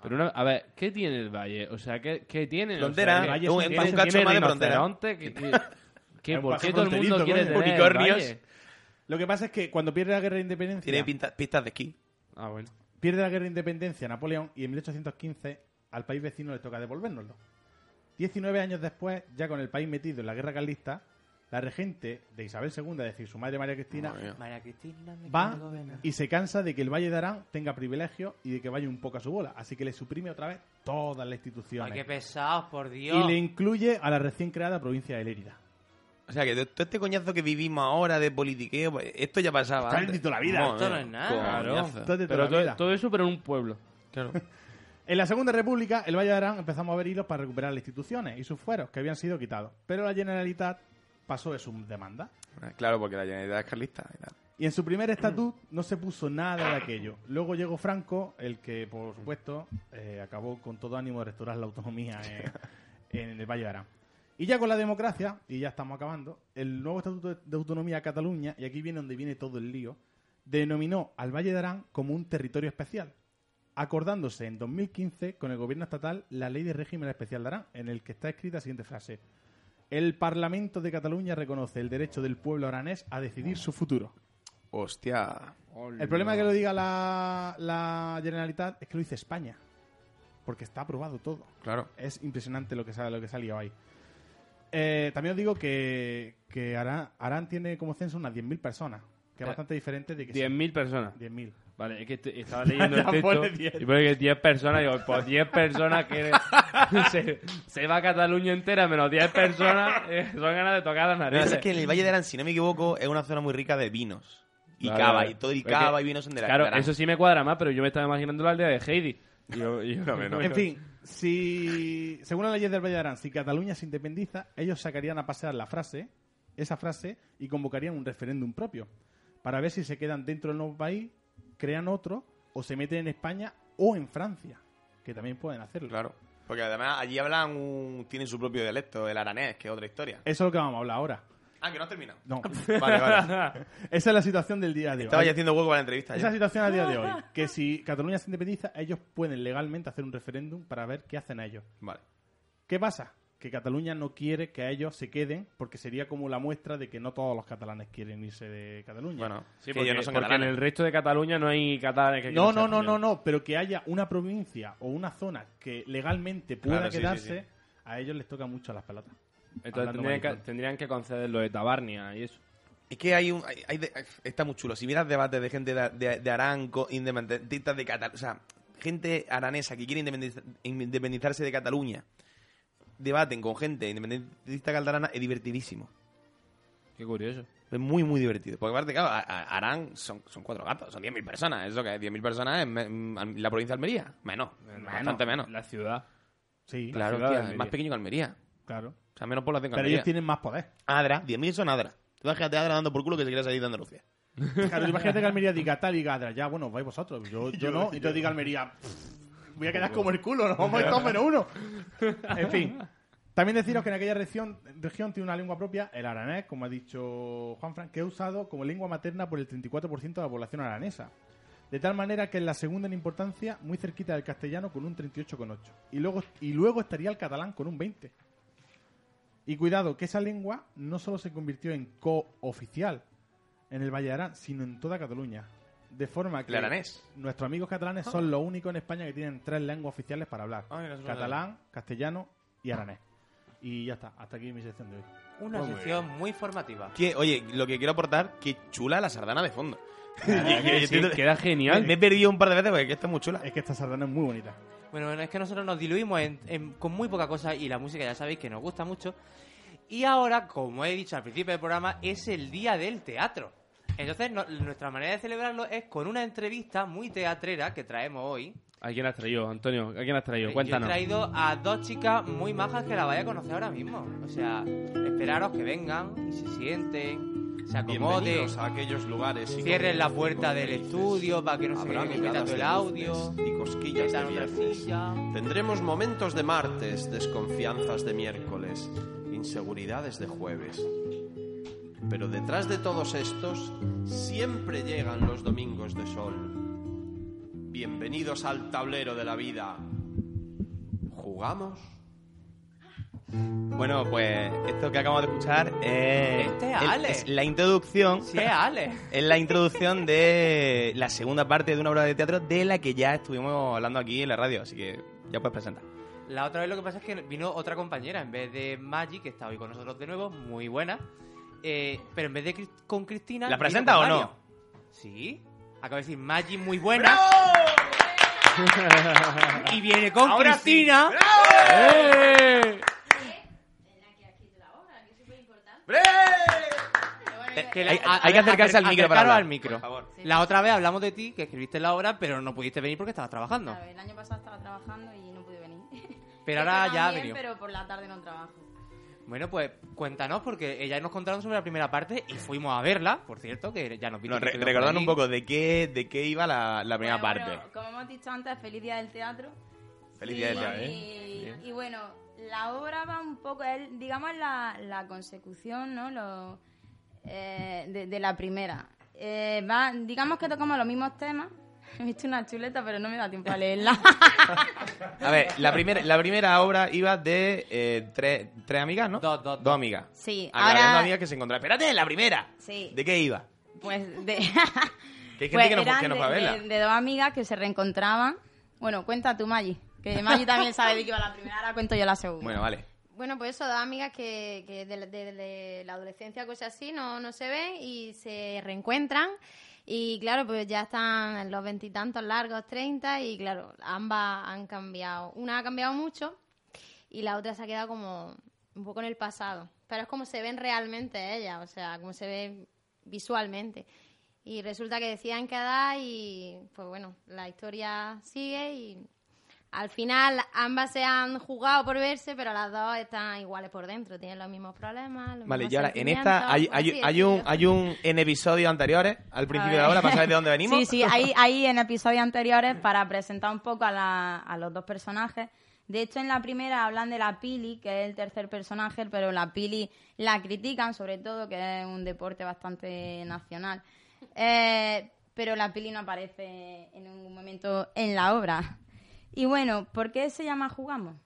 Speaker 4: Pero una- a ver, ¿qué tiene el valle? O sea, ¿qué, qué tiene?
Speaker 3: Frontera,
Speaker 4: O sea,
Speaker 2: Valle
Speaker 3: un,
Speaker 2: es un-
Speaker 3: un
Speaker 2: es un
Speaker 3: cacho más de frontera.
Speaker 4: rinoceronte, ¿Qué, qué, qué,
Speaker 2: Es un
Speaker 4: por
Speaker 2: paso
Speaker 4: qué todo el
Speaker 2: fronterizo,
Speaker 4: mundo quiere
Speaker 2: coño.
Speaker 4: tener el
Speaker 3: Unicornios.
Speaker 4: valle?
Speaker 2: Lo que pasa es que cuando pierde la guerra de independencia.
Speaker 3: Tiene pinta- pistas de esquí.
Speaker 4: Ah, bueno.
Speaker 2: Pierde la guerra de independencia Napoleón y en 1815 al país vecino le toca devolvérnoslo. 19 años después, ya con el país metido en la guerra carlista, la regente de Isabel II, es decir, su madre María Cristina,
Speaker 3: Madre mía.
Speaker 1: María Cristina me
Speaker 2: va
Speaker 1: quiere gobernar.
Speaker 2: y se cansa de que el Valle de Arán tenga privilegios y de que vaya un poco a su bola. Así que le suprime otra vez todas las
Speaker 1: Ay, qué
Speaker 2: instituciones.
Speaker 1: pesados, por Dios.
Speaker 2: y le incluye a la recién creada provincia de Lérida.
Speaker 3: O sea, que todo este coñazo que vivimos ahora de politiqueo, pues, esto ya pasaba.
Speaker 2: Está
Speaker 3: antes.
Speaker 2: bendito la vida.
Speaker 3: Madre
Speaker 1: Esto no
Speaker 3: mía,
Speaker 1: es nada.
Speaker 3: coñazo.
Speaker 2: Entonces, de toda
Speaker 4: Pero
Speaker 2: la vida.
Speaker 4: todo, todo eso, pero en un pueblo.
Speaker 3: Claro.
Speaker 2: En la Segunda República, el Valle de Arán empezamos a ver hilos para recuperar las instituciones y sus fueros que habían sido quitados. Pero la Generalitat pasó de sus demandas.
Speaker 3: Claro, porque la llanidad es carlista. y tal.
Speaker 2: Y en su primer estatut no se puso nada de aquello. Luego llegó Franco, el que, por supuesto, eh, acabó con todo ánimo de restaurar la autonomía eh, en el Valle de Arán. Y ya con la democracia, y ya estamos acabando, el nuevo Estatuto de- de Autonomía de Cataluña, y aquí viene donde viene todo el lío, denominó al Valle de Arán como un territorio especial, acordándose en 2015 con el gobierno estatal la Ley de Régimen Especial de Arán, en el que está escrita la siguiente frase. El Parlamento de Cataluña reconoce el derecho del pueblo aranés a decidir su futuro.
Speaker 3: Hostia.
Speaker 2: El problema que lo diga la, la Generalitat es que lo dice España. porque está aprobado todo.
Speaker 3: Claro.
Speaker 2: Es impresionante lo que sale, lo que salió ahí. Eh, también os digo que, que Arán, Arán tiene como censo unas 10.000 personas, que es
Speaker 4: Eh,
Speaker 2: bastante diferente de que
Speaker 4: 10.000 personas.
Speaker 2: 10.000.
Speaker 4: Vale, es que te- estaba leyendo el
Speaker 2: Ya
Speaker 4: texto
Speaker 2: pone 10.
Speaker 4: y pone que 10 personas. Digo, pues 10 personas que se, se va a Cataluña entera menos 10 personas. eh, son ganas de tocar las
Speaker 3: Lo que
Speaker 4: narices.
Speaker 3: pasa es que el Valle de Arán, si no me equivoco, es una zona muy rica de vinos. Y
Speaker 4: Vale,
Speaker 3: cava,
Speaker 4: vale.
Speaker 3: y todo, y
Speaker 4: Pero es
Speaker 3: cava,
Speaker 4: que-
Speaker 3: y vinos son de la
Speaker 4: Claro,
Speaker 3: de Arán.
Speaker 4: eso sí me cuadra más, pero yo me estaba imaginando la aldea de Heidi. Y yo- y yo-
Speaker 2: En fin, si según la ley del Valle de Arán, si Cataluña se independiza, ellos sacarían a pasear la frase, esa frase, y convocarían un referéndum propio para ver si se quedan dentro del nuevo país, crean otro, o se meten en España o en Francia, que también pueden hacerlo.
Speaker 3: Claro. Porque además allí hablan un... tienen su propio dialecto, el aranés, que es otra historia.
Speaker 2: Eso es lo que vamos a hablar ahora.
Speaker 3: Ah, que no has terminado.
Speaker 2: No,
Speaker 3: Vale, vale.
Speaker 2: esa es la situación del día de hoy.
Speaker 3: Estaba ya haciendo hueco a la entrevista.
Speaker 2: Esa
Speaker 3: ya.
Speaker 2: es la situación a día de hoy. Que si Cataluña se independiza, ellos pueden legalmente hacer un referéndum para ver qué hacen ellos.
Speaker 3: Vale.
Speaker 2: ¿Qué pasa? Que Cataluña no quiere que a ellos se queden porque sería como la muestra de que no todos los catalanes quieren irse de Cataluña.
Speaker 3: Bueno,
Speaker 4: Sí,
Speaker 3: que
Speaker 4: porque,
Speaker 3: ellos no son
Speaker 4: porque en
Speaker 3: catalanes.
Speaker 4: el resto de Cataluña no hay catalanes que
Speaker 2: no,
Speaker 4: quieran
Speaker 2: no,
Speaker 4: ser
Speaker 2: no, no,
Speaker 4: españoles.
Speaker 2: no, pero que haya una provincia o una zona que legalmente pueda
Speaker 3: Claro, sí, sí,
Speaker 2: quedarse,
Speaker 3: sí.
Speaker 2: a ellos les toca mucho las pelotas.
Speaker 4: Entonces
Speaker 2: Hablando
Speaker 4: tendrían que,
Speaker 2: maricón.
Speaker 4: tendrían que conceder lo de Tabarnia y eso.
Speaker 3: Es que hay un. hay- hay de- está muy chulo. Si miras debates de gente de, de, de Arán, co- independentistas de Cataluña. O sea, gente aranesa que quiere independiz- independizarse de Cataluña. Debaten con gente independentista catalana es divertidísimo.
Speaker 4: Qué curioso.
Speaker 3: Es muy, muy divertido. Porque aparte, claro, a- a- Arán son, son cuatro gatos, son 10.000 personas. Es lo que es, 10.000 personas en, me- en la provincia de Almería. Menos, bastante menos.
Speaker 4: La ciudad.
Speaker 2: Sí, claro.
Speaker 3: claro,
Speaker 4: ciudad de
Speaker 3: hostia, es
Speaker 4: Almería.
Speaker 3: más pequeño que Almería. O sea, menos población que
Speaker 2: Pero ellos
Speaker 3: Almería.
Speaker 2: tienen más poder.
Speaker 3: Adra, 10.000 son Adra. Tú imagínate a Adra dando por culo que se quiere salir de Andalucía.
Speaker 2: Claro, imagínate que Almería diga tal y Gadra, ya, bueno, vais vosotros, yo, yo no, y entonces diga Almería, "Pff, voy a quedar como el culo, nos vamos a ir todos menos uno. En fin, también deciros que en aquella región, región tiene una lengua propia, el aranés, como ha dicho Juanfran, que es usado como lengua materna por el 34% de la población aranesa. De tal manera que es la segunda en importancia, muy cerquita del castellano con un 38,8. Y luego, y luego estaría el catalán con un 20. Y cuidado, que esa lengua no solo se convirtió en cooficial en el Valle de Arán, sino en toda Cataluña. De forma que
Speaker 3: El aranés. Ah.
Speaker 2: nuestros amigos catalanes son los únicos en España que tienen tres lenguas oficiales para hablar.
Speaker 3: Ay, no se me
Speaker 2: Catalán, castellano y aranés. Y ya está, hasta aquí mi sección de hoy.
Speaker 1: Una sección muy formativa.
Speaker 3: Que, oye, lo que quiero aportar, que chula la sardana de fondo. Y que yo
Speaker 4: Sí,
Speaker 3: estoy-
Speaker 4: queda
Speaker 3: me,
Speaker 4: genial.
Speaker 3: me he perdido un par de veces porque está muy chula.
Speaker 1: Eh,
Speaker 2: Es que esta sardana es muy bonita.
Speaker 1: Bueno, bueno, es que nosotros nos diluimos en- en- con muy poca cosa y la música ya sabéis que nos gusta mucho. Y ahora, como he dicho al principio del programa, es el día del teatro. Entonces, no- nuestra manera de celebrarlo es con una entrevista muy teatrera que traemos hoy. Eh,
Speaker 4: ¿A quién has traído, Antonio? ¿A quién has traído?
Speaker 1: Yo he
Speaker 4: Cuéntanos.
Speaker 1: traído a dos chicas muy majas que la vaya a conocer ahora mismo. O sea, esperaros que vengan y se sienten, se acomoden,
Speaker 9: Bienvenidos a aquellos lugares. y
Speaker 1: cierren la
Speaker 9: comidos
Speaker 1: puerta
Speaker 9: con
Speaker 1: del
Speaker 9: felices.
Speaker 1: estudio para que no se
Speaker 9: Habrá
Speaker 1: quede quitando
Speaker 9: miradas
Speaker 1: el
Speaker 9: de
Speaker 1: audio.
Speaker 9: luces Y cosquillas de
Speaker 1: metan otra
Speaker 9: viernes.
Speaker 1: silla.
Speaker 9: Tendremos momentos de martes, desconfianzas de miércoles, inseguridades de jueves. Pero detrás de todos estos siempre llegan los domingos de sol. Bienvenidos al tablero de la vida. ¿Jugamos?
Speaker 3: Bueno, pues esto que acabamos de escuchar es,
Speaker 1: Este
Speaker 3: el-
Speaker 1: Ale.
Speaker 3: es la introducción.
Speaker 1: Sí, Ale.
Speaker 3: Es la introducción de la segunda parte de una obra de teatro de la que ya estuvimos hablando aquí en la radio, así que ya puedes presentar.
Speaker 1: La otra vez lo que pasa es que vino otra compañera en vez de Maggie, que está hoy con nosotros de nuevo, muy buena. Eh, pero en vez de Cris- con Cristina.
Speaker 3: ¿La
Speaker 1: vino
Speaker 3: presenta
Speaker 1: con
Speaker 3: o no?
Speaker 1: Mario. Sí. Acabo de decir Maggie muy buena. y viene con Cristina. Eh, Que la-
Speaker 3: Hay-
Speaker 1: a-
Speaker 3: hay que
Speaker 1: a-
Speaker 3: acercarse al
Speaker 1: acer-
Speaker 3: micro
Speaker 1: acercaros
Speaker 3: para hablar,
Speaker 1: al micro.
Speaker 3: por favor.
Speaker 1: La otra vez hablamos de ti, que escribiste la obra, pero no pudiste venir porque estabas trabajando.
Speaker 10: Claro, el año pasado estaba trabajando y no pude venir.
Speaker 1: Pero ahora
Speaker 10: Esto
Speaker 1: ya ha
Speaker 10: también,
Speaker 1: venido.
Speaker 10: Pero por la tarde no trabajo.
Speaker 1: Bueno, pues cuéntanos, porque ellas nos contaron sobre la primera parte y fuimos a verla, por cierto, que ya nos viste.
Speaker 3: Bueno,
Speaker 1: que
Speaker 3: re-
Speaker 1: estuvimos
Speaker 3: recordad
Speaker 1: por
Speaker 3: un
Speaker 1: allí.
Speaker 3: poco de qué, de qué iba la, la primera
Speaker 10: Bueno,
Speaker 3: parte.
Speaker 10: bueno, como hemos dicho antes, feliz día del teatro.
Speaker 3: Feliz
Speaker 10: Y-
Speaker 3: día del teatro, ¿eh?
Speaker 10: Y, y bueno, la obra va un poco, el- digamos, la, la consecución, ¿no? Lo- eh, de, de la primera. Eh, va, digamos que tocamos los mismos temas. He visto una chuleta, pero no me da tiempo a leerla.
Speaker 3: A ver, la primera, la primera obra iba de eh, tres, tres amigas, ¿no?
Speaker 1: Dos, dos, dos.
Speaker 3: amigas.
Speaker 10: Sí,
Speaker 3: Ah, claro,
Speaker 10: ahora-
Speaker 3: Dos amigas que se encontraron. Espérate, la primera.
Speaker 10: Sí.
Speaker 3: ¿De qué iba?
Speaker 10: Pues de.
Speaker 3: Que hay gente
Speaker 10: Pues
Speaker 3: que no-
Speaker 10: eran
Speaker 3: que no
Speaker 10: de-
Speaker 3: fue a verla.
Speaker 10: de- de dos amigas que se reencontraban. Bueno, cuenta tú, Maggi. Que Mayu también sabe de qué va la primera, ahora cuento yo la segunda.
Speaker 3: Bueno, vale.
Speaker 11: Bueno, pues eso, dos amigas que, que desde la adolescencia, cosas así, no, no se ven y se reencuentran. Y claro, pues ya están en los veintitantos largos, treinta, y claro, ambas han cambiado. Una ha cambiado mucho y la otra se ha quedado como un poco en el pasado. Pero es como se ven realmente ellas, o sea, como se ven visualmente. Y resulta que decían que edad y pues bueno, la historia sigue y al final ambas se han jugado por verse, pero las dos están iguales por dentro, tienen los mismos
Speaker 10: Ah,
Speaker 11: problemas. los
Speaker 3: Vale,
Speaker 11: mismos
Speaker 3: y ahora en
Speaker 11: sentimientos,
Speaker 3: esta hay,
Speaker 11: por
Speaker 3: hay,
Speaker 11: así
Speaker 3: hay
Speaker 11: decirlo.
Speaker 3: un hay un en episodios anteriores, al principio de ahora, para saber de dónde venimos.
Speaker 10: Sí, sí, ahí, ahí en episodios anteriores para presentar un poco a, la- a los dos personajes. De hecho, en la primera hablan de la pili, que es el tercer personaje, pero la pili la critican, sobre todo, que es un deporte bastante nacional. Eh, pero la pili no aparece en ningún momento en la obra. Y bueno, ¿por qué se llama Jugamos?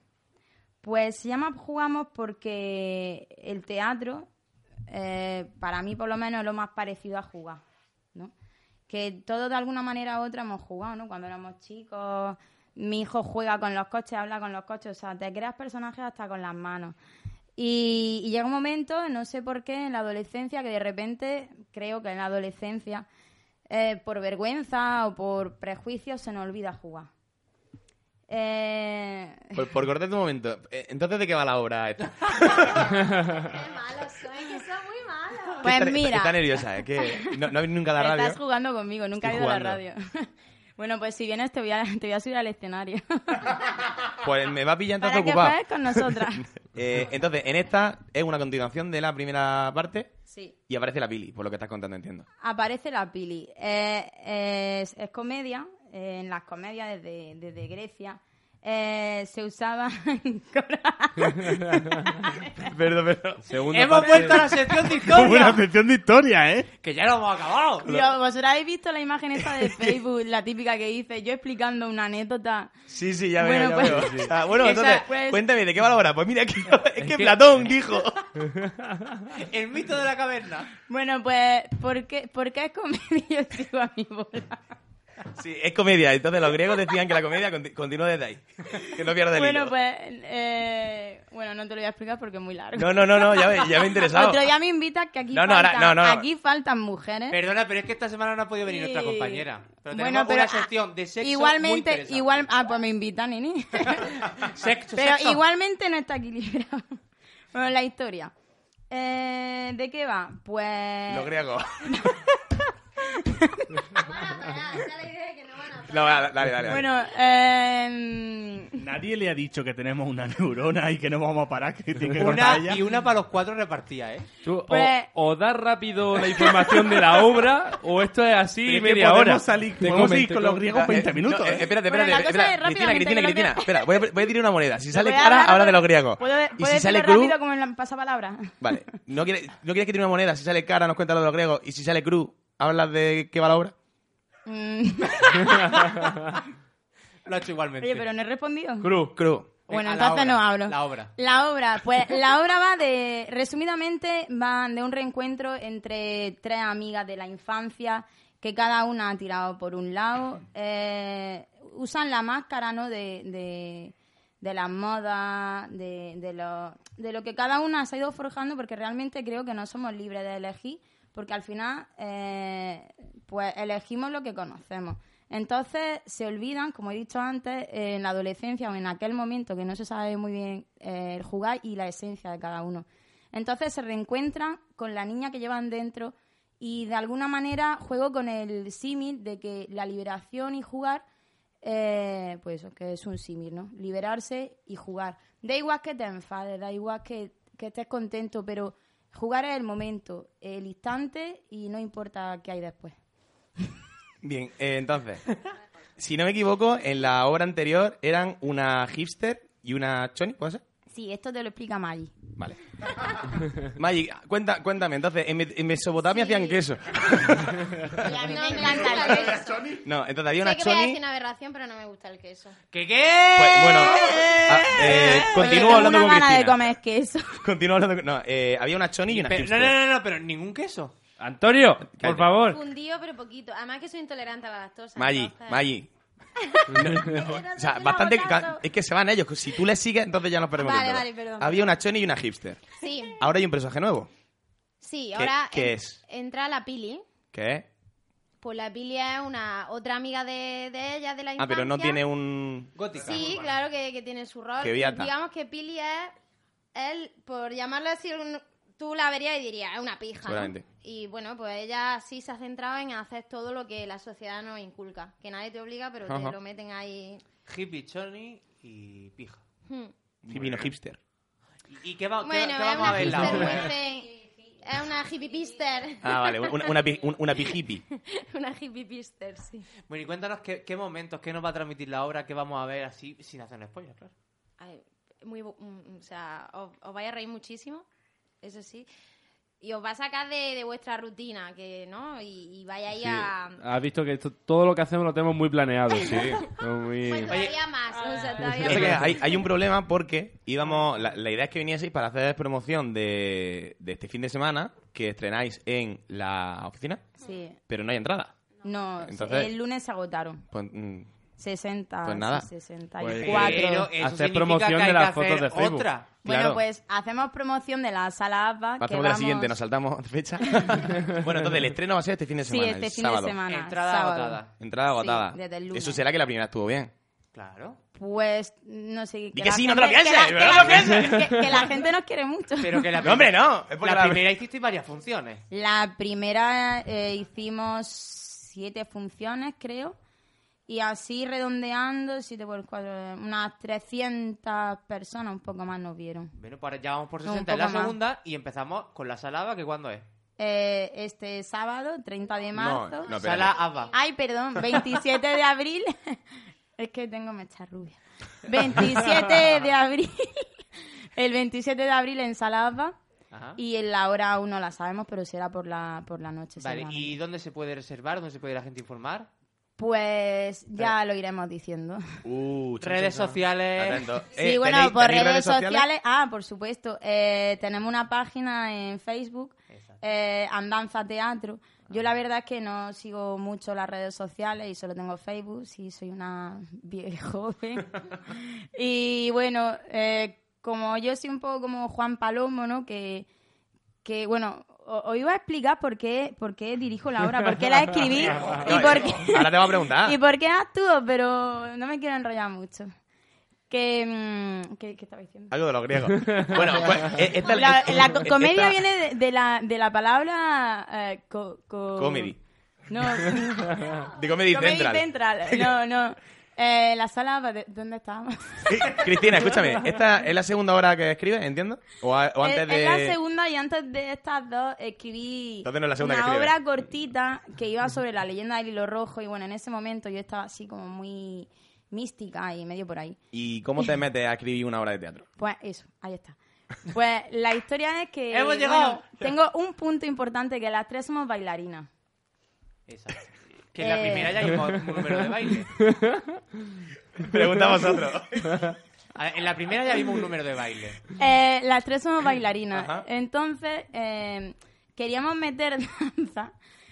Speaker 10: Pues se llama Jugamos porque el teatro, eh, para mí por lo menos, es lo más parecido a jugar, ¿no? Que todos de alguna manera u otra hemos jugado, ¿no? Cuando éramos chicos, mi hijo juega con los coches, habla con los coches, o sea, te creas personajes hasta con las manos. Y, y llega un momento, no sé por qué, en la adolescencia, que de repente, creo que en la adolescencia, eh, por vergüenza o por prejuicio, se nos olvida jugar. Eh,
Speaker 3: Por, por cortarte un momento. eh, Entonces, ¿de qué va la obra? esta?
Speaker 10: Pues
Speaker 3: Está-
Speaker 10: mira.
Speaker 3: Está nerviosa, es que no, no habéis nunca a la radio.
Speaker 10: Estás jugando conmigo, nunca he
Speaker 3: Estoy
Speaker 10: ido a la radio.
Speaker 3: jugando.
Speaker 10: bueno, pues si vienes te voy a, te voy a subir al escenario.
Speaker 3: Pues me va a pillar entonces
Speaker 10: para que
Speaker 3: ocupado.
Speaker 10: juegues con nosotras.
Speaker 3: Eh, entonces, en esta es una continuación de la primera parte
Speaker 10: sí.
Speaker 3: y aparece la Pili, por lo que estás contando, entiendo.
Speaker 10: Aparece la Pili. Eh, es, es comedia. eh, en las comedias desde, desde Grecia eh, se usaba...
Speaker 3: perdón, perdón.
Speaker 1: Hemos vuelto a la sección de
Speaker 2: Una
Speaker 1: historia.
Speaker 2: sección de historia, ¿eh?
Speaker 1: que ya lo hemos acabado.
Speaker 10: Dios, ¿Vosotros habéis visto la imagen esta de Facebook, la típica que hice, yo explicando una anécdota?
Speaker 3: Sí, sí, ya
Speaker 10: Bueno,
Speaker 3: veo, ya
Speaker 10: pues-
Speaker 3: veo. Sí. Ah, bueno,
Speaker 10: Esa-
Speaker 3: entonces,
Speaker 10: pues-
Speaker 3: cuéntame, ¿de qué va la obra? Pues mira, que- es que Platón dijo...
Speaker 1: El mito de la caverna.
Speaker 10: Bueno, pues, ¿por qué, por qué es comedia? Yo sigo a mi bola.
Speaker 3: Sí, es comedia. Entonces los griegos decían que la comedia conti- continúa desde ahí. Que no pierdas el
Speaker 10: Bueno,
Speaker 3: hilo.
Speaker 10: pues, eh, bueno, no te lo voy a explicar porque es muy largo.
Speaker 3: No, no, no, no, ya me- ya me ha interesado.
Speaker 10: Otro día me invitas que aquí,
Speaker 3: No, no, ahora-
Speaker 10: faltan-
Speaker 3: no, no, no.
Speaker 10: aquí faltan mujeres.
Speaker 1: Perdona, pero es que esta semana no ha podido venir nuestra
Speaker 10: ¿Eh? Sí.
Speaker 1: compañera. Pero tenemos
Speaker 10: Bueno, pero ah,
Speaker 1: una sección de sexo muy
Speaker 10: igualmente,
Speaker 1: interesante.
Speaker 10: igual, ah, pues me invitan, Nini.
Speaker 1: Sexo,
Speaker 10: Pero
Speaker 1: sexo.
Speaker 10: igualmente no está equilibrado. Bueno, la historia. Eh, ¿De qué va? Pues...
Speaker 3: Los griegos. No, dale, dale, dale.
Speaker 10: Bueno, eh...
Speaker 2: Nadie le ha dicho que tenemos una neurona y que no vamos a parar, que tiene que cortar ella.
Speaker 1: Una y una para los cuatro repartía, ¿eh?
Speaker 4: Tú, o-
Speaker 10: Pues-
Speaker 4: o, das rápido la información de la obra, o esto es así
Speaker 2: Pero es que
Speaker 4: media
Speaker 2: podemos
Speaker 4: hora.
Speaker 2: salir-
Speaker 4: Te
Speaker 2: podemos
Speaker 4: comen,
Speaker 2: ir
Speaker 4: te
Speaker 2: con los
Speaker 4: comen.
Speaker 2: griegos
Speaker 3: Eh,
Speaker 2: 20 minutos,
Speaker 3: no, eh,
Speaker 2: eh.
Speaker 3: espérate,
Speaker 10: Bueno,
Speaker 3: espérate.
Speaker 10: la cosa
Speaker 3: espérate.
Speaker 10: es
Speaker 3: Cristina,
Speaker 10: rápidamente,
Speaker 3: Cristina,
Speaker 10: que lo
Speaker 3: Cristina.
Speaker 10: veo.
Speaker 3: Espera, voy a, voy a tirar una moneda. Si sale
Speaker 10: voy a
Speaker 3: cara,
Speaker 10: dar-
Speaker 3: habla de los griegos.
Speaker 10: ¿Puedo,
Speaker 3: Y
Speaker 10: puedes
Speaker 3: si sale
Speaker 10: decirlo
Speaker 3: cruz,
Speaker 10: rápido como en la pasapalabra?
Speaker 3: Vale, ¿no quieres, ¿no quieres que tire una moneda? Si sale cara, nos cuentas lo de los griegos. Y si sale cruz, ¿hablas de qué va la obra?
Speaker 10: Mm.
Speaker 1: Lo ha hecho igualmente.
Speaker 10: Oye, pero no he respondido.
Speaker 3: Cruz. Cruz.
Speaker 10: Bueno,
Speaker 1: a la obra,
Speaker 10: entonces no hablo.
Speaker 1: la obra.
Speaker 10: La obra, pues la obra va de, resumidamente, van de un reencuentro entre tres amigas de la infancia que cada una ha tirado por un lado. Eh, usan la máscara, ¿no? De, de, de las modas, de, de, lo, de lo que cada una se ha ido forjando, porque realmente creo que no somos libres de elegir, porque al final, eh, pues elegimos lo que conocemos. Entonces se olvidan, como he dicho antes, eh, en la adolescencia o en aquel momento que no se sabe muy bien eh, el jugar y la esencia de cada uno. Entonces se reencuentran con la niña que llevan dentro y de alguna manera juego con el símil de que la liberación y jugar, eh, pues eso, que es un símil, ¿no? Liberarse y jugar. Da igual que te enfades, da igual que, que estés contento, pero jugar es el momento, el instante y no importa qué hay después.
Speaker 3: Bien, eh, entonces, si no me equivoco, en la obra anterior eran una hipster y una choni, ¿puede ser?
Speaker 10: Sí, esto te lo explica Maggi.
Speaker 3: Vale. Magic, cuenta, cuéntame, entonces, en, Me- en Mesopotamia hacían queso.
Speaker 11: Y a mí me encanta el queso.
Speaker 3: No, entonces había
Speaker 11: Sé
Speaker 3: una
Speaker 11: que voy a decir
Speaker 3: choni...
Speaker 11: una aberración, pero no me gusta el queso.
Speaker 1: ¿Qué qué?
Speaker 3: Pues, bueno, ah, eh, continúo
Speaker 10: Oye,
Speaker 3: hablando
Speaker 10: tengo
Speaker 3: con
Speaker 10: una gana de
Speaker 3: Cristina.
Speaker 10: comer queso.
Speaker 3: Continúo hablando con... No, eh, había una choni y una
Speaker 1: Pero-
Speaker 3: hipster.
Speaker 1: no, no, no, no, pero ningún queso.
Speaker 4: Antonio, por favor.
Speaker 11: Fundido, pero poquito. Además que soy intolerante a la lactosa.
Speaker 3: Maggi,
Speaker 11: entonces-
Speaker 3: Maggi, o sea, bastante. ca- Es que se van ellos. Si tú les sigues, entonces ya nos perdemos.
Speaker 11: Vale,
Speaker 3: el tema.
Speaker 11: vale, perdón.
Speaker 3: Había una choni y una hipster.
Speaker 11: Sí,
Speaker 3: Ahora hay un personaje nuevo.
Speaker 11: sí,
Speaker 3: ¿Qué-
Speaker 11: ahora
Speaker 3: qué
Speaker 11: en-
Speaker 3: es?
Speaker 11: entra la Pili.
Speaker 3: Que es.
Speaker 11: Pues la Pili es una otra amiga de, de ella, de la
Speaker 3: Ah,
Speaker 11: infancia.
Speaker 3: pero no tiene un.
Speaker 11: Sí, claro que, que tiene su rol.
Speaker 3: Que viata.
Speaker 11: Digamos que Pili es, él, por llamarlo así, un- tú la verías y dirías, es una pija. ¿no?".
Speaker 3: Seguramente.
Speaker 11: Y bueno, pues ella sí se ha centrado en hacer todo lo que la sociedad nos inculca. Que nadie te obliga, pero
Speaker 3: Ajá.
Speaker 11: te lo meten ahí.
Speaker 1: Hippie, choni y pija.
Speaker 11: Hmm.
Speaker 3: Vino hipster.
Speaker 1: ¿Y, y qué, va, qué-
Speaker 11: Bueno,
Speaker 1: qué
Speaker 11: es
Speaker 1: vamos
Speaker 11: una
Speaker 1: a ver la
Speaker 11: hipster muy
Speaker 1: obra?
Speaker 11: fe- Es una hippie pister.
Speaker 3: Ah, vale, una, una, pi- un- una pijipi.
Speaker 11: una hippie pister, sí.
Speaker 1: Bueno, y cuéntanos qué, qué momentos, qué nos va a transmitir la obra, qué vamos a ver así, sin hacer spoilers, claro.
Speaker 11: Ay, muy, bu- mm, o sea, os, os vais a reír muchísimo, eso sí. Y os va a sacar de, de vuestra rutina, que ¿no? Y, y vaya ahí a...
Speaker 4: Has visto que esto- todo lo que hacemos lo tenemos muy planeado.
Speaker 3: Sí.
Speaker 4: Todo muy-
Speaker 11: Todavía más, o
Speaker 10: Ah.
Speaker 11: sea, todavía
Speaker 3: Es que
Speaker 11: más.
Speaker 3: hay, hay un problema porque íbamos. La, la idea es que vinieseis para hacer promoción de, de este fin de semana que estrenáis en la oficina,
Speaker 10: Sí.
Speaker 3: pero no hay entrada.
Speaker 10: No,
Speaker 3: Entonces-
Speaker 10: el lunes se agotaron.
Speaker 3: Pues, mm,
Speaker 10: 60,
Speaker 3: Pues nada.
Speaker 10: sí, 64.
Speaker 3: Pues-
Speaker 4: Pero eso Hacer
Speaker 10: Eh, hacer
Speaker 4: significa promoción que hay de las que fotos hacer de Facebook.
Speaker 10: Bueno,
Speaker 4: otra.
Speaker 3: Claro.
Speaker 10: pues hacemos promoción de la sala APA. Ah, que
Speaker 3: Hacemos la
Speaker 10: vamos-
Speaker 3: siguiente, nos saltamos fecha. bueno, entonces el estreno va a ser este fin de
Speaker 10: Sí,
Speaker 3: semana.
Speaker 10: este
Speaker 3: el
Speaker 10: fin de
Speaker 3: sábado.
Speaker 10: semana,
Speaker 1: Entrada
Speaker 10: sábado.
Speaker 1: agotada.
Speaker 3: Entrada
Speaker 10: Sí,
Speaker 3: agotada.
Speaker 10: desde el lunes.
Speaker 3: Eso será que la primera estuvo bien.
Speaker 1: Claro.
Speaker 10: Pues no sé.
Speaker 3: que
Speaker 10: la
Speaker 3: sí, no te lo
Speaker 10: gente-
Speaker 3: pienses,
Speaker 10: que
Speaker 3: no
Speaker 10: la-
Speaker 3: lo
Speaker 10: que la-
Speaker 3: pienses.
Speaker 10: que- que la gente nos quiere mucho.
Speaker 1: Pero que la
Speaker 3: No, hombre, no. Es porque
Speaker 1: La primera hicisteis varias funciones.
Speaker 10: La primera eh, hicimos siete funciones, creo. Y así redondeando, 7 por 4, unas 300 personas, un poco más nos vieron.
Speaker 1: Bueno, pues ahora ya vamos por
Speaker 10: No, un
Speaker 1: 60 en la
Speaker 10: poco más.
Speaker 1: segunda y empezamos con la salada, que cuándo es.
Speaker 10: Eh, este sábado, 30 de marzo.
Speaker 1: no, espérate. Sala ABBA.
Speaker 10: Ay, perdón, 27 de abril. es que tengo mecha rubia. 27 de abril. El 27 de abril en Sala ABBA.
Speaker 1: Ajá.
Speaker 10: Y en la hora aún no la sabemos, pero será por la, por la noche.
Speaker 1: Vale,
Speaker 10: seguramente.
Speaker 1: ¿y dónde se puede reservar? ¿Dónde se puede la gente informar?
Speaker 10: Pues ya lo iremos diciendo.
Speaker 1: redes sociales.
Speaker 10: Sí, bueno, por Eh, redes, sociales? Ah, por supuesto. Eh, tenemos una página en Facebook, eh, Andanza Teatro. Yo la verdad es que no sigo mucho las redes sociales y solo tengo Facebook, sí, soy una vieja joven. y bueno, eh, como yo soy un poco como Juan Palomo, ¿no? Que, que bueno, o- os iba a explicar por qué, por qué dirijo la obra, por qué la escribí y
Speaker 3: No,
Speaker 10: por qué...
Speaker 3: Ahora te voy a preguntar.
Speaker 10: ¿Y por qué actúo? Pero no me quiero enrollar mucho. Que, mm, ¿qué, qué estaba diciendo?
Speaker 3: Algo de los griegos. Bueno, pues eh, esta,
Speaker 10: La,
Speaker 3: esta-
Speaker 10: la co- comedia
Speaker 3: esta-
Speaker 10: viene de, de la, de la palabra... eh, co- co-
Speaker 3: Comedy.
Speaker 10: No.
Speaker 3: De Comedy Central.
Speaker 10: No, no. Eh, la sala... ¿de- ¿Dónde estábamos?
Speaker 3: Cristina, escúchame. ¿Esta es la segunda hora que escribes, entiendo? ¿O, a- o antes
Speaker 10: Eh, Es-
Speaker 3: de...?
Speaker 10: Es la segunda y antes de estas dos escribí
Speaker 3: Entonces no es la segunda
Speaker 10: una
Speaker 3: que escribes.
Speaker 10: obra cortita que iba sobre la leyenda del hilo rojo y bueno, en ese momento yo estaba así como muy mística y medio por ahí.
Speaker 3: ¿Y cómo te metes a escribir una obra de teatro?
Speaker 10: Pues eso, ahí está. Pues la historia es que...
Speaker 1: ¡Hemos llegado!
Speaker 10: tengo un punto importante, que las tres somos bailarinas.
Speaker 1: Exacto. Que en la
Speaker 10: Eh.
Speaker 1: primera ya hay un mo- un número de baile.
Speaker 3: Pregunta a vosotros.
Speaker 1: A ver, En la primera ya vimos un número de baile.
Speaker 10: Eh, las tres somos bailarinas. Entonces, eh, queríamos meter danza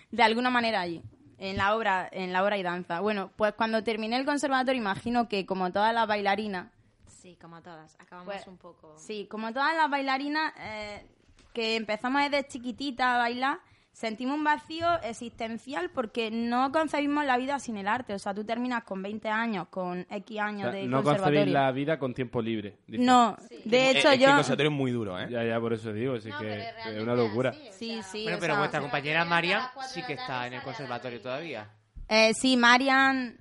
Speaker 10: de alguna manera allí. En la obra, en la obra hay danza. Bueno, pues cuando terminé el conservatorio, imagino que como todas las bailarinas,
Speaker 11: Sí, como todas. Acabamos
Speaker 10: Pues,
Speaker 11: un poco...
Speaker 10: Sí, como todas las bailarinas eh, que empezamos desde chiquitita a bailar, sentimos un vacío existencial porque no concebimos la vida sin el arte. O sea, tú terminas con 20 años, con X
Speaker 4: O sea,
Speaker 10: años de
Speaker 4: no concebir
Speaker 10: conservatorio.
Speaker 4: la vida con tiempo libre. dice.
Speaker 10: No, de hecho
Speaker 3: Eh, es que
Speaker 10: yo...
Speaker 3: el conservatorio es muy duro, ¿eh?
Speaker 4: Ya, ya, por eso digo, así que es una locura.
Speaker 10: Sí, sí.
Speaker 1: bueno,
Speaker 10: o
Speaker 1: pero
Speaker 10: sea-
Speaker 1: vuestra compañera María sí que está en el conservatorio todavía.
Speaker 10: Eh, sí, Marian...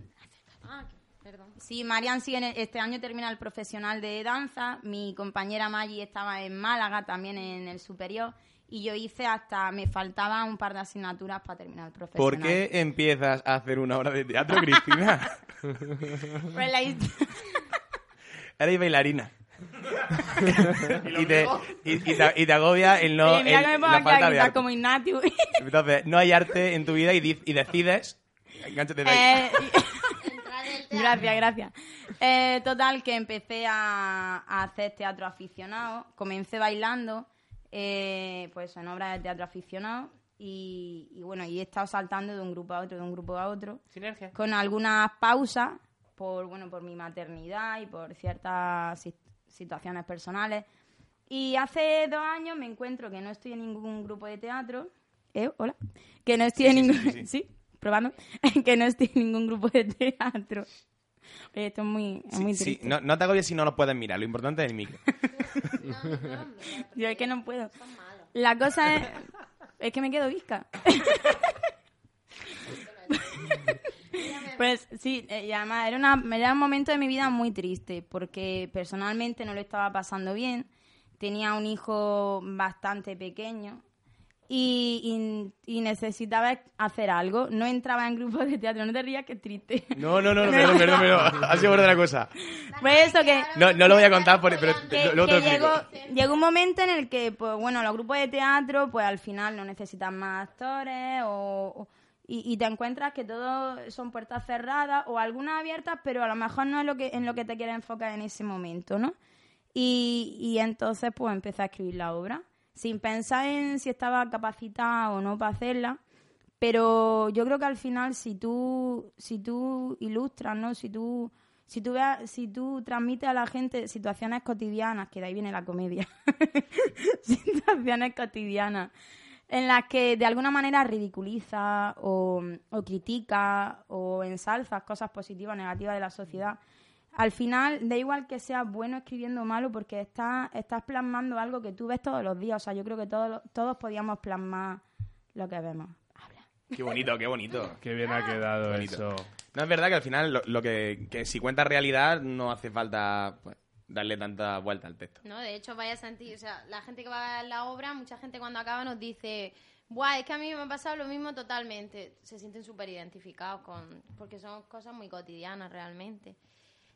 Speaker 11: Ah, perdón.
Speaker 10: Sí, Marian sigue en el- este año termina el profesional de danza. Mi compañera Maggie estaba en Málaga, también en el superior. Y yo hice hasta... Me faltaba un par de asignaturas para terminar el profesional.
Speaker 3: ¿Por qué empiezas a hacer una obra de teatro, Cristina?
Speaker 10: Pues la hist-
Speaker 3: Eres bailarina. y, te, y, y te, y te agobia el no,
Speaker 10: Sí, mira
Speaker 3: el-
Speaker 10: que me pongo
Speaker 3: la
Speaker 10: aquí a
Speaker 3: falta de
Speaker 10: gritar
Speaker 3: arte.
Speaker 10: como Ignatius.
Speaker 3: Entonces, no hay arte en tu vida y, di- y decides... Engánchate de ahí.
Speaker 10: Eh, gracias, gracias. Eh, total, que empecé a, a hacer teatro aficionado. Comencé bailando, eh, pues en obras de teatro aficionado. Y, y bueno, y he estado saltando de un grupo a otro, de un grupo a otro.
Speaker 1: Sinergia.
Speaker 10: Con algunas pausas por, bueno, por mi maternidad y por ciertas sit- situaciones personales. Y hace dos años me encuentro que no estoy en ningún grupo de teatro, ¿Eh? Hola. que no estoy en ningún... Sí, probando, que no estoy en ningún grupo de teatro. Oye, esto es muy, es muy
Speaker 3: Sí,
Speaker 10: triste.
Speaker 3: no, no te agobies si no lo puedes mirar. Lo importante es el micro.
Speaker 10: Yo es que no puedo. La cosa es... Es que me quedo visca. Pues sí, eh, y además era, una, era un momento de mi vida muy triste porque personalmente no lo estaba pasando bien. Tenía un hijo bastante pequeño y, y- y necesitaba hacer algo. No entraba en grupos de teatro, no te rías, que es triste.
Speaker 3: No, no, no, no, perdón, perdón, perdón. Ha sido verdad la cosa.
Speaker 10: Pues eso que...
Speaker 3: No, no lo voy a contar, por, pero
Speaker 10: que,
Speaker 3: luego te
Speaker 10: que
Speaker 3: lo explico.
Speaker 10: llegó, llegó un momento en el que, pues bueno, los grupos de teatro, pues al final no necesitan más actores o, o- y, y te encuentras que todo son puertas cerradas o algunas abiertas, pero a lo mejor no es lo que en lo que te quieres enfocar en ese momento, ¿no? Y, y entonces pues empecé a escribir la obra sin pensar en si estaba capacitada o no para hacerla. Pero yo creo que al final si tú si tú ilustras, ¿no? Si tú si tú veas- si tú transmites a la gente situaciones cotidianas, que de ahí viene la comedia. situaciones cotidianas en las que de alguna manera ridiculiza o, o critica o ensalzas cosas positivas o negativas de la sociedad. Al final, da igual que seas bueno escribiendo o malo, porque está- estás plasmando algo que tú ves todos los días. O sea, yo creo que todos, los- todos podíamos plasmar lo que vemos.
Speaker 3: Qué bonito, qué bonito.
Speaker 4: Qué bien ha quedado
Speaker 3: eso. No, es verdad que al final, lo, lo que, que si cuentas realidad, no hace falta pues, darle tanta vuelta al texto.
Speaker 11: No, de hecho, vaya a sentir, o sea, la gente que va a la obra, mucha gente cuando acaba nos dice, guau, es que a mí me ha pasado lo mismo totalmente. Se sienten súper identificados con, porque son cosas muy cotidianas realmente.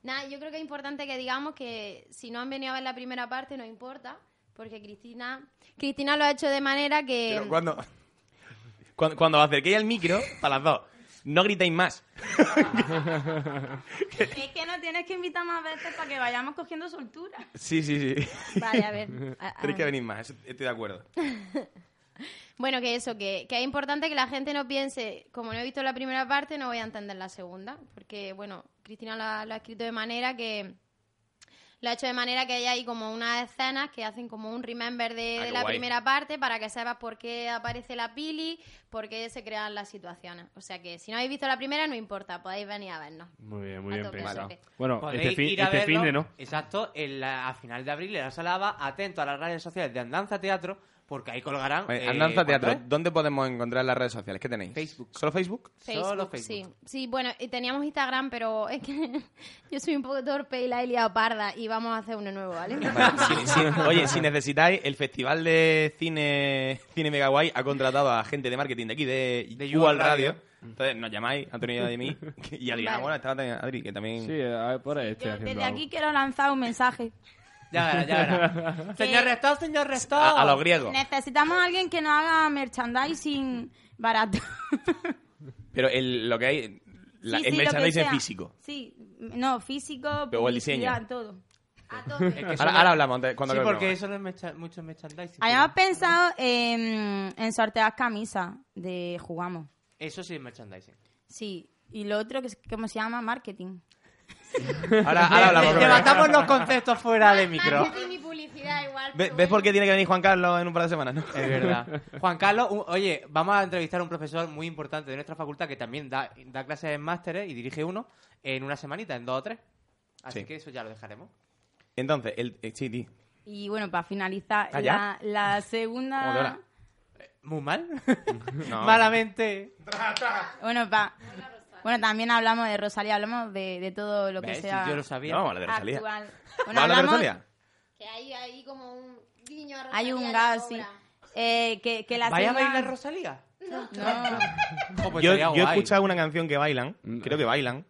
Speaker 11: Nada, yo creo que es importante que digamos que si no han venido a ver la primera parte, no importa, porque Cristina, Cristina lo ha hecho de manera que...
Speaker 3: Pero cuando, cuando, cuando os acerquéis al micro, para las dos, no gritéis más.
Speaker 10: es que no tienes que invitar más veces para que vayamos cogiendo soltura.
Speaker 3: sí, sí, sí.
Speaker 11: Vale, a ver. a- a-
Speaker 3: Tenéis que venir más, eso- estoy de acuerdo.
Speaker 11: Bueno, que eso, que, que es importante que la gente no piense, como no he visto la primera parte, no voy a entender la segunda, porque, bueno, Cristina lo ha, lo ha escrito de manera que... Lo ha hecho de manera que hay ahí como unas escenas que hacen como un remember de,
Speaker 10: Ah,
Speaker 11: de
Speaker 10: qué
Speaker 11: la
Speaker 10: guay.
Speaker 11: primera parte para que sepas por qué aparece la pili, por qué se crean las situaciones. O sea que si no habéis visto la primera, no importa, podéis venir a vernos.
Speaker 4: Muy bien, muy
Speaker 11: A
Speaker 4: bien
Speaker 11: tope,
Speaker 4: pensado.
Speaker 11: a tope.
Speaker 4: Bueno,
Speaker 1: Podéis
Speaker 4: este fin,
Speaker 1: Pues, ir a
Speaker 4: este
Speaker 1: verlo,
Speaker 4: fin de no.
Speaker 1: Exacto, en la- a final de abril en la sala ABA, atento a las redes sociales de Andanza Teatro, porque ahí colgarán.
Speaker 3: Oye,
Speaker 1: eh,
Speaker 3: Andanza
Speaker 1: ¿cuánto
Speaker 3: Teatro,
Speaker 1: es?
Speaker 3: ¿dónde podemos encontrar las redes sociales? ¿Qué tenéis? Facebook. ¿Solo Facebook?
Speaker 11: Facebook, sí. Sí, bueno, y teníamos Instagram, pero es que yo soy un poco torpe y la he liado parda y vamos a hacer uno nuevo, ¿vale?
Speaker 3: Si- si- oye, si necesitáis, el Festival de Cine, Cine Megaguay ha contratado a gente de marketing de aquí, de, de
Speaker 4: UAL
Speaker 3: UAL Radio. Entonces nos llamáis, Antonio y a mí. Y Adriana,
Speaker 10: Vale.
Speaker 3: bueno, estaba también Adri, que también...
Speaker 4: Sí, por ahí estoy
Speaker 10: Desde aquí quiero lanzar un mensaje.
Speaker 3: Ya verás, ya verás.
Speaker 1: Señor Restó, señor Restó.
Speaker 3: A- a los griegos.
Speaker 10: Necesitamos a alguien que nos haga merchandising barato.
Speaker 3: Pero el- lo que hay... la-
Speaker 10: Sí,
Speaker 3: el
Speaker 10: sí, lo que
Speaker 3: merchandising
Speaker 10: sea.
Speaker 3: físico.
Speaker 10: Sí, no, físico,
Speaker 3: Pero el diseño.
Speaker 10: publicidad, todo.
Speaker 3: Ahora- ahora hablamos, antes- cuando
Speaker 1: Sí,
Speaker 3: acabemos.
Speaker 1: porque eso no es mecha- mucho merchandising.
Speaker 10: Habíamos pensado en, en sortear camisas de Jugamos.
Speaker 1: Eso sí es merchandising.
Speaker 10: Sí. Y lo otro, que es- ¿cómo se llama? Marketing.
Speaker 3: Ahora, ahora hablamos.
Speaker 1: Levantamos los conceptos fuera de micro.
Speaker 11: Marketing y publicidad igual.
Speaker 3: Ve- ¿Ves por qué tiene que venir Juan Carlos en un par de semanas? No?
Speaker 1: Es verdad. Juan Carlos, un- oye, vamos a entrevistar a un profesor muy importante de nuestra facultad que también da, da clases en másteres y dirige uno en una semanita, en dos o tres. Así
Speaker 3: Sí.
Speaker 1: que eso ya lo dejaremos.
Speaker 3: Entonces, el... eh, sí, di.
Speaker 10: Y bueno, para finalizar,
Speaker 3: ¿Ah,
Speaker 10: la,
Speaker 3: ya?
Speaker 10: la
Speaker 3: ¿Cómo que ahora?
Speaker 10: segunda...
Speaker 1: Eh, ¿Muy mal?
Speaker 3: Ah. No.
Speaker 1: Malamente.
Speaker 10: Bueno, pa- bueno, también hablamos de Rosalía, hablamos de, de todo lo que
Speaker 3: ¿Ves?
Speaker 10: sea
Speaker 3: Yo lo sabía. No, vamos a hablar de Rosalía.
Speaker 10: actual. Bueno,
Speaker 3: ¿Vamos a hablar de
Speaker 10: hablamos-
Speaker 3: Rosalía?
Speaker 11: Que hay, hay como un guiño a
Speaker 10: Hay un
Speaker 11: Rosalía en
Speaker 10: gas,
Speaker 11: la
Speaker 10: sí.
Speaker 11: obra.
Speaker 10: Eh, que, que la
Speaker 1: ¿Vaya a
Speaker 10: segunda-
Speaker 1: bailar Rosalía? Oh, pues estaría
Speaker 3: yo, yo he
Speaker 1: guay. Mm.
Speaker 3: escuchado una canción que bailan, creo que bailan,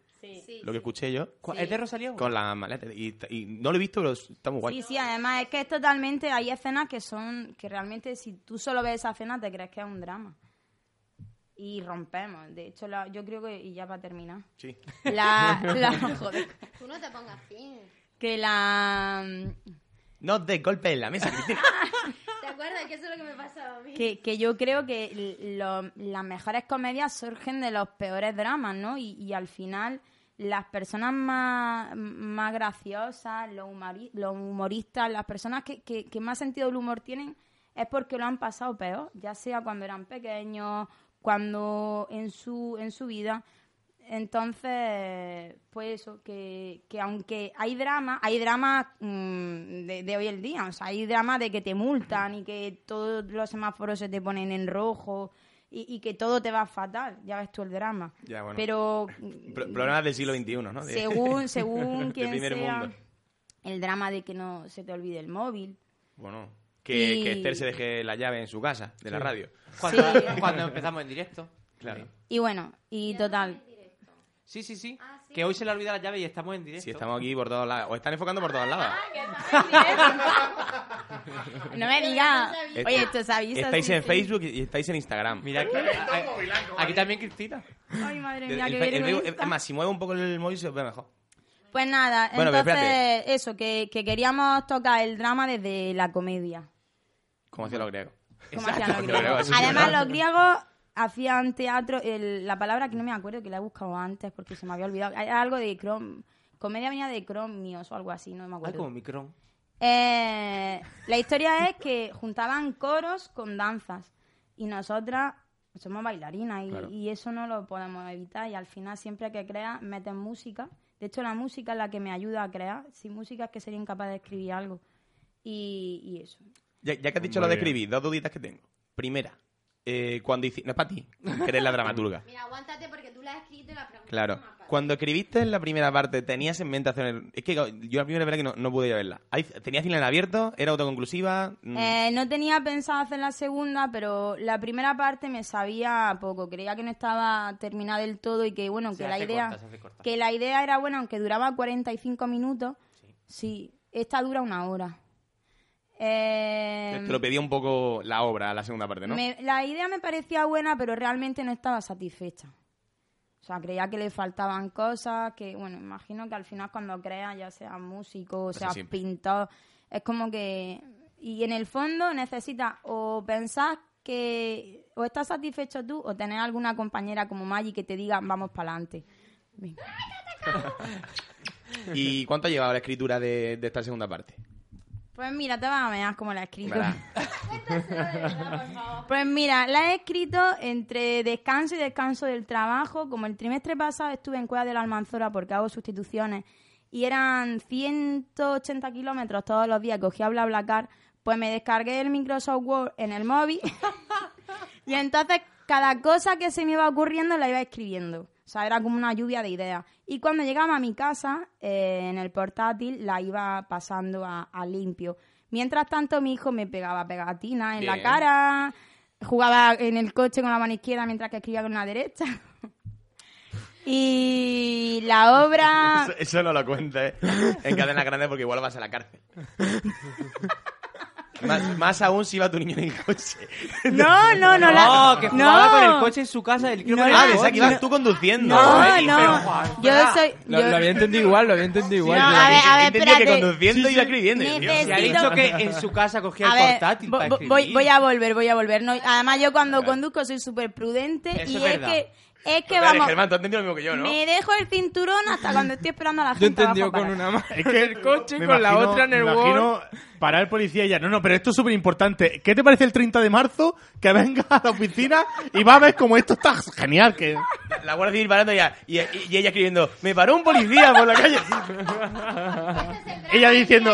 Speaker 3: lo que escuché yo.
Speaker 1: ¿Cuál- es de Rosalía?
Speaker 3: Con la maleta. Y, y no lo he visto, pero está muy guay.
Speaker 10: Sí, sí, además es que es totalmente, hay escenas que son, que realmente si tú solo ves esa escena te crees que es un drama. Y rompemos, de hecho la- yo creo que, y ya para terminar,
Speaker 3: Sí.
Speaker 10: la, la- joder,
Speaker 11: Tú no te pongas fin.
Speaker 10: que la,
Speaker 3: No de golpe en la mesa, Cristina.
Speaker 11: ¿Te acuerdas? Que eso es lo que me pasaba a mí.
Speaker 10: que, que yo creo que l- lo- las mejores comedias surgen de los peores dramas, ¿no? Y, y al final las personas más, más graciosas, los, humori- los humoristas, las personas que, que- que más sentido del humor tienen, es porque lo han pasado peor, ya sea cuando eran pequeños, cuando en su, en su vida. Entonces, pues eso, que, que aunque hay drama, hay drama mm, de, de hoy en día, o sea, hay drama de que te multan y que todos los semáforos se te ponen en rojo y, y que todo te va fatal, ya ves tú el drama.
Speaker 3: Ya, bueno.
Speaker 10: Pero mm,
Speaker 3: Pro- problemas del siglo XXI, ¿no? De-
Speaker 10: según, según
Speaker 3: de
Speaker 10: quien
Speaker 3: primer
Speaker 10: sea,
Speaker 3: mundo.
Speaker 10: el drama de que no se te olvide el móvil,
Speaker 3: Bueno, que,
Speaker 10: Y-
Speaker 3: que Esther se deje la llave en su casa, de la
Speaker 1: Sí.
Speaker 3: radio.
Speaker 1: Cuando, cuando empezamos en directo.
Speaker 3: Claro.
Speaker 10: Y bueno, y total.
Speaker 1: Sí, sí, Ah, sí. Que hoy se le olvida la llave y estamos en directo.
Speaker 3: Si estamos aquí por todos lados. O están enfocando por todos lados.
Speaker 10: Ah, No me digas.
Speaker 3: Est-
Speaker 10: Oye, esto se avisa.
Speaker 3: Este, Estáis
Speaker 10: sí,
Speaker 3: en
Speaker 10: sí.
Speaker 3: Facebook y estáis en Instagram.
Speaker 1: Mira, aquí, aquí también Cristina.
Speaker 10: Ay, madre mía,
Speaker 3: El-
Speaker 10: qué
Speaker 3: el- el-
Speaker 10: vergüenza.
Speaker 3: es más, si mueve un poco el móvil se ve mejor.
Speaker 10: Pues nada,
Speaker 3: Bueno, pero
Speaker 10: entonces eso, que, que queríamos tocar el drama desde la comedia.
Speaker 3: Como hacían los griegos.
Speaker 10: como
Speaker 3: Exacto,
Speaker 10: hacían los
Speaker 3: como
Speaker 10: griegos.
Speaker 3: eso es
Speaker 10: Además,
Speaker 3: verdad.
Speaker 10: los griegos hacían teatro, el- la palabra que no me acuerdo, que la he buscado antes porque se me había olvidado, hay algo de crom, comedia venía de cromios o algo así, no me
Speaker 1: Ay,
Speaker 10: acuerdo.
Speaker 1: como Micron.
Speaker 10: Eh, la historia es que juntaban coros con danzas y nosotras somos bailarinas y,
Speaker 12: Claro.
Speaker 10: y eso no lo podemos evitar y al final siempre que creas metes música. De hecho la música es la que me ayuda a crear. Sin música es que sería incapaz de escribir algo. Y, y eso.
Speaker 3: Ya, ya que has dicho
Speaker 4: Muy
Speaker 3: lo de
Speaker 4: bien.
Speaker 3: escribir, dos duditas que tengo. Primera, eh, cuando hiciste... No es para ti, que eres la dramaturga.
Speaker 11: Mira, aguántate porque tú la has escrito y la pregunta.
Speaker 3: Claro. Cuando escribiste en la primera parte, ¿tenías en mente hacer...? el- Es que yo la primera vez que no, no pude ir a verla. Ahí- ¿Tenías cine en abierto? ¿Era autoconclusiva? Mm,
Speaker 10: Eh, no tenía pensado hacer la segunda, pero la primera parte me sabía poco. Creía que no estaba terminada del todo y que, bueno,
Speaker 1: Se
Speaker 10: que la
Speaker 1: hace
Speaker 10: idea...
Speaker 1: corta, se hace corta.
Speaker 10: Que la idea era buena, aunque duraba 45 minutos. Sí. esta dura una hora. Eh,
Speaker 3: Te lo pedía un poco la obra, la segunda parte, ¿no?
Speaker 10: me- la idea me parecía buena, pero realmente no estaba satisfecha. O sea, creía que le faltaban cosas, que, bueno, imagino que al final cuando creas, ya seas músico, o
Speaker 12: Pasa
Speaker 10: seas
Speaker 12: siempre.
Speaker 10: pintor, es como que... Y en el fondo necesitas o pensar que o estás satisfecho tú o tener alguna compañera como Maggie que te diga, vamos para adelante.
Speaker 3: ¿Y cuánto ha llevado la escritura de, de esta segunda parte?
Speaker 10: Pues mira, te vas a mear como la he escrito.
Speaker 3: Verá.
Speaker 10: Pues mira, la he escrito entre descanso y descanso del trabajo. Como el trimestre pasado estuve en Cueva de la Almanzora porque hago sustituciones y eran 180 kilómetros todos los días, cogía BlaBlaCar, pues me descargué el Microsoft Word en el móvil y entonces cada cosa que se me iba ocurriendo la iba escribiendo. O sea, era como una lluvia de ideas. Y cuando llegaba a mi casa, eh, en el portátil, la iba pasando a, a limpio. Mientras tanto, mi hijo me pegaba pegatinas en la
Speaker 12: Bien.
Speaker 10: cara, jugaba en el coche con la mano izquierda mientras que escribía con la derecha. y la obra...
Speaker 3: Eso, eso no lo cuentes ¿eh? en cadena grande porque igual vas a la cárcel. más, más aún si va tu niño en el coche.
Speaker 10: No, no, no. la...
Speaker 1: que
Speaker 10: no.
Speaker 1: jugaba con el coche en su casa del kilómetro.
Speaker 3: ah, pensaba que ibas tú conduciendo.
Speaker 10: No,
Speaker 3: Ay,
Speaker 10: no.
Speaker 3: pero, Juan,
Speaker 10: Yo
Speaker 3: espera.
Speaker 10: soy...
Speaker 4: Lo,
Speaker 10: yo-
Speaker 4: lo había entendido igual, lo había entendido igual.
Speaker 10: No,
Speaker 4: Yo-
Speaker 10: a ver, a ver,
Speaker 3: Entendía que
Speaker 10: espérate.
Speaker 3: conduciendo
Speaker 10: Sí,
Speaker 3: iba
Speaker 10: sí.
Speaker 3: escribiendo. yo, tío.
Speaker 1: Se ha dicho que en su casa cogía
Speaker 10: A
Speaker 1: el
Speaker 10: ver,
Speaker 1: portátil
Speaker 10: vo-
Speaker 1: para
Speaker 10: vo-
Speaker 1: escribir.
Speaker 10: voy, voy a volver, voy a volver. No, además, yo cuando conduzco soy súper prudente
Speaker 3: Eso
Speaker 10: y
Speaker 3: es
Speaker 10: es,
Speaker 3: verdad.
Speaker 10: que, es que
Speaker 3: Vale,
Speaker 10: vamos,
Speaker 3: Germán, tú has entendido lo mismo que yo, ¿no?
Speaker 10: me dejo el cinturón hasta cuando estoy esperando a la
Speaker 4: Yo
Speaker 10: gente.
Speaker 4: entendí
Speaker 10: abajo
Speaker 4: con
Speaker 10: para-
Speaker 4: una mano en el coche,
Speaker 2: Me
Speaker 4: con la
Speaker 2: imagino-
Speaker 4: otra en el
Speaker 2: me imagino
Speaker 4: Word.
Speaker 2: Parar el policía y ya. No, no, pero esto es súper importante. ¿Qué te parece el 30 de marzo que venga a la oficina y va a ver cómo esto está genial? Que...
Speaker 3: La- La guardia civil parando ya. Y, y- y ella escribiendo, me paró un policía por la calle.
Speaker 2: Ella diciendo...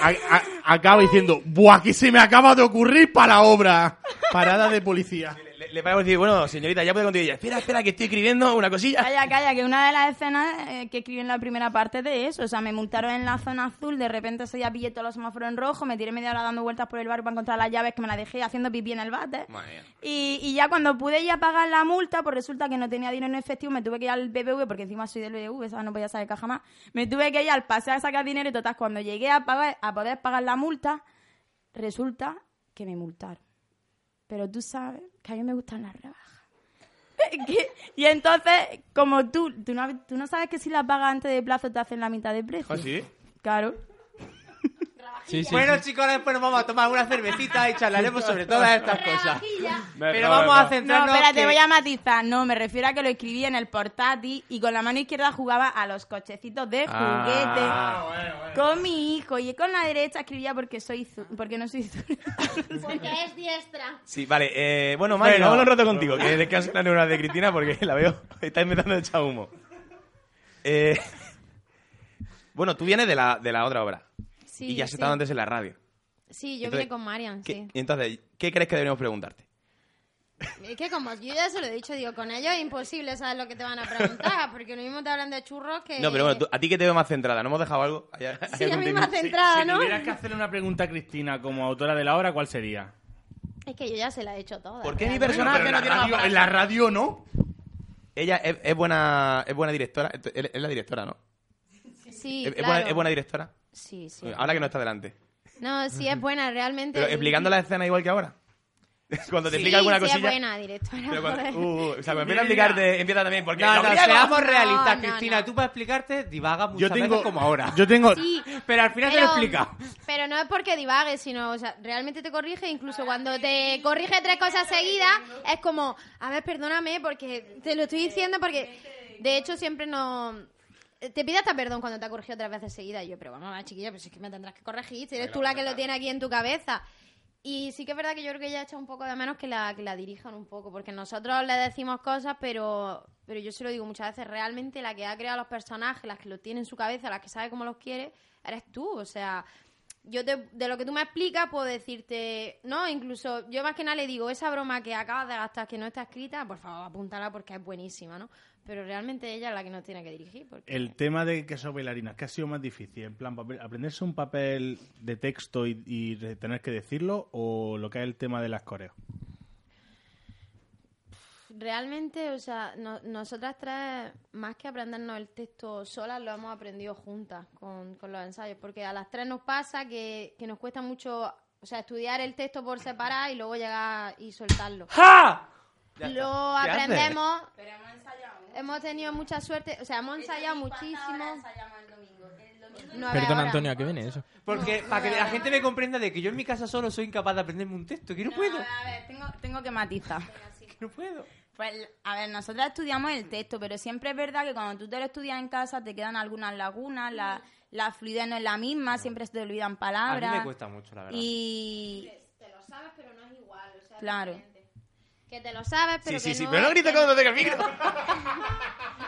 Speaker 2: a- a- acaba diciendo, ¡buah, que se me acaba de ocurrir para la obra! Parada de policía.
Speaker 3: Le, le paramos y dice, bueno, señorita, ya puede contigo. Y ella, espera, espera, que estoy escribiendo una cosilla.
Speaker 10: Calla, calla, que una de las escenas eh, que escribí en la primera parte de eso, o sea, me multaron en la zona azul, de repente se ya pillé todos los semáforos en rojo, me tiré media hora dando vueltas por el barrio para encontrar las llaves que me las dejé haciendo pipí en el bate. Y, y ya cuando pude ya pagar la multa, pues resulta que no tenía dinero en efectivo, me tuve que ir al BBV, porque encima soy del BBV, ¿sabes? no podía salir de caja más. Me tuve que ir al paseo a sacar dinero y total, cuando llegué a, pagar, a poder pagar la multa, resulta que me multaron. Pero tú sabes que a mí me gustan las rebajas. Que- y entonces, como tú, tú no, tú no sabes que si la pagas antes de plazo te hacen la mitad de precio.
Speaker 3: ¿Ah, sí?
Speaker 10: Claro.
Speaker 1: bueno, chicos, ahora después nos vamos a tomar una cervecita y charlaremos sobre todas estas cosas.
Speaker 10: Me
Speaker 1: Pero
Speaker 10: acabo de
Speaker 1: vamos a
Speaker 10: dar.
Speaker 1: centrarnos.
Speaker 10: No, espérate,
Speaker 1: que-
Speaker 10: voy a matizar. No, me refiero a que lo escribí en el portátil y con la mano izquierda jugaba a los cochecitos de juguete
Speaker 7: Ah, bueno,
Speaker 10: con mi hijo y con la derecha escribía porque soy zu- porque no soy zurda.
Speaker 11: Porque es diestra.
Speaker 3: Sí, vale. eh, bueno, Mari,
Speaker 1: Bueno.
Speaker 3: vamos a hablar un rato contigo. Que descanse la neurona de Cristina porque la veo. Está inventando el chahumo. Eh, bueno, tú vienes de la, de la otra obra.
Speaker 11: Sí,
Speaker 3: y ya has
Speaker 11: sí.
Speaker 3: estado antes en la radio.
Speaker 11: Sí, yo
Speaker 3: Entonces,
Speaker 11: vine con Marian,
Speaker 3: ¿Qué-
Speaker 11: sí.
Speaker 3: Entonces, ¿qué crees que deberíamos preguntarte?
Speaker 11: Es que como yo ya se lo he dicho, digo, con ellos es imposible saber lo que te van a preguntar, porque lo mismo te hablan de churros que...
Speaker 3: No, pero bueno, tú- a ti que te veo más centrada. ¿No hemos dejado algo? ¿Hay- hay
Speaker 11: Eh, Sí, a
Speaker 3: algún
Speaker 11: mí
Speaker 3: tip?
Speaker 11: me ha centrado,
Speaker 5: Si
Speaker 11: ¿no?
Speaker 5: tuvieras que hacerle una pregunta a Cristina como autora de la obra, ¿cuál sería?
Speaker 11: Es que yo ya se la he hecho toda.
Speaker 3: ¿Por qué mi
Speaker 11: realmente.
Speaker 3: personaje no tiene más frase?
Speaker 5: radio no.
Speaker 3: Ella es, es buena, es buena directora. Es, es la directora, ¿no?
Speaker 11: Sí,
Speaker 3: es, es
Speaker 11: claro.
Speaker 3: buena, es buena directora.
Speaker 11: Sí, sí.
Speaker 3: Ahora que no está delante.
Speaker 11: No, sí es buena, realmente.
Speaker 3: Pero explicando la escena igual que ahora. Cuando te
Speaker 11: Sí,
Speaker 3: explica alguna
Speaker 11: sí
Speaker 3: cosilla.
Speaker 11: es buena, directora.
Speaker 3: Pero cuando-
Speaker 11: joder.
Speaker 3: uh, uh, o sea, cuando
Speaker 1: Mira,
Speaker 3: empieza a explicarte, empieza también porque
Speaker 1: No,
Speaker 3: los
Speaker 1: no,
Speaker 3: griegos-
Speaker 1: seamos
Speaker 11: No,
Speaker 1: realistas,
Speaker 11: no,
Speaker 1: Cristina. Tú para explicarte divagas muchas
Speaker 2: Yo tengo.
Speaker 1: veces como ahora.
Speaker 2: Yo tengo.
Speaker 3: Uh.
Speaker 11: Sí,
Speaker 1: Pero al final te lo explica.
Speaker 11: Pero no es porque divagues, sino, o sea, realmente te corrige. Incluso cuando te corrige tres cosas seguidas, es como, a ver, perdóname, porque te lo estoy diciendo, porque de hecho siempre no. Te pide hasta perdón cuando te ha corregido tres veces seguidas. Y yo, pero vamos, a ver, chiquilla, pues es que me tendrás que corregir. Si eres tú la que lo tiene aquí en tu cabeza. Y sí que es verdad que yo creo que ella echa un poco de menos que la, que la dirijan un poco, porque nosotros le decimos cosas, pero, pero yo se lo digo muchas veces, realmente la que ha creado los personajes, las que los tiene en su cabeza, las que sabe cómo los quiere, eres tú. O sea, yo te- de lo que tú me explicas puedo decirte, no, incluso yo más que nada le digo, esa broma que acabas de gastar que no está escrita, por favor, apúntala porque es buenísima, ¿no? Pero realmente ella es la que nos tiene que dirigir.
Speaker 1: Eh,
Speaker 11: Porque...
Speaker 2: El tema de que sos bailarina, que ha sido más difícil? En plan, papel- aprenderse un papel de texto y, y de tener que decirlo, o lo que es el tema de las coreos.
Speaker 11: Realmente, o sea, no- nosotras tres, más que aprendernos el texto solas, lo hemos aprendido juntas con, con los ensayos, porque a las tres nos pasa que, que nos cuesta mucho, o sea, estudiar el texto por separado y luego llegar y soltarlo.
Speaker 1: ¡Ja! Ya está.
Speaker 11: Lo
Speaker 1: ¿Qué haces?
Speaker 11: aprendemos. hemos tenido mucha suerte, o sea, hemos ensayado muchísimo. Nueve
Speaker 5: Perdona,
Speaker 11: horas.
Speaker 5: Antonio, ¿a qué viene eso?
Speaker 1: Porque para que la gente me comprenda de que yo en mi casa solo soy incapaz de aprenderme un texto, que no, puedo.
Speaker 10: A ver, tengo, tengo que matizar.
Speaker 1: No puedo.
Speaker 10: Pues, a ver, nosotras estudiamos el texto, pero siempre es verdad que cuando tú te lo estudias en casa te quedan algunas lagunas, la, la fluidez no es la misma, siempre se te olvidan
Speaker 1: A
Speaker 10: palabras.
Speaker 1: mí me cuesta mucho, la verdad.
Speaker 10: Y
Speaker 11: Te lo sabes, pero no es igual, o sea,
Speaker 10: claro,
Speaker 11: que te lo sabes, pero
Speaker 3: Sí, sí,
Speaker 11: que
Speaker 3: sí,
Speaker 11: no
Speaker 3: pero no
Speaker 11: es-
Speaker 3: grites cuando te toque el micro.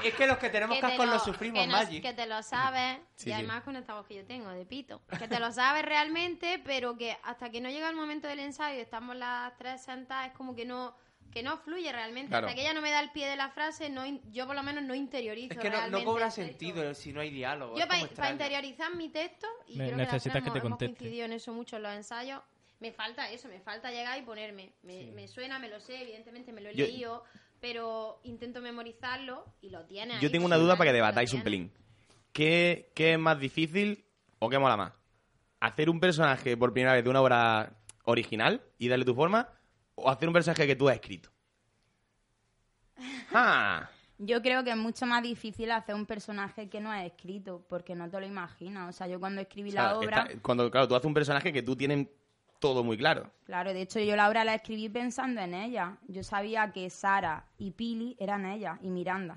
Speaker 1: Es que los que tenemos
Speaker 11: que te
Speaker 1: cascos
Speaker 11: lo-
Speaker 1: los sufrimos,
Speaker 11: que nos-
Speaker 1: Maggi.
Speaker 11: que te lo sabes,
Speaker 1: Sí, sí.
Speaker 11: y además con esta voz que yo tengo, de pito. Que te lo sabes realmente, pero que hasta que no llega el momento del ensayo y estamos las tres sentadas, es como que no que no fluye realmente.
Speaker 3: Claro.
Speaker 11: Hasta que ella no me da el pie de la frase, no in- yo por lo menos no interiorizo.
Speaker 1: Es que no,
Speaker 11: realmente
Speaker 1: no cobra
Speaker 11: el texto.
Speaker 1: sentido si no hay diálogo.
Speaker 11: Yo
Speaker 1: es como
Speaker 11: para
Speaker 1: extraño.
Speaker 11: interiorizar mi texto, y
Speaker 5: Ne-
Speaker 11: creo que las
Speaker 5: necesitas
Speaker 11: tres
Speaker 5: que te
Speaker 11: hemos- hemos
Speaker 5: conteste.
Speaker 11: coincidido en eso mucho en los ensayos, me falta eso, me falta llegar y ponerme. Me, me suena, me lo sé, evidentemente me lo he
Speaker 3: Yo-
Speaker 11: leído, pero intento memorizarlo y lo tienes. ahí,
Speaker 3: Yo tengo una duda para que
Speaker 11: lo
Speaker 3: debatáis un
Speaker 11: tienes.
Speaker 3: pelín. ¿Qué, ¿Qué es más difícil o qué mola más? ¿Hacer un personaje por primera vez de una obra original y darle tu forma? ¿O hacer un personaje que tú has escrito? ¡Ah!
Speaker 10: yo creo que es mucho más difícil hacer un personaje que no es escrito, porque no te lo imaginas. O sea, yo cuando escribí
Speaker 3: O sea,
Speaker 10: la obra...
Speaker 3: está- cuando, claro, tú haces un personaje que tú tienes todo muy claro.
Speaker 10: Claro, de hecho yo la obra la escribí pensando en ella. Yo sabía que Sara y Pili eran ella y Miranda.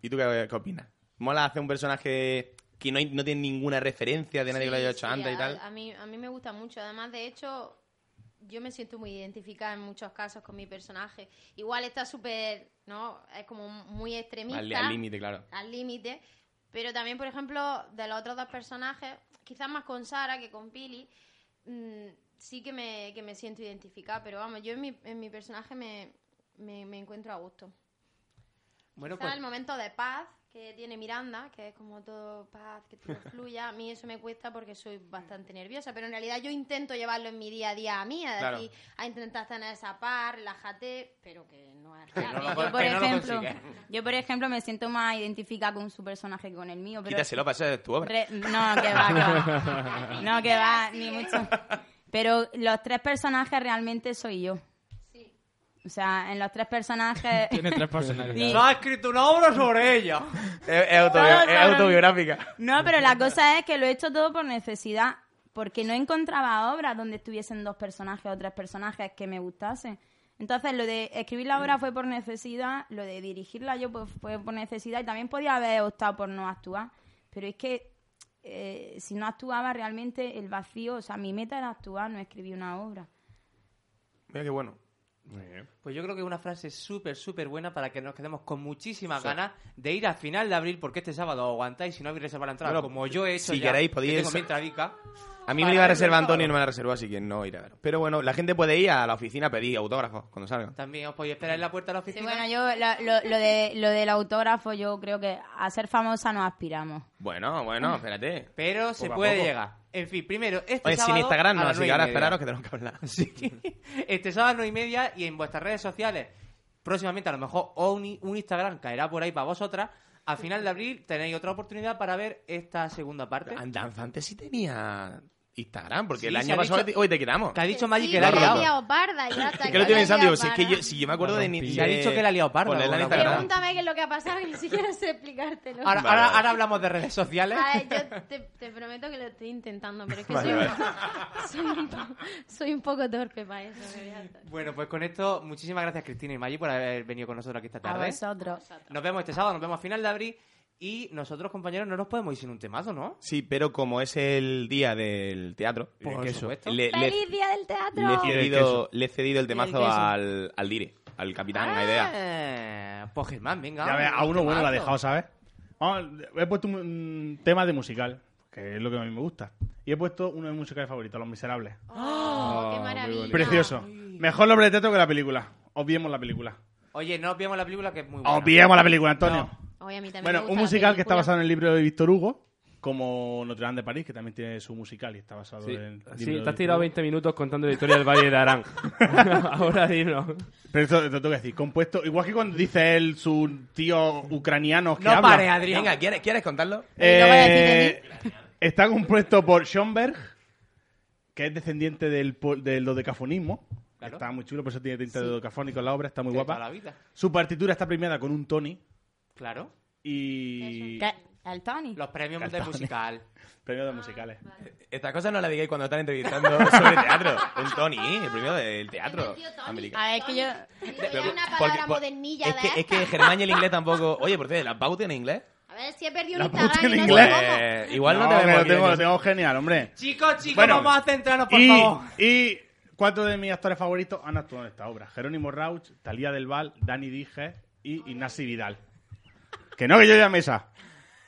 Speaker 3: ¿Y tú qué, qué opinas? ¿Mola hacer un personaje que no, hay- no tiene ninguna referencia de nadie que lo haya
Speaker 11: Sí,
Speaker 3: hecho
Speaker 11: sí,
Speaker 3: antes y
Speaker 11: a-
Speaker 3: tal?
Speaker 11: A mí, a mí me gusta mucho. Además, de hecho, yo me siento muy identificada en muchos casos con mi personaje. Igual está súper, ¿no? Es como muy extremista.
Speaker 3: Al- al límite, claro.
Speaker 11: Al límite. Pero también, por ejemplo, de los otros dos personajes, quizás más con Sara que con Pili, mm, sí que me, que me siento identificada. Pero vamos, yo en mi, en mi personaje me, me, me encuentro a gusto.
Speaker 1: Bueno,
Speaker 11: Quizá
Speaker 1: pues
Speaker 11: el momento de paz que tiene Miranda, que es como todo paz, que todo fluya. A mí eso me cuesta porque soy bastante nerviosa, pero en realidad yo intento llevarlo en mi día a día a mí, a,
Speaker 3: Claro.
Speaker 11: decir, a intentar tener esa paz, relájate, pero que no es
Speaker 1: no lo
Speaker 11: real.
Speaker 1: con-
Speaker 10: Yo, por
Speaker 1: que no lo
Speaker 10: ejemplo,
Speaker 1: consigue.
Speaker 10: yo, por ejemplo, me siento más identificada con su personaje que con el mío. Pero
Speaker 3: Quítaselo, para eso es tu obra.
Speaker 10: Re- no, que va, que va. No, que va, ni mucho. Pero los tres personajes realmente soy yo. O sea, en los tres personajes...
Speaker 1: Tiene tres personajes.
Speaker 10: Sí.
Speaker 1: No ha escrito una obra sobre ella.
Speaker 3: Es, es autobio-
Speaker 10: Claro,
Speaker 3: es
Speaker 10: claro.
Speaker 3: autobiográfica.
Speaker 10: No, pero la cosa es que lo he hecho todo por necesidad, porque no encontraba obras donde estuviesen dos personajes o tres personajes que me gustasen. Entonces, lo de escribir la obra fue por necesidad, lo de dirigirla yo pues, fue por necesidad y también podía haber optado por no actuar, pero es que eh, si no actuaba realmente el vacío, o sea, mi meta era actuar, no escribir una obra.
Speaker 3: Mira qué bueno.
Speaker 1: Pues yo creo que es una frase súper, súper buena para que nos quedemos con muchísimas
Speaker 3: Sí.
Speaker 1: ganas de ir a final de abril, porque este sábado aguantáis si no habéis reservado la entrada,
Speaker 3: Bueno,
Speaker 1: como yo he hecho.
Speaker 3: si
Speaker 1: ya,
Speaker 3: queréis,
Speaker 1: que
Speaker 3: podéis-
Speaker 1: Tengo mi entradica.
Speaker 3: A mí me
Speaker 1: Para
Speaker 3: la iba a
Speaker 1: el
Speaker 3: reservar
Speaker 1: sábado.
Speaker 3: Antonio y no me la reservó, así que no iré a verlo. Pero bueno, la gente puede ir a la oficina a pedir autógrafos cuando salgan.
Speaker 1: También os podéis esperar en la puerta de la oficina.
Speaker 10: Bueno, yo la- lo, lo de, lo del autógrafo, yo creo que a ser famosa nos aspiramos.
Speaker 3: Bueno, bueno, espérate.
Speaker 1: Pero se
Speaker 3: Poco a
Speaker 1: puede
Speaker 3: poco.
Speaker 1: llegar. En fin, primero, este
Speaker 3: Oye, sin
Speaker 1: sábado
Speaker 3: Instagram
Speaker 1: a
Speaker 3: no,
Speaker 1: las
Speaker 3: así
Speaker 1: nueve y
Speaker 3: que ahora
Speaker 1: media.
Speaker 3: esperaros que tenemos que hablar.
Speaker 1: Este sábado a las 9 y media y en vuestras redes sociales, próximamente a lo mejor o un, i- un Instagram caerá por ahí para vosotras. A final de abril tenéis otra oportunidad para ver esta segunda parte.
Speaker 3: Danzante sí tenía Instagram, porque
Speaker 1: Sí,
Speaker 3: el
Speaker 1: se
Speaker 3: año
Speaker 1: ha
Speaker 3: pasado
Speaker 1: dicho-
Speaker 3: hoy te quitamos.
Speaker 1: Que ha dicho Magic
Speaker 11: Sí,
Speaker 1: que la ha
Speaker 11: porque
Speaker 1: liado.
Speaker 11: liado parda, ya está,
Speaker 3: Es que
Speaker 11: que
Speaker 3: lo estoy
Speaker 11: la
Speaker 3: pensando, digo,
Speaker 11: liado
Speaker 3: si es que
Speaker 11: parda.
Speaker 3: yo, si yo me acuerdo de ni.
Speaker 1: Se ha dicho que la ha liado parda,
Speaker 3: Ponerla en
Speaker 1: bueno,
Speaker 3: Instagram.
Speaker 11: Pregúntame qué es lo que ha pasado, que ni siquiera sé explicártelo.
Speaker 1: Ahora,
Speaker 3: Vale,
Speaker 1: ahora-
Speaker 3: vale.
Speaker 1: ahora hablamos de redes sociales.
Speaker 11: Ay, yo te, te prometo que lo estoy intentando, pero es que
Speaker 1: Vale,
Speaker 11: soy, un-
Speaker 1: vale.
Speaker 11: soy un po- soy un poco torpe para eso. me voy a hartar.
Speaker 1: Bueno, pues con esto, muchísimas gracias Cristina y Maggi por haber venido con nosotros aquí esta
Speaker 10: A
Speaker 1: tarde.
Speaker 10: vosotros.
Speaker 1: Nos vemos este sábado, nos vemos a final de abril. Y nosotros, compañeros, no nos podemos ir sin un temazo, ¿no?
Speaker 3: Sí, pero como es el día del teatro,
Speaker 1: Por
Speaker 3: el queso,
Speaker 1: supuesto.
Speaker 3: le, le-
Speaker 11: ¡Feliz día del
Speaker 3: le he
Speaker 11: teatro!
Speaker 3: cedido, le he cedido el temazo
Speaker 1: queso.
Speaker 3: al, al Dire, al capitán,
Speaker 11: Ah.
Speaker 3: la idea.
Speaker 1: idea. Pues Germán, venga.
Speaker 2: Ya ves, a
Speaker 1: un
Speaker 2: uno bueno lo ha
Speaker 1: temazo.
Speaker 2: dejado, ¿sabes? Vamos, he puesto un, un tema de musical, que es lo que a mí me gusta. Y he puesto uno de mis musicales favoritos, Los Miserables.
Speaker 11: Oh, qué maravilla!
Speaker 2: Precioso. Mejor obra de teatro que la película. Obviemos la película.
Speaker 1: Oye, no obviemos la película que es
Speaker 2: Ah,
Speaker 1: muy buena.
Speaker 2: Obviemos la película, Antonio.
Speaker 11: Oye, a mí también me
Speaker 2: Bueno,
Speaker 11: gusta
Speaker 2: un
Speaker 11: la
Speaker 2: musical que está
Speaker 11: película.
Speaker 2: basado en el libro de Víctor Hugo, como Notre Dame de París, que también tiene su musical y está basado
Speaker 4: Sí,
Speaker 2: en el libro de
Speaker 4: sí, te
Speaker 2: Víctor
Speaker 4: has tirado
Speaker 2: Hugo.
Speaker 4: 20 minutos contando la historia del Valle de Arán. Ahora dinos.
Speaker 2: Pero esto te lo tengo que decir, compuesto, igual que cuando dice él su tío ucraniano que
Speaker 1: No
Speaker 2: habla.
Speaker 1: pare, Adrián.
Speaker 3: Venga, ¿quieres, ¿quieres contarlo?
Speaker 2: Eh,
Speaker 11: Lo voy a decir
Speaker 2: está compuesto por Schoenberg, que es descendiente del, po- del dodecafonismo.
Speaker 1: Claro.
Speaker 2: Está muy chulo, por eso tiene tinta de dodecafónico en la obra, está muy
Speaker 1: De toda la
Speaker 2: guapa.
Speaker 1: vida.
Speaker 2: Su partitura está premiada con un Tony
Speaker 1: Claro.
Speaker 2: y
Speaker 10: ¿Qué? ¿El Tony?
Speaker 1: Los premios de
Speaker 2: Cartones.
Speaker 1: musical.
Speaker 2: premios de musicales.
Speaker 3: Estas cosas no las digáis cuando están entrevistando sobre teatro. Un Tony, el primero del teatro
Speaker 11: Tío Tony.
Speaker 3: americano.
Speaker 10: A ver, es que yo...
Speaker 11: Digo, ya
Speaker 3: Pero-
Speaker 11: una palabra
Speaker 3: porque- por-
Speaker 11: modernilla ¿eh?
Speaker 3: es
Speaker 11: de
Speaker 3: que, es que
Speaker 11: estas.
Speaker 3: Germán y el inglés tampoco. Oye, por cierto, ¿la pauta en inglés? Pues,
Speaker 11: A ver si he perdido
Speaker 2: La
Speaker 11: un Instagram
Speaker 2: puta
Speaker 11: y
Speaker 2: en
Speaker 11: no
Speaker 2: inglés.
Speaker 11: sé cómo.
Speaker 3: Igual no, te
Speaker 2: pero
Speaker 3: vemos.
Speaker 2: lo tengo,
Speaker 3: bien.
Speaker 2: lo tengo genial, hombre.
Speaker 1: Chicos, chicos,
Speaker 2: Bueno.
Speaker 1: vamos a centrarnos, por
Speaker 2: y,
Speaker 1: favor.
Speaker 2: y cuatro de mis actores favoritos han actuado en esta obra. Jerónimo Rauch, Talía del Val, Dani Dije y Ignasi Vidal. Que no, que yo ya mesa.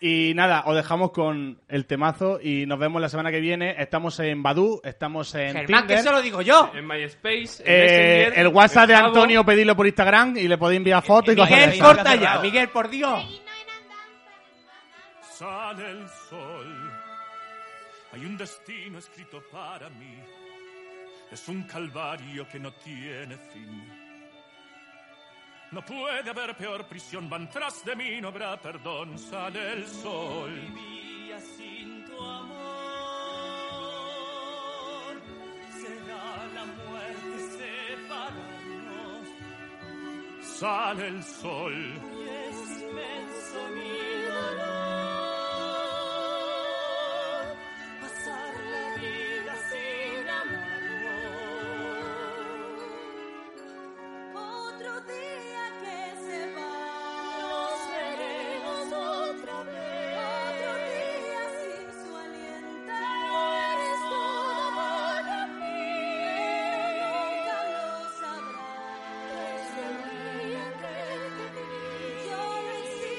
Speaker 2: Y nada, os dejamos con el temazo y nos vemos la semana que viene. Estamos en Badu, estamos en
Speaker 1: Germán, que
Speaker 2: Tinder.
Speaker 1: eso lo digo yo.
Speaker 4: En MySpace, en
Speaker 2: Eh,
Speaker 4: Messenger,
Speaker 2: el WhatsApp de
Speaker 4: en Jabo.
Speaker 2: Antonio, pedidlo por Instagram y le podéis enviar fotos y cosas.
Speaker 1: Miguel,
Speaker 2: así.
Speaker 1: corta ya. Miguel, por Dios.
Speaker 12: Sale el sol. Hay un destino escrito para mí. Es un calvario que no tiene fin. No puede haber peor prisión. Van tras de mí, no habrá perdón. Sale el sol. Vivía sin tu amor. Será la muerte separarnos. Sale el sol. Pasar la vida sin
Speaker 7: Otro día que se va, nos veremos otra vez. Otro día sin su aliento. No eres todo para mí. Nunca lo sabrás. Desde el día en que te vi,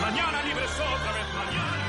Speaker 12: Mañana libres otra vez, mañana.